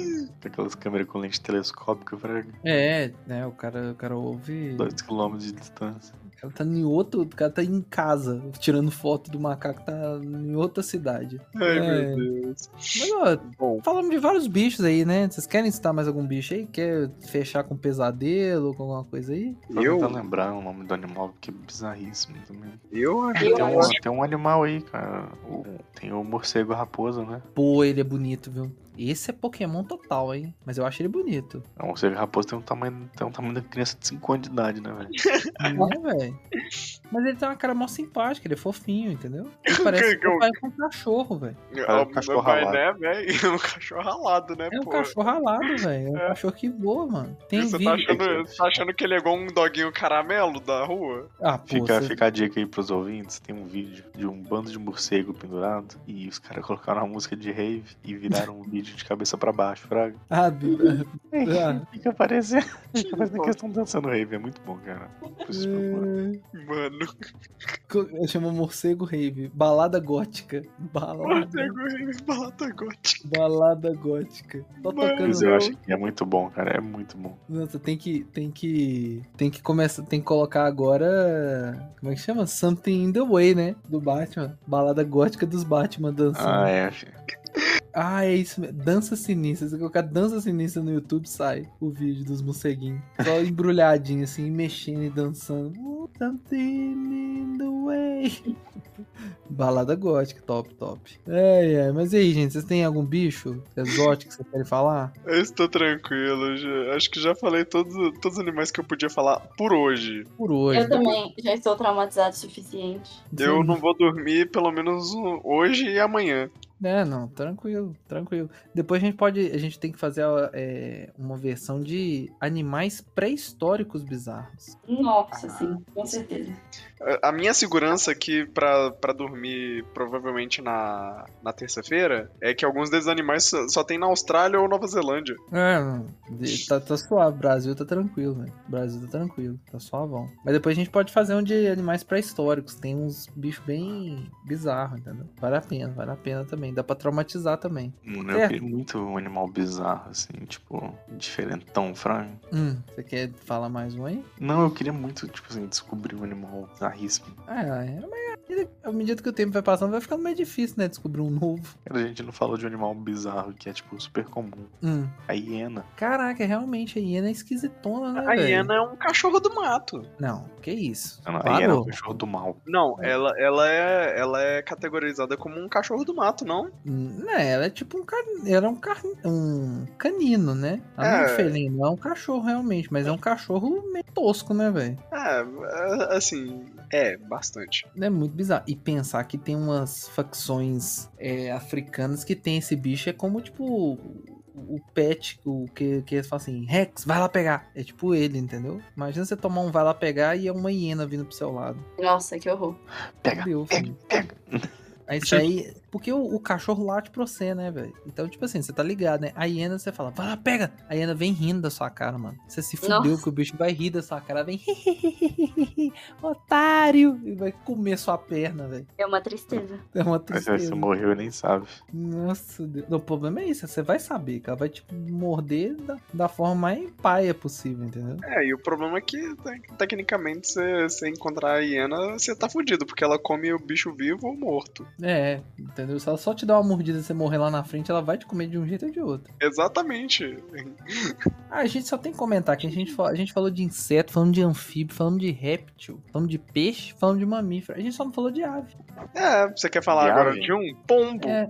[SPEAKER 5] aquelas câmeras com lente telescópica pra
[SPEAKER 2] É, né, o cara, o cara ouve
[SPEAKER 5] 2km de distância.
[SPEAKER 2] Ela tá em outro. O cara tá em casa, tirando foto do macaco, tá em outra cidade.
[SPEAKER 4] Ai,
[SPEAKER 2] É.
[SPEAKER 4] meu Deus.
[SPEAKER 2] Mas, ó,
[SPEAKER 4] Bom,
[SPEAKER 2] falamos de vários bichos aí, né? Vocês querem citar mais algum bicho aí? Quer fechar com pesadelo, com alguma coisa aí?
[SPEAKER 4] eu,
[SPEAKER 5] Tentando lembrar o nome do animal, porque é bizarríssimo também.
[SPEAKER 4] eu acho
[SPEAKER 3] Eu
[SPEAKER 5] Tem um,
[SPEAKER 3] acho.
[SPEAKER 5] tem um animal aí, cara. O- tem o morcego raposa, né?
[SPEAKER 2] Pô, ele é bonito, viu? Esse é Pokémon total, hein? Mas eu acho ele bonito.
[SPEAKER 5] O morcego raposa tem um tamanho, tem um tamanho da criança de 5 anos de idade, né, velho?
[SPEAKER 2] Né, velho? Mas ele tem uma cara mó simpática, ele é fofinho, entendeu? Ele parece que
[SPEAKER 4] que eu-
[SPEAKER 2] parece um cachorro, velho.
[SPEAKER 5] É um
[SPEAKER 4] meu
[SPEAKER 5] cachorro
[SPEAKER 4] pai,
[SPEAKER 5] ralado.
[SPEAKER 4] né, velho? É um cachorro ralado, né,
[SPEAKER 2] É um
[SPEAKER 4] pô?
[SPEAKER 2] cachorro alado, velho. É um cachorro que voa, mano. Tem
[SPEAKER 4] Você
[SPEAKER 2] vídeo.
[SPEAKER 4] tá achando, você tá achando que ele é igual um doguinho caramelo da rua?
[SPEAKER 2] Ah, pô,
[SPEAKER 5] Fica,
[SPEAKER 2] cê-
[SPEAKER 5] fica a dica aí pros ouvintes, tem um vídeo de um bando de morcego pendurado e os caras colocaram uma música de rave e viraram um vídeo de cabeça pra baixo, fraga.
[SPEAKER 2] Ah, bi- Ah.
[SPEAKER 5] Fica parecendo, fica parecendo que eles estão dançando rave, é muito bom, cara. Depois vocês procuram.
[SPEAKER 4] Mano,
[SPEAKER 2] Co- é. Chama Morcego Rave. Balada gótica. Balada,
[SPEAKER 4] morcego rei balada gótica.
[SPEAKER 2] balada gótica. Tô
[SPEAKER 4] Mano,
[SPEAKER 5] Mas
[SPEAKER 2] tocando.
[SPEAKER 5] eu acho que é muito bom, cara, é muito bom.
[SPEAKER 2] Nossa, tem que. Tem que. Tem que começar. Tem que colocar agora. Como é que chama? Something in the Way, né? Do Batman. Balada gótica dos Batman
[SPEAKER 5] Ah,
[SPEAKER 2] dançando. Ah, é,
[SPEAKER 5] é, achei.
[SPEAKER 2] isso mesmo. Dança sinistra. Se colocar dança sinistra no YouTube, sai o vídeo dos morceguinhos. Só embrulhadinho, assim, mexendo e dançando. Uh, Something in the way. Balada gótica, top, top. É, é. Mas e aí, gente? Vocês têm algum bicho exótico que vocês querem falar?
[SPEAKER 4] Eu estou É tranquilo, eu já- acho que já falei todos, todos os animais que eu podia falar por hoje.
[SPEAKER 2] Por hoje.
[SPEAKER 3] Eu também já estou traumatizado o suficiente.
[SPEAKER 4] Eu não vou dormir pelo menos um- hoje e amanhã.
[SPEAKER 2] É, não, tranquilo, tranquilo. Depois a gente pode, a gente tem que fazer é, uma versão de animais pré-históricos bizarros.
[SPEAKER 3] Nossa, sim, com certeza.
[SPEAKER 4] A- A minha segurança aqui pra, pra dormir provavelmente na, na terça-feira é que alguns desses animais só, só tem na Austrália ou Nova Zelândia.
[SPEAKER 2] É, não, de- tá, tá suave, Brasil tá tranquilo, velho. Brasil tá tranquilo, tá suavão. Mas depois a gente pode fazer um de animais pré-históricos, tem uns bichos bem bizarros, entendeu? Vale a pena, vale a pena também, dá pra traumatizar também.
[SPEAKER 5] Mano,
[SPEAKER 2] É.
[SPEAKER 5] eu queria muito um animal bizarro, assim, tipo, diferentão, frango.
[SPEAKER 2] Hum, você quer falar mais um aí?
[SPEAKER 5] Não, eu queria muito, tipo assim, descobrir um animal bizarríssimo.
[SPEAKER 2] Ah, é, mas à medida que o tempo vai passando, vai ficando mais difícil, né, descobrir um novo.
[SPEAKER 5] Cara, a gente não falou de um animal bizarro que é, tipo, super comum.
[SPEAKER 2] Hum.
[SPEAKER 5] A hiena.
[SPEAKER 2] Caraca, realmente, a hiena é esquisitona, né,
[SPEAKER 4] A
[SPEAKER 2] velho?
[SPEAKER 4] hiena é um cachorro do mato.
[SPEAKER 2] Não, que isso.
[SPEAKER 5] Não, não, a hiena é
[SPEAKER 2] Parou.
[SPEAKER 5] o cachorro do mal.
[SPEAKER 4] Não, ela, ela, é, ela é categorizada como um cachorro do mato, não?
[SPEAKER 2] Hum, Não, ela é tipo um, car... ela é um, car... um canino, né? Ela não é um
[SPEAKER 4] É.
[SPEAKER 2] felino, ela é um cachorro realmente, mas é um cachorro meio tosco, né, velho?
[SPEAKER 4] É, é, assim, é, bastante.
[SPEAKER 2] É muito bizarro. E pensar que tem umas facções é, africanas que tem esse bicho é como, tipo, o pet, o que, que eles falam assim, Rex, vai lá pegar. É tipo ele, entendeu? Imagina você tomar um vai lá pegar e é uma hiena vindo pro seu lado.
[SPEAKER 3] Nossa, que horror.
[SPEAKER 5] Pega,
[SPEAKER 2] Deus,
[SPEAKER 5] pega, pega.
[SPEAKER 2] Aí isso aí. Porque o, o cachorro late pra você, né, velho? Então, tipo assim, você tá ligado, né? A hiena, você fala, vai lá, pega! A hiena vem rindo da sua cara, mano. Você se fudeu
[SPEAKER 3] Nossa.
[SPEAKER 2] que o bicho vai rir da sua cara, vem, otário! E vai comer sua perna, velho.
[SPEAKER 3] É uma tristeza.
[SPEAKER 2] É uma
[SPEAKER 5] Mas você
[SPEAKER 2] tristeza.
[SPEAKER 5] morreu e nem sabe.
[SPEAKER 2] Nossa, Deus. Não, o problema é isso, você vai saber, que ela vai te morder da, da forma mais paia possível, entendeu?
[SPEAKER 4] É, e o problema é que, te- tecnicamente, você você encontrar a hiena, você tá fudido, porque ela come o bicho vivo ou morto.
[SPEAKER 2] É, entendeu? Se ela só te dar uma mordida e você morrer lá na frente, ela vai te comer de um jeito ou de outro.
[SPEAKER 4] Exatamente.
[SPEAKER 2] Ah, a gente só tem que comentar que a gente, fa- a gente falou de inseto, falando de anfíbio, falando de réptil, falando de peixe, falando de mamífero. A gente só não falou de ave.
[SPEAKER 4] É, você quer falar
[SPEAKER 5] E
[SPEAKER 4] agora
[SPEAKER 5] ave?
[SPEAKER 4] de um pombo?
[SPEAKER 2] É.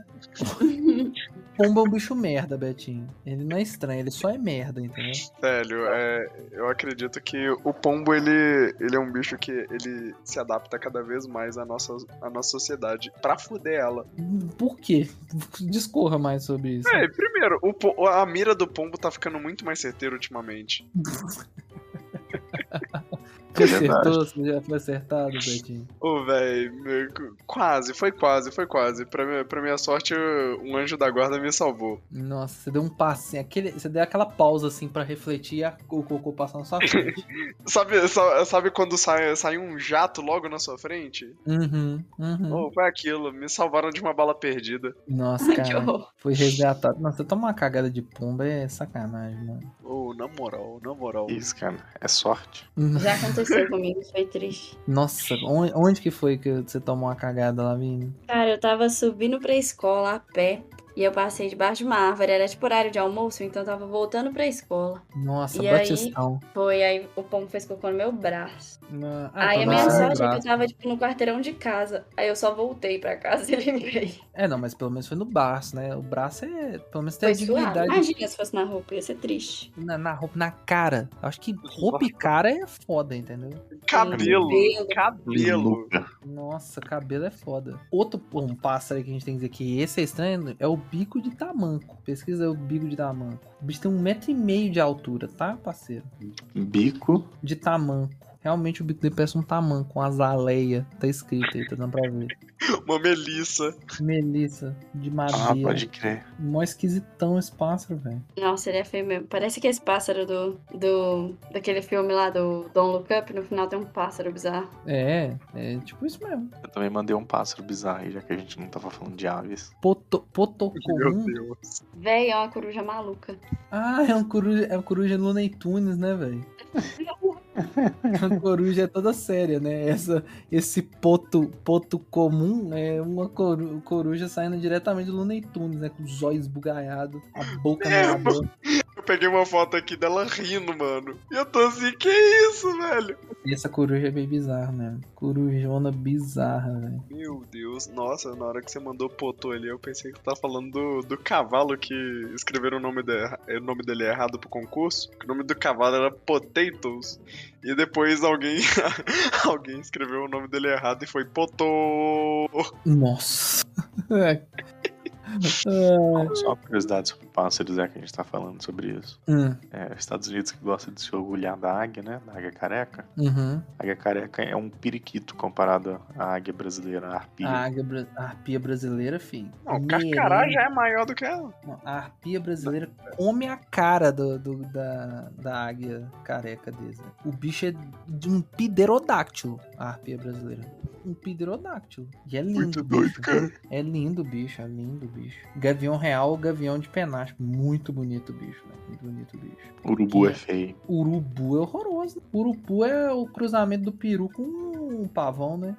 [SPEAKER 2] Pomba é um bicho merda, Betinho. Ele não é estranho, ele só é merda, entendeu?
[SPEAKER 4] Velho, é, eu acredito que o pombo, ele, ele é um bicho que ele se adapta cada vez mais à nossa, à nossa sociedade pra fuder ela.
[SPEAKER 2] Hum, Por quê? Discorra mais sobre isso.
[SPEAKER 4] É, primeiro, o po- a mira do pombo tá ficando muito mais certeira ultimamente.
[SPEAKER 2] Você
[SPEAKER 5] é verdade.
[SPEAKER 2] acertou? Você já foi acertado, Betinho?
[SPEAKER 4] Ô, véi, meu, qu- quase, foi quase, foi quase. Pra, minha- pra minha sorte, eu- um anjo da guarda me salvou.
[SPEAKER 2] Nossa, você deu um passo assim, aquele, você deu aquela pausa assim pra refletir e a- o cocô passou na sua frente.
[SPEAKER 4] Sabe, sa- sabe quando sai, sai um jato logo na sua frente?
[SPEAKER 2] Uhum, uhum.
[SPEAKER 4] Oh, foi aquilo, me salvaram de uma bala perdida.
[SPEAKER 5] Oh.
[SPEAKER 2] Nossa,
[SPEAKER 3] que
[SPEAKER 2] cara,
[SPEAKER 3] horror.
[SPEAKER 2] foi resgatado. Nossa, tomar uma cagada de pomba é sacanagem, mano.
[SPEAKER 4] Ô, na moral, na moral.
[SPEAKER 5] Isso, cara, é sorte.
[SPEAKER 3] Já aconteceu aconteceu comigo, foi triste.
[SPEAKER 2] Nossa, onde, onde que foi que você tomou uma cagada lá, menina?
[SPEAKER 3] Cara, eu tava subindo pra escola a pé e eu passei debaixo de uma árvore. Era tipo horário de almoço, então eu tava voltando pra escola.
[SPEAKER 2] Nossa,
[SPEAKER 3] E
[SPEAKER 2] batistão.
[SPEAKER 3] Foi, aí o pombo fez cocô no meu braço.
[SPEAKER 2] Na- Ah,
[SPEAKER 3] aí a
[SPEAKER 2] tá
[SPEAKER 3] minha
[SPEAKER 2] no seu
[SPEAKER 3] sorte é que eu
[SPEAKER 2] braço.
[SPEAKER 3] tava tipo, no quarteirão de casa. Aí eu só voltei pra casa e limpei.
[SPEAKER 2] É, não, mas pelo menos foi no braço, né? O braço é. Pelo menos tem
[SPEAKER 3] Foi
[SPEAKER 2] a
[SPEAKER 3] suado.
[SPEAKER 2] dignidade.
[SPEAKER 3] Imagina se fosse na roupa, ia ser triste.
[SPEAKER 2] Na, na roupa, na cara. Eu Acho que roupa e cara é foda, entendeu?
[SPEAKER 4] Cabelo,
[SPEAKER 3] Cabelo.
[SPEAKER 4] cabelo.
[SPEAKER 5] Nunca.
[SPEAKER 2] Nossa, cabelo é foda. Outro pô, um pássaro que a gente tem que dizer que esse é estranho é o bico de tamanco. Pesquisa o bico de tamanco. O bicho tem um metro e meio de altura, tá, parceiro?
[SPEAKER 5] Bico.
[SPEAKER 2] De tamanco. Realmente o bico dele parece um tamanco, com as aleias. Tá escrito aí, tá dando pra ver.
[SPEAKER 4] Uma melissa.
[SPEAKER 2] Melissa, de
[SPEAKER 5] Ah,
[SPEAKER 2] madeira.
[SPEAKER 5] pode crer.
[SPEAKER 2] Mó esquisitão esse pássaro, velho.
[SPEAKER 3] Nossa, ele é feio mesmo. Parece que esse pássaro do, do. daquele filme lá do Don't Look Up, no final tem um pássaro bizarro.
[SPEAKER 2] É, é tipo isso mesmo.
[SPEAKER 5] Eu também mandei um pássaro bizarro aí, já que a gente não tava falando de aves.
[SPEAKER 2] Poto,
[SPEAKER 4] Meu
[SPEAKER 2] potocomum.
[SPEAKER 4] Deus.
[SPEAKER 3] Véi, é uma coruja maluca.
[SPEAKER 2] Ah, é um coruja, é um coruja Looney Tunes, né, velho? É uma coruja toda séria, né? Essa, esse poto, poto comum é uma coru- coruja saindo diretamente do Looney Tunes, né? Com os olhos bugalhados, a boca
[SPEAKER 4] É,
[SPEAKER 2] na boca.
[SPEAKER 4] Eu peguei uma foto aqui dela rindo, mano. E eu tô assim, que isso, velho?
[SPEAKER 2] E essa coruja é bem bizarra mesmo. Corujona bizarra, velho.
[SPEAKER 4] Meu Deus, nossa, na hora que você mandou potô ali, eu pensei que tu tava falando do, do cavalo que escreveram o nome, de, o nome dele errado pro concurso. que O nome do cavalo era Potatoes. E depois alguém alguém escreveu o nome dele errado e foi Potô.
[SPEAKER 2] Nossa. É.
[SPEAKER 5] Só uma curiosidade sobre pássaros, já que a gente tá falando sobre isso.
[SPEAKER 2] Hum,
[SPEAKER 5] É, os Estados Unidos que gosta de se orgulhar da águia, né? Da águia careca.
[SPEAKER 2] uhum.
[SPEAKER 5] A águia careca é um periquito comparado à águia brasileira, a arpia.
[SPEAKER 2] A águia, bra- a arpia brasileira, filho.
[SPEAKER 4] Não, o
[SPEAKER 2] Mineirão.
[SPEAKER 4] carcará já é maior do que ela.
[SPEAKER 2] Não, A arpia brasileira come a cara do, do- da, da águia careca deles. né? O bicho é de um piderodáctilo, a arpia brasileira. Um piderodáctilo. E é lindo,
[SPEAKER 5] Muito
[SPEAKER 2] o
[SPEAKER 5] doido,
[SPEAKER 2] bicho.
[SPEAKER 5] cara.
[SPEAKER 2] É lindo o bicho, é lindo o bicho. Gavião real, gavião de penacho. Muito bonito o bicho, né? Muito bonito o bicho.
[SPEAKER 5] Urubu
[SPEAKER 2] Que-
[SPEAKER 5] é feio.
[SPEAKER 2] Urubu é horroroso. né? Urubu é o cruzamento do peru com um pavão, né?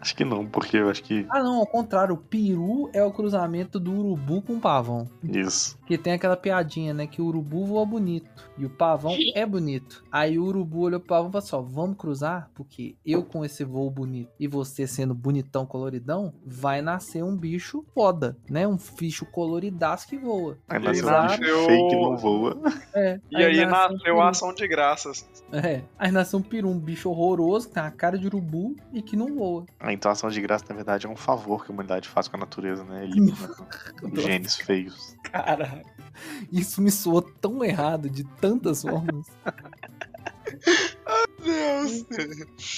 [SPEAKER 5] Acho que não, porque eu acho que.
[SPEAKER 2] Ah, não, ao contrário. O peru é o cruzamento do urubu com um pavão.
[SPEAKER 5] Isso.
[SPEAKER 2] Porque tem aquela piadinha, né? Que o urubu voa bonito e o pavão é bonito. Aí o urubu olhou pro pavão e falou assim: ó, vamos cruzar? Porque eu com esse voo bonito e você sendo bonitão, coloridão, vai nascer um bicho foda, né? Um bicho coloridaço que voa.
[SPEAKER 5] Aí nasceu um
[SPEAKER 2] Exato.
[SPEAKER 5] bicho feio que não voa.
[SPEAKER 2] É,
[SPEAKER 4] E aí,
[SPEAKER 2] um
[SPEAKER 4] nasceu
[SPEAKER 2] peru.
[SPEAKER 4] a ação de graças.
[SPEAKER 2] É, aí nasceu um peru, um bicho horroroso, que tem uma cara de urubu e que não voa.
[SPEAKER 5] A intuação de graça, na verdade, é um favor que a humanidade faz com a natureza, né? Elimina genes feios.
[SPEAKER 2] Caralho. Isso me soou tão errado de tantas formas.
[SPEAKER 4] Deus.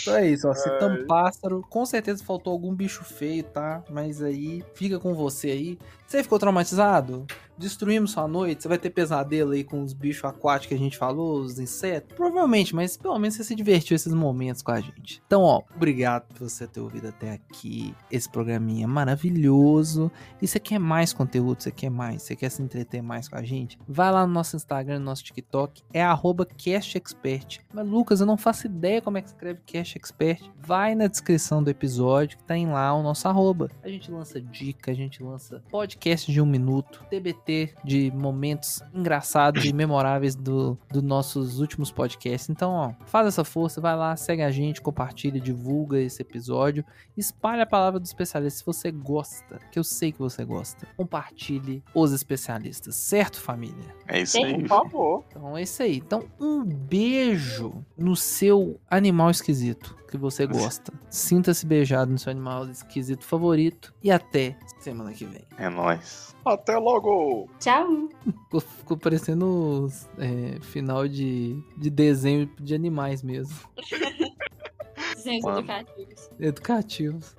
[SPEAKER 2] Então é isso, ó. Citamos pássaro. Com certeza faltou algum bicho feio, tá? Mas aí, fica com você aí. Você ficou traumatizado? Destruímos sua noite? Você vai ter pesadelo aí com os bichos aquáticos que a gente falou, os insetos? Provavelmente, mas pelo menos você se divertiu esses momentos com a gente. Então, ó, obrigado por você ter ouvido até aqui. Esse programinha é maravilhoso. E você quer mais conteúdo, você quer mais, você quer se entreter mais com a gente? Vai lá no nosso Instagram, no nosso TikTok, é arroba castexpert. Mas Lucas, eu não faço ideia como é que escreve castexpert. Vai na descrição do episódio que tem lá o nosso arroba. A gente lança dica, a gente lança podcast de um minuto, TBT de momentos engraçados e memoráveis do- dos nossos últimos podcasts. Então, ó, faz essa força, vai lá, segue a gente, compartilha, divulga esse episódio. Espalhe a palavra do especialista se você gosta, que eu sei que você gosta. Compartilhe os especialistas, certo, família?
[SPEAKER 5] É isso
[SPEAKER 3] Tem
[SPEAKER 5] aí.
[SPEAKER 3] um
[SPEAKER 4] favor.
[SPEAKER 2] Então é isso aí. Então, um beijo no seu animal esquisito que você gosta. Sinta-se beijado no seu animal esquisito favorito. E até semana que vem.
[SPEAKER 5] É nóis.
[SPEAKER 4] Até logo.
[SPEAKER 3] Tchau!
[SPEAKER 2] Ficou, ficou parecendo é, final de, de desenho de animais mesmo.
[SPEAKER 3] Desenhos
[SPEAKER 5] Mano.
[SPEAKER 3] educativos.
[SPEAKER 2] Educativos.